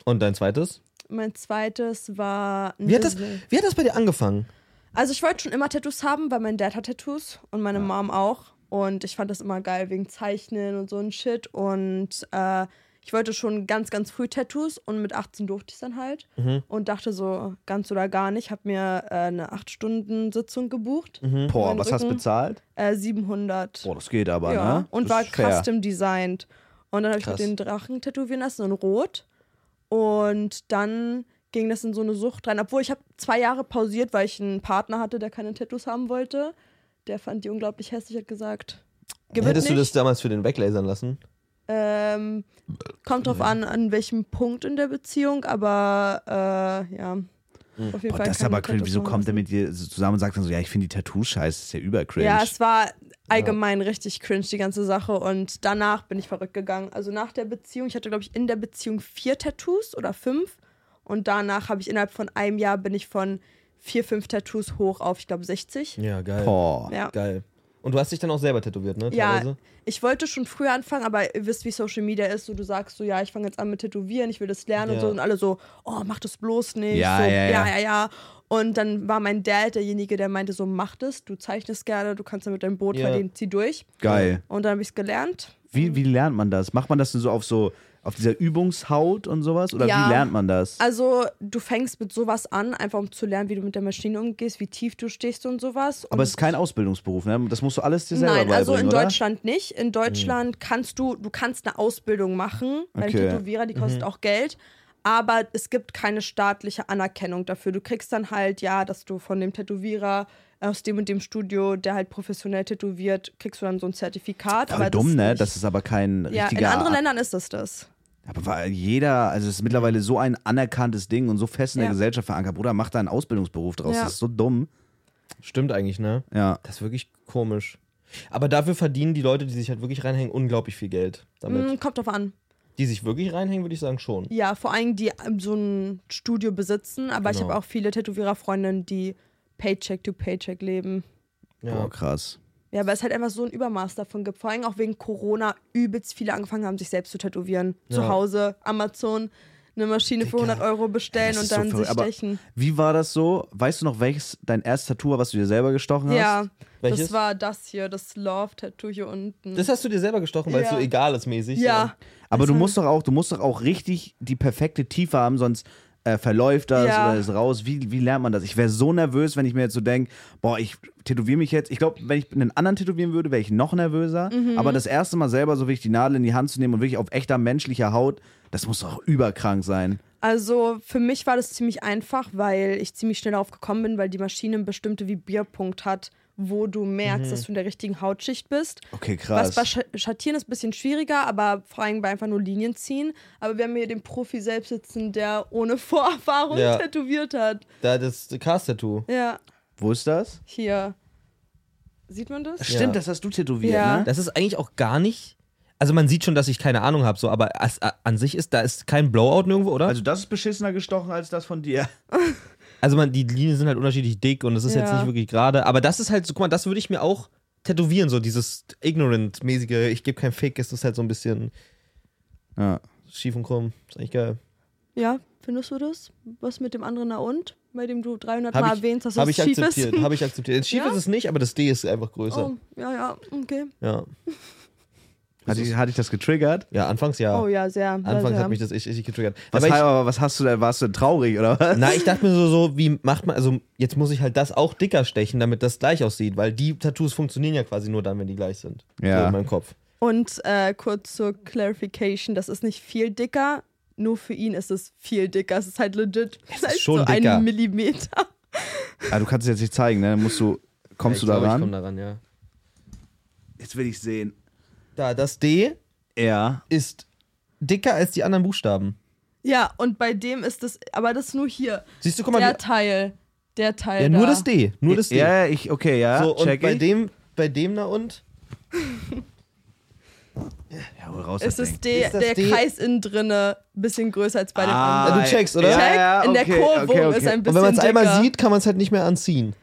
S1: Und dein zweites?
S3: Mein zweites war. ein
S1: Wie hat das,
S3: Disney.
S1: wie hat das bei dir angefangen?
S3: Also, ich wollte schon immer Tattoos haben, weil mein Dad hat Tattoos und meine Mom auch. Und ich fand das immer geil wegen Zeichnen und so ein Shit. Und äh, ich wollte schon ganz, ganz früh Tattoos und mit 18 durfte ich dann halt. Und dachte so, ganz oder gar nicht. Hab mir äh, eine 8-Stunden-Sitzung gebucht.
S2: Boah,
S3: Mein
S2: was hast du
S3: Rücken.
S2: bezahlt?
S3: Äh, 700.
S2: Boah, das geht aber,
S3: ja.
S2: ne?
S3: Und
S2: das
S3: war
S2: ist fair.
S3: custom designed. Und dann habe ich
S1: Krass.
S3: mit den Drachen tätowieren lassen in Rot. Und dann ging das in so eine Sucht rein. Obwohl ich habe zwei Jahre pausiert, weil ich einen Partner hatte, der keine Tattoos haben wollte. Der fand die unglaublich hässlich, hat gesagt. Gewinnt
S1: Hättest
S3: nicht.
S1: du das damals für den weglasern lassen?
S3: Ähm, kommt drauf an, an welchem Punkt in der Beziehung, aber äh, ja. Auf jeden
S2: Hm. Boah, das ist
S3: keine
S2: aber cringe.
S3: Tattoos
S2: Wieso
S3: machen
S2: kommt er
S3: lassen.
S2: mit dir so zusammen und sagt dann so, ja, ich finde die Tattoos scheiße, ist ja übercringe.
S3: Ja, es war allgemein richtig cringe, die ganze Sache. Und danach bin ich verrückt gegangen. Also nach der Beziehung, ich hatte, glaube ich, in der Beziehung vier Tattoos oder fünf. Und danach habe ich innerhalb von einem Jahr bin ich von vier, fünf Tattoos hoch auf, ich glaube, 60.
S1: Ja, geil.
S2: Boah.
S3: Ja.
S1: Geil. Und du hast dich dann auch selber tätowiert, ne?
S3: Ja,
S1: Teilweise?
S3: ich wollte schon früher anfangen, aber ihr wisst, wie Social Media ist. So, du sagst so, ja, ich fange jetzt an mit Tätowieren, ich will das lernen und
S1: Ja.
S3: so. Und alle so, oh, mach das bloß nicht.
S2: Ja,
S3: so,
S2: ja, ja.
S3: ja, ja, ja. Und dann war mein Dad derjenige, der meinte so, mach das, du zeichnest gerne, du kannst damit dein Boot
S1: Ja.
S3: verdienen, zieh durch.
S2: Geil.
S3: Und dann habe ich es gelernt.
S2: Wie, wie lernt man das? Macht man das denn so auf so, auf dieser Übungshaut und sowas? Oder
S3: Ja.
S2: wie lernt man das?
S3: Also, du fängst mit sowas an, einfach um zu lernen, wie du mit der Maschine umgehst, wie tief du stehst und sowas. Und
S2: Aber es ist kein Ausbildungsberuf, ne? Das musst du alles dir selber
S3: Nein, also in
S2: beibringen, oder? Hm.
S3: Deutschland nicht. In Deutschland kannst du, du kannst eine Ausbildung machen beim
S2: Okay.
S3: Tätowierer, die kostet auch Geld. Aber es gibt keine staatliche Anerkennung dafür. Du kriegst dann halt, ja, dass du von dem Tätowierer aus dem und dem Studio, der halt professionell tätowiert, kriegst du dann so ein Zertifikat.
S2: Voll
S3: aber
S2: dumm,
S3: das
S2: ne?
S3: nicht-
S2: Das ist aber kein
S3: ja,
S2: richtiger.
S3: in anderen Ländern ist es das.
S2: aber weil jeder, also es ist mittlerweile so ein anerkanntes Ding und so fest in der
S3: Ja.
S2: Gesellschaft verankert. Bruder, mach da einen Ausbildungsberuf draus.
S3: Ja.
S2: Das ist so dumm.
S1: Stimmt eigentlich, ne?
S2: Ja.
S1: Das ist wirklich komisch. Aber dafür verdienen die Leute, die sich halt wirklich reinhängen, unglaublich viel Geld damit.
S3: Hm, kommt drauf an.
S1: Die sich wirklich reinhängen, würde ich sagen, schon.
S3: Ja, vor allem die ähm, so ein Studio besitzen, aber ich
S1: Genau.
S3: habe auch viele Tätowiererfreundinnen, die Paycheck to Paycheck leben.
S1: Ja.
S2: Boah, krass.
S3: Ja, weil es halt einfach so ein Übermaß davon gibt. Vor allem auch wegen Corona übelst viele angefangen haben, sich selbst zu tätowieren.
S1: Ja.
S3: Zu Hause, Amazon, eine Maschine für
S1: Digga.
S3: 100 Euro bestellen
S2: Das
S3: und
S2: ist so
S3: dann sich
S2: verrückt, aber
S3: stechen.
S2: Wie war das so? Weißt du noch, welches dein erstes Tattoo war, was du dir selber gestochen hast?
S3: Ja,
S1: Welches?
S3: das war das hier, das Love-Tattoo hier unten.
S1: Das hast du dir selber gestochen, weil es
S3: Ja.
S1: so egal ist mäßig.
S3: ja,
S2: Aber du
S3: Das
S2: musst doch auch, du musst doch auch richtig die perfekte Tiefe haben, sonst äh, verläuft das
S3: Ja.
S2: oder ist raus. Wie, wie lernt man das? Ich wäre so nervös, wenn ich mir jetzt so denke, boah, ich tätowiere mich jetzt. Ich glaube, wenn ich einen anderen tätowieren würde, wäre ich noch nervöser.
S3: Mhm.
S2: Aber das erste Mal selber so wirklich die Nadel in die Hand zu nehmen und wirklich auf echter menschlicher Haut, das muss doch überkrank sein.
S3: Also für mich war das ziemlich einfach, weil ich ziemlich schnell darauf gekommen bin, weil die Maschine eine bestimmte Vibrierpunkt hat, wo du
S1: Mhm.
S3: merkst, dass du in der richtigen Hautschicht bist.
S2: Okay, krass.
S3: Was bei Scha- Schattieren ist ein bisschen schwieriger, aber vor allem bei einfach nur Linien ziehen. Aber wir haben hier den Profi selbst sitzen, der ohne Vorerfahrung
S1: Ja.
S3: tätowiert hat.
S1: Da das Cast-Tattoo.
S3: Ja,
S2: Wo ist das?
S3: hier. Sieht man das?
S2: Stimmt,
S1: Ja.
S2: das hast du tätowiert,
S3: Ja.
S2: ne?
S1: Das ist eigentlich auch gar nicht. Also man sieht schon, dass ich keine Ahnung habe, so, aber as, a, an sich ist, da ist kein Blowout nirgendwo, oder? Also,
S2: Also das ist beschissener gestochen als das von dir.
S1: man, die Linien sind halt unterschiedlich dick und es ist jetzt
S3: Ja.
S1: nicht wirklich gerade. Aber das ist halt so, guck mal, das würde ich mir auch tätowieren, so dieses Ignorant-mäßige, ich gebe kein Fake, ist das halt so ein bisschen
S2: Ja.
S1: schief und krumm. Ist eigentlich geil.
S3: Ja, findest du das? Was mit dem anderen na und? Bei dem du 300
S1: Hab
S3: Mal
S1: ich-
S3: erwähnst, dass
S1: Habe
S3: das
S1: ich
S3: schief ist.
S1: akzeptiert, habe ich akzeptiert. Schief
S3: Ja?
S1: ist es nicht, aber das D ist einfach größer.
S3: Oh, ja, ja, okay.
S1: Ja.
S2: Hatte ich, hatte ich das getriggert?
S1: ja, anfangs ja.
S3: Oh ja, sehr. sehr,
S1: Anfangs
S3: sehr.
S1: hat mich das echt richtig getriggert.
S2: Was,
S1: aber ich,
S2: aber was hast du denn? Warst du denn traurig oder was?
S1: Na, ich dachte mir so, so, wie macht man, also jetzt muss ich halt das auch dicker stechen, damit das gleich aussieht, weil die Tattoos funktionieren ja quasi nur dann, wenn die gleich sind.
S2: Ja.
S1: So in meinem Kopf.
S3: Und äh, kurz zur Clarification, das ist nicht viel dicker, nur für ihn ist es viel dicker. Es ist halt legit vielleicht
S1: schon
S3: so
S1: dicker.
S3: ein Millimeter.
S2: Ah, du kannst es jetzt nicht zeigen, ne? Dann musst du. Kommst
S1: ja,
S2: du
S1: ich
S2: da
S1: glaub, Ich
S2: ran?
S1: komm da ran, ja.
S2: Jetzt will ich sehen.
S1: Da, das D
S2: Ja.
S1: ist dicker als die anderen Buchstaben.
S3: Ja, und bei dem ist das, aber das nur hier.
S1: Siehst du, guck mal,
S3: Der
S1: wie,
S3: Teil. Der Teil.
S1: ja, nur
S3: da.
S1: das D, nur das D.
S2: Ja, ja, ich, okay, ja.
S1: so, und
S2: check
S1: bei
S2: ich.
S1: dem, bei dem na und?
S2: ja, hol raus
S3: Es
S2: das
S3: ist,
S2: Ding.
S3: der-
S1: Ist das
S3: der
S1: D?
S3: Kreis innen drinne bisschen größer als bei dem
S2: Ah,
S3: anderen.
S1: Ja, du checkst, oder?
S2: Ja,
S3: Check,
S2: ja,
S3: in der
S2: okay,
S3: Kurve
S2: okay, okay.
S3: ist ein
S1: Und
S3: bisschen
S1: wenn man es
S3: dicker.
S1: einmal sieht, kann man es halt nicht mehr anziehen.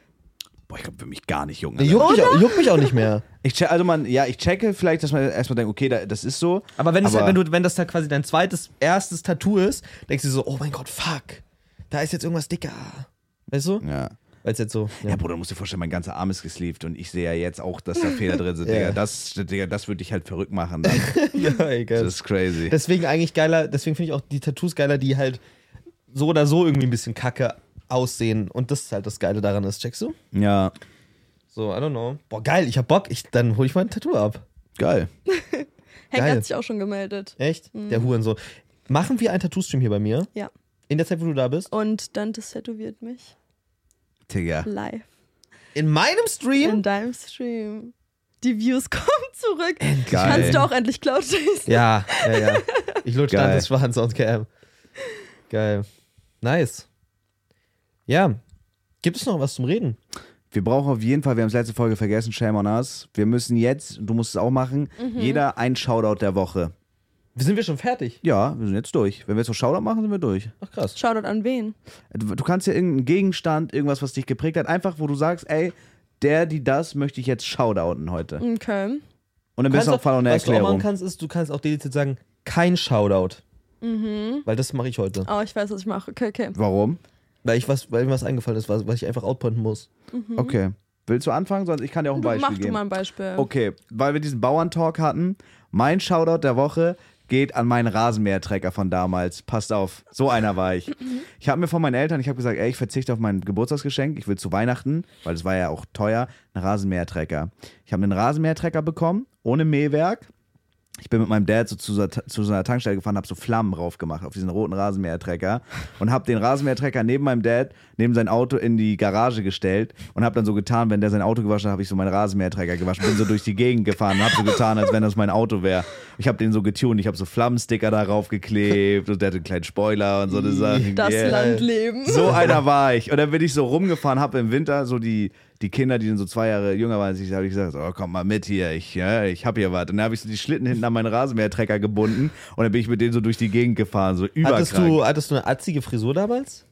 S2: Boah, ich glaube für mich gar nicht, Junge.
S1: Nee, juckt, mich auch, juckt mich auch nicht mehr.
S2: Ich check, also man, ja, ich checke vielleicht, dass man erstmal denkt, okay, da, das ist so.
S1: Aber wenn, es
S2: Aber-
S1: halt, wenn, du, wenn das da quasi dein zweites, erstes Tattoo ist, denkst du so, oh mein Gott, fuck, da ist jetzt irgendwas dicker. Weißt du?
S2: Ja.
S1: Weil es jetzt so.
S2: Ja, Bruder, du musst dir vorstellen, mein ganzer Arm ist gesleeved und ich sehe ja jetzt auch, dass da Fehler drin sind.
S1: Ja.
S2: Digga, das, Digga, das würde dich halt verrückt machen. Dann.
S1: ja egal.
S2: Das ist crazy.
S1: Deswegen eigentlich geiler, deswegen finde ich auch die Tattoos geiler, die halt so oder so irgendwie ein bisschen kacke aussehen. Und das ist halt das Geile daran ist, checkst du?
S2: ja,
S1: So, I don't know. Boah, geil, ich hab Bock. Ich, dann hol ich mein Tattoo ab.
S2: geil.
S3: Hank
S1: Geil.
S3: hat sich auch schon gemeldet.
S1: Echt? Der Hurensohn. Machen wir einen Tattoo-Stream hier bei mir?
S3: Mhm. Ja.
S1: In der Zeit, wo du da bist?
S3: Und Dantes tätowiert mich.
S2: Digga.
S3: Live.
S1: In meinem Stream?
S3: In deinem Stream. Die Views kommen zurück.
S2: Geil.
S3: Kannst du auch endlich Cloud chasen?
S1: Ja, ja, ja. Ich lutsch
S2: Geil.
S1: dann das Schwanz on cam. Geil. Nice. Ja. Gibt es noch was zum Reden?
S2: Wir brauchen auf jeden Fall, wir haben es letzte Folge vergessen, Shame on Us. Wir müssen jetzt, und du musst es auch machen,
S1: Mhm.
S2: jeder ein Shoutout der Woche.
S1: Sind wir schon fertig?
S2: Ja, wir sind jetzt durch. Wenn wir jetzt noch Shoutout machen, sind wir durch.
S1: Ach krass.
S3: Shoutout an wen?
S2: Du, du kannst ja irgendeinen Gegenstand, irgendwas, was dich geprägt hat, einfach, wo du sagst, ey, der, die, das möchte ich jetzt Shoutouten heute.
S3: Okay.
S2: Und im besten
S1: Kannst auch-
S2: Fall noch eine
S1: was du auch machen
S2: Erklärung.
S1: kannst, ist, du kannst auch dediziert sagen, kein Shoutout. Weil das mache ich heute.
S3: Oh, ich weiß, was ich mache. Okay, okay.
S2: Warum?
S1: Weil, ich was, weil mir was eingefallen ist, was, was ich einfach outpointen muss.
S2: Okay. Willst du anfangen? Sonst ich kann dir auch ein
S3: Du,
S2: Beispiel
S3: mach
S2: geben.
S3: du mal ein Beispiel.
S2: Okay, weil wir diesen Bauern-Talk hatten, mein Shoutout der Woche geht an meinen Rasenmähertrecker von damals. Passt auf, so einer war ich. Ich habe mir von meinen Eltern, ich habe gesagt, ey, ich verzichte auf mein Geburtstagsgeschenk, ich will zu Weihnachten, weil es war ja auch teuer, einen Rasenmähertrecker. Ich habe einen Rasenmähertrecker bekommen, ohne Mähwerk. Ich bin mit meinem Dad so zu, so- zu so einer Tankstelle gefahren, habe so Flammen drauf gemacht auf diesen roten Rasenmähertrecker und habe den Rasenmähertrecker neben meinem Dad, neben sein Auto in die Garage gestellt und habe dann so getan, wenn der sein Auto gewaschen hat, habe ich so meinen Rasenmähertrecker gewaschen, bin so durch die Gegend gefahren und habe so getan, als wenn das mein Auto wäre. Ich habe den so getunt, ich habe so Flammensticker darauf geklebt und der hatte einen kleinen Spoiler und so eine Sachen.
S3: Das
S2: Yeah.
S3: Landleben.
S2: So einer war ich. Und dann bin ich so rumgefahren, habe im Winter so die, die Kinder, die dann so zwei Jahre jünger waren, als ich, habe ich gesagt, oh, komm mal mit hier, ich, ja, ich hab hier was. Und dann habe ich so die Schlitten hinten an meinen Rasenmähertrecker gebunden und dann bin ich mit denen so durch die Gegend gefahren, so überkrank.
S1: Hattest du, hattest du eine atzige Frisur damals?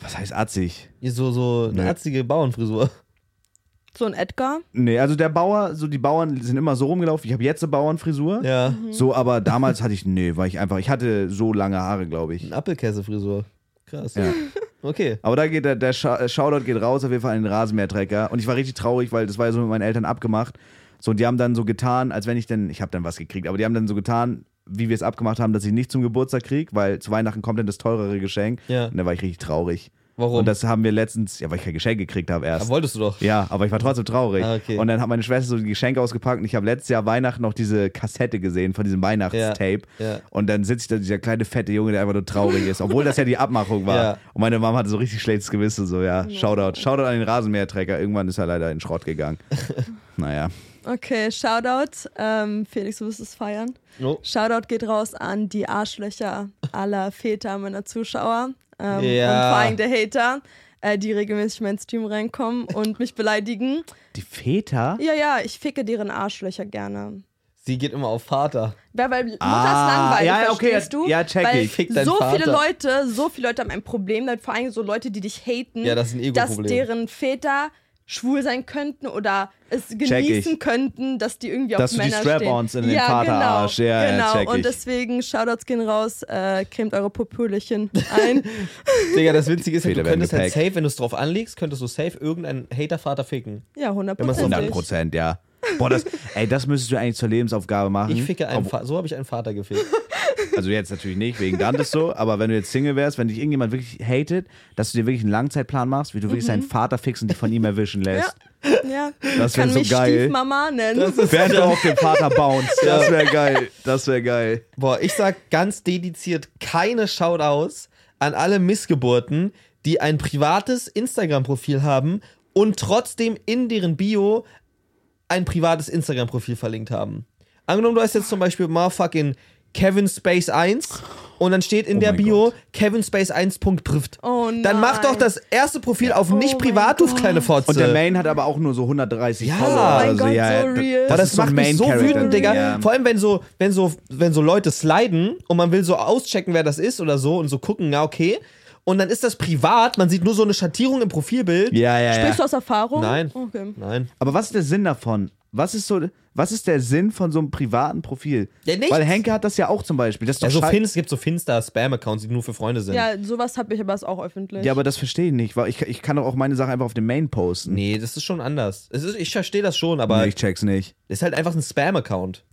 S2: Was heißt atzig?
S1: So, so eine
S2: Nö.
S1: atzige Bauernfrisur.
S3: So ein Edgar.
S2: Nee, also der Bauer, so die Bauern sind immer so rumgelaufen. Ich habe jetzt eine Bauernfrisur.
S1: Ja.
S2: So, aber damals hatte ich, nee, war ich einfach, ich hatte so lange Haare, glaube ich.
S1: Eine Apfelkäsefrisur. Krass.
S2: Ja.
S1: Okay.
S2: Aber da geht der, der Scha- äh, Shoutout geht raus auf jeden Fall an den Rasenmähertrecker. Und ich war richtig traurig, weil das war ja so mit meinen Eltern abgemacht. So, und die haben dann so getan, als wenn ich denn, ich habe dann was gekriegt, aber die haben dann so getan, wie wir es abgemacht haben, dass ich nicht zum Geburtstag krieg, weil zu Weihnachten kommt dann das teurere Geschenk.
S1: Ja.
S2: Und da war ich richtig traurig.
S1: Warum?
S2: Und das haben wir letztens, ja, weil ich kein Geschenk gekriegt habe erst.
S1: Ja, wolltest du doch.
S2: Ja, aber ich war trotzdem traurig.
S1: Ah, okay.
S2: Und dann hat meine Schwester so die Geschenke ausgepackt und ich habe letztes Jahr Weihnachten noch diese Kassette gesehen von diesem Weihnachtstape.
S1: Ja.
S2: Und dann sitzt ich da, dieser kleine fette Junge, der einfach nur traurig ist, obwohl das ja die Abmachung war.
S1: Ja.
S2: Und meine Mama hatte so richtig schlechtes Gewissen, so ja, Shoutout. Shoutout an den Rasenmähertrecker. Irgendwann ist er leider in den Schrott gegangen. naja.
S3: Okay, Shoutout. Ähm, Felix, du wirst es feiern.
S1: No.
S3: Shoutout geht raus an die Arschlöcher aller Väter meiner Zuschauer ähm,
S1: Ja.
S3: und vor allem der Hater. äh, die regelmäßig in meinen Stream reinkommen und mich beleidigen.
S2: Die Väter?
S3: Ja, ja, ich ficke deren Arschlöcher gerne.
S1: Sie geht immer auf Vater.
S3: Ja, weil Mutter
S2: Ah,
S3: ist langweilig,
S2: ja, ja,
S3: verstehst
S2: okay,
S3: du?
S2: ja, check
S3: weil
S2: ich.
S1: Fick deinen
S3: so
S1: Vater.
S3: viele Leute, so viele Leute haben ein Problem damit, vor allem so Leute, die dich haten,
S1: Ja, das ist ein
S3: dass
S1: Ego-Problem.
S3: deren Väter schwul sein könnten oder es genießen
S2: ich.
S3: könnten, dass die irgendwie
S2: Dass
S3: auf
S2: du die
S3: Männer
S2: Strap-ons
S3: stehen.
S2: in den
S3: ja,
S2: Vaterarsch,
S3: genau,
S2: ja, ja,
S3: genau.
S2: check ich.
S3: Und deswegen, Shoutouts gehen raus, äh, cremt eure Popölechen ein.
S1: Digga, das Witzige ist, halt, du
S2: Fehler werden
S1: könntest halt
S2: gepackt.
S1: safe, wenn du es drauf anlegst, könntest du safe irgendeinen Hater-Vater ficken.
S3: Ja, 100
S1: man's so
S3: Prozent.
S2: 100 Prozent, ja. Boah, das, ey, das müsstest du eigentlich zur Lebensaufgabe machen.
S1: Ich ficke einen
S2: Obwohl-
S1: Vater. So habe ich einen Vater gefickt.
S2: Also jetzt natürlich nicht, wegen Dantes so, aber wenn du jetzt Single wärst, wenn dich irgendjemand wirklich hatet, dass du dir wirklich einen Langzeitplan machst, wie du wirklich
S1: Mhm.
S2: seinen Vater fixen und dich von ihm erwischen lässt.
S3: Ja.
S2: Das wär
S3: Kann
S2: so
S3: mich
S2: geil.
S3: Stiefmama nennen.
S2: Während du auf den Vater bounce. Das wäre geil. Das wäre geil.
S1: Boah, ich sag ganz dediziert keine Shoutouts an alle Missgeburten, die ein privates Instagram-Profil haben und trotzdem in deren Bio ein privates Instagram-Profil verlinkt haben. Angenommen, du hast jetzt zum Beispiel mal fucking Kevin Space 1 und dann steht in der
S2: Oh mein
S1: Bio Kevin Space 1.prift.
S3: Oh
S1: dann mach
S3: nein. Oh
S1: doch das erste Profil auf nicht
S3: mein
S1: privat, du kleine Fotze.
S2: Und der Main hat aber auch nur so 130
S1: Ja.
S2: Follower.
S1: Oh
S3: mein
S2: also,
S3: Gott,
S2: ja,
S3: so
S2: d-
S3: real.
S1: Das,
S3: Das
S1: das macht mich so wütend, Digga.
S2: Ja.
S1: Vor allem, wenn so, wenn so, wenn so Leute sliden und man will so auschecken, wer das ist oder so und so gucken, ja, okay. Und dann ist das privat, man sieht nur so eine Schattierung im Profilbild.
S2: Ja, ja, ja.
S3: Sprichst du aus Erfahrung?
S1: Nein.
S3: Okay.
S1: Nein.
S2: Aber was ist der Sinn davon? Was ist, so, was ist der Sinn von so einem privaten Profil?
S1: Ja, nichts.
S2: Weil Henke hat das ja auch zum Beispiel. Das ist doch
S1: Ja, so
S2: schei-
S1: Fin, es gibt so Finster-Spam-Accounts, die nur für Freunde sind.
S3: Ja, sowas habe ich aber ist auch öffentlich.
S2: ja, aber das verstehe ich nicht. Weil ich, ich kann doch auch meine Sachen einfach auf dem Main posten.
S1: Nee, das ist schon anders. Es ist, ich verstehe das schon, aber
S2: Nee, ich check's nicht.
S1: ist halt einfach ein Spam-Account.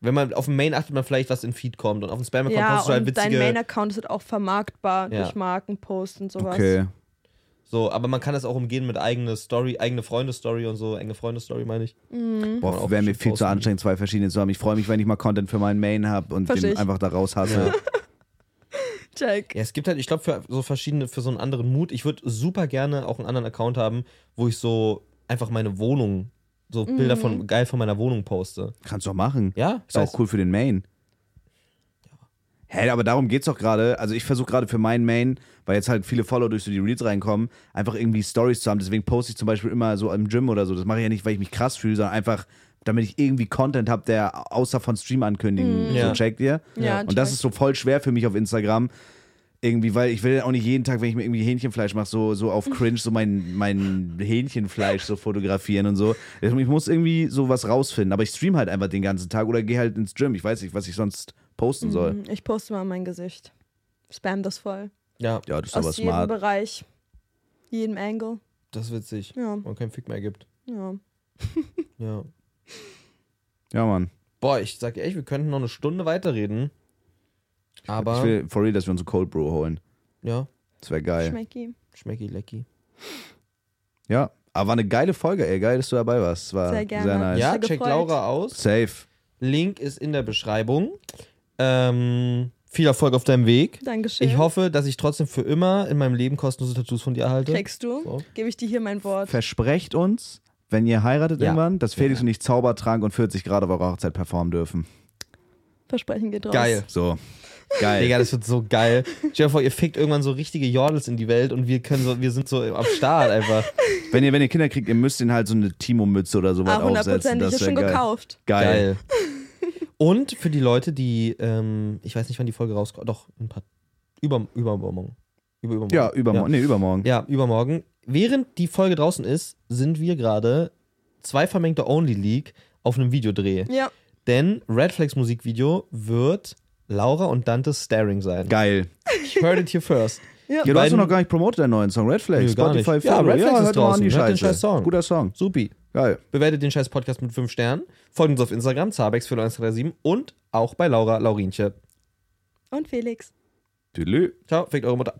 S1: Wenn man auf dem Main achtet, man vielleicht, was in Feed kommt. Und auf dem Spam-Account
S3: ja,
S1: postest du halt
S3: und dein
S1: witzige.
S3: Main-Account ist halt auch vermarktbar
S1: Ja.
S3: durch Markenposts und sowas.
S2: Okay.
S1: So, aber man kann das auch umgehen mit eigene Story, eigene Freunde-Story und so, enge Freunde-Story, meine ich.
S2: Boah,
S1: auch
S2: wäre mir
S1: bestimmt
S2: viel zu
S1: posten.
S2: anstrengend, zwei verschiedene zu haben. Ich freue mich, wenn ich mal Content für meinen Main habe und
S3: Versteh
S2: den
S3: ich.
S2: einfach da raushasse.
S1: Ja.
S3: Check.
S1: Ja, es gibt halt, ich glaube, für so verschiedene, für so einen anderen Mut. Ich würde super gerne auch einen anderen Account haben, wo ich so einfach meine Wohnung, so Bilder von geil von meiner Wohnung poste.
S2: Kannst du doch machen.
S1: Ja,
S2: Ist auch cool für den Main. Hä, aber darum geht's doch gerade. Also ich versuche gerade für meinen Main, weil jetzt halt viele Follower durch so die Reels reinkommen, einfach irgendwie Stories zu haben. Deswegen poste ich zum Beispiel immer so im Gym oder so. Das mache ich ja nicht, weil ich mich krass fühle, sondern einfach, damit ich irgendwie Content habe, der außer von Stream ankündigen.
S1: Mhm.
S2: So
S1: Ja.
S2: checkt ihr?
S3: Ja,
S2: Und das
S3: check.
S2: ist so voll schwer für mich auf Instagram. Irgendwie, weil ich will auch nicht jeden Tag, wenn ich mir irgendwie Hähnchenfleisch mache, so, so auf Cringe, so mein, mein Hähnchenfleisch so fotografieren und so. Also Ich muss irgendwie sowas rausfinden. Aber ich stream halt einfach den ganzen Tag oder gehe halt ins Gym. Ich weiß nicht, was ich sonst posten soll.
S3: Mhm, Ich poste mal mein Gesicht. Spam das voll.
S1: Ja,
S2: Ja, das ist aber
S3: Aus jedem
S2: smart.
S3: Bereich. Jedem Angle.
S1: das ist witzig.
S3: Ja,
S1: Man keinen Fick mehr gibt.
S3: ja.
S1: Ja.
S2: Ja, Mann.
S1: Boah, ich sag echt, wir könnten noch eine Stunde weiterreden.
S2: Ich
S1: Aber,
S2: will for real, dass wir uns einen Cold Brew holen.
S1: ja,
S2: Das wäre geil.
S3: Schmecki.
S1: schmecki lecki.
S2: Ja. Aber war eine geile Folge, ey. Geil, dass du dabei warst. War
S3: Sehr gerne.
S2: Sehr nice.
S1: Ja,
S3: sehr
S1: checkt
S3: gefreut.
S1: Laura aus.
S2: Safe.
S1: Link ist in der Beschreibung. Ähm, viel Erfolg auf deinem Weg.
S3: Dankeschön.
S1: Ich hoffe, dass ich trotzdem für immer in meinem Leben kostenlose Tattoos von dir erhalte.
S3: Kriegst du?
S1: So.
S3: Gebe ich dir hier mein Wort.
S2: Versprecht uns, wenn ihr heiratet
S1: Ja.
S2: irgendwann, dass Felix und ich Zaubertrank und 40 Grad auf eurer Hochzeit performen dürfen.
S3: Versprechen geht raus.
S1: Geil.
S2: So. Geil.
S1: Digga, das wird so geil. Stell dir vor, ihr fickt irgendwann so richtige Jordels in die Welt und wir können so, wir sind so am Start einfach.
S2: Wenn ihr, wenn ihr Kinder kriegt, ihr müsst ihnen halt so eine Timo-Mütze oder sowas
S3: Ah, 100
S2: aufsetzen.
S3: Prozent. Ich
S2: Das
S3: habe
S2: wär
S3: schon
S2: geil.
S3: gekauft.
S2: Geil.
S1: Geil. Und für die Leute, die, ähm, ich weiß nicht, wann die Folge rauskommt, doch, ein paar, über, übermorgen. Über, übermorgen.
S2: Ja, übermorgen. Nee, übermorgen.
S1: Ja. ja, übermorgen. Während die Folge draußen ist, sind wir gerade zwei vermengte Only League auf einem Videodreh.
S3: Ja.
S1: Denn Red Flags Musikvideo wird Laura und Dantes Staring sein.
S2: Geil.
S1: You heard it here first.
S3: Ja.
S2: Ja, du hast
S1: Beiden-
S2: doch noch gar nicht promotet, deinen neuen Song. Red Flags,
S1: Nö, gar
S2: Spotify,
S1: nicht. Ja,
S2: Follow.
S1: Red Flags ist
S2: hört mal an die
S1: draußen. Hört
S2: Scheiße.
S1: den scheiß Song.
S2: Guter Song.
S1: Supi.
S2: Geil.
S1: Bewertet den scheiß Podcast mit 5 Sternen. Folgt uns auf Instagram, zabex 41337 und auch bei Laura Laurinche.
S3: Und Felix.
S2: Tüdelü.
S1: Ciao, fickt eure Mutter.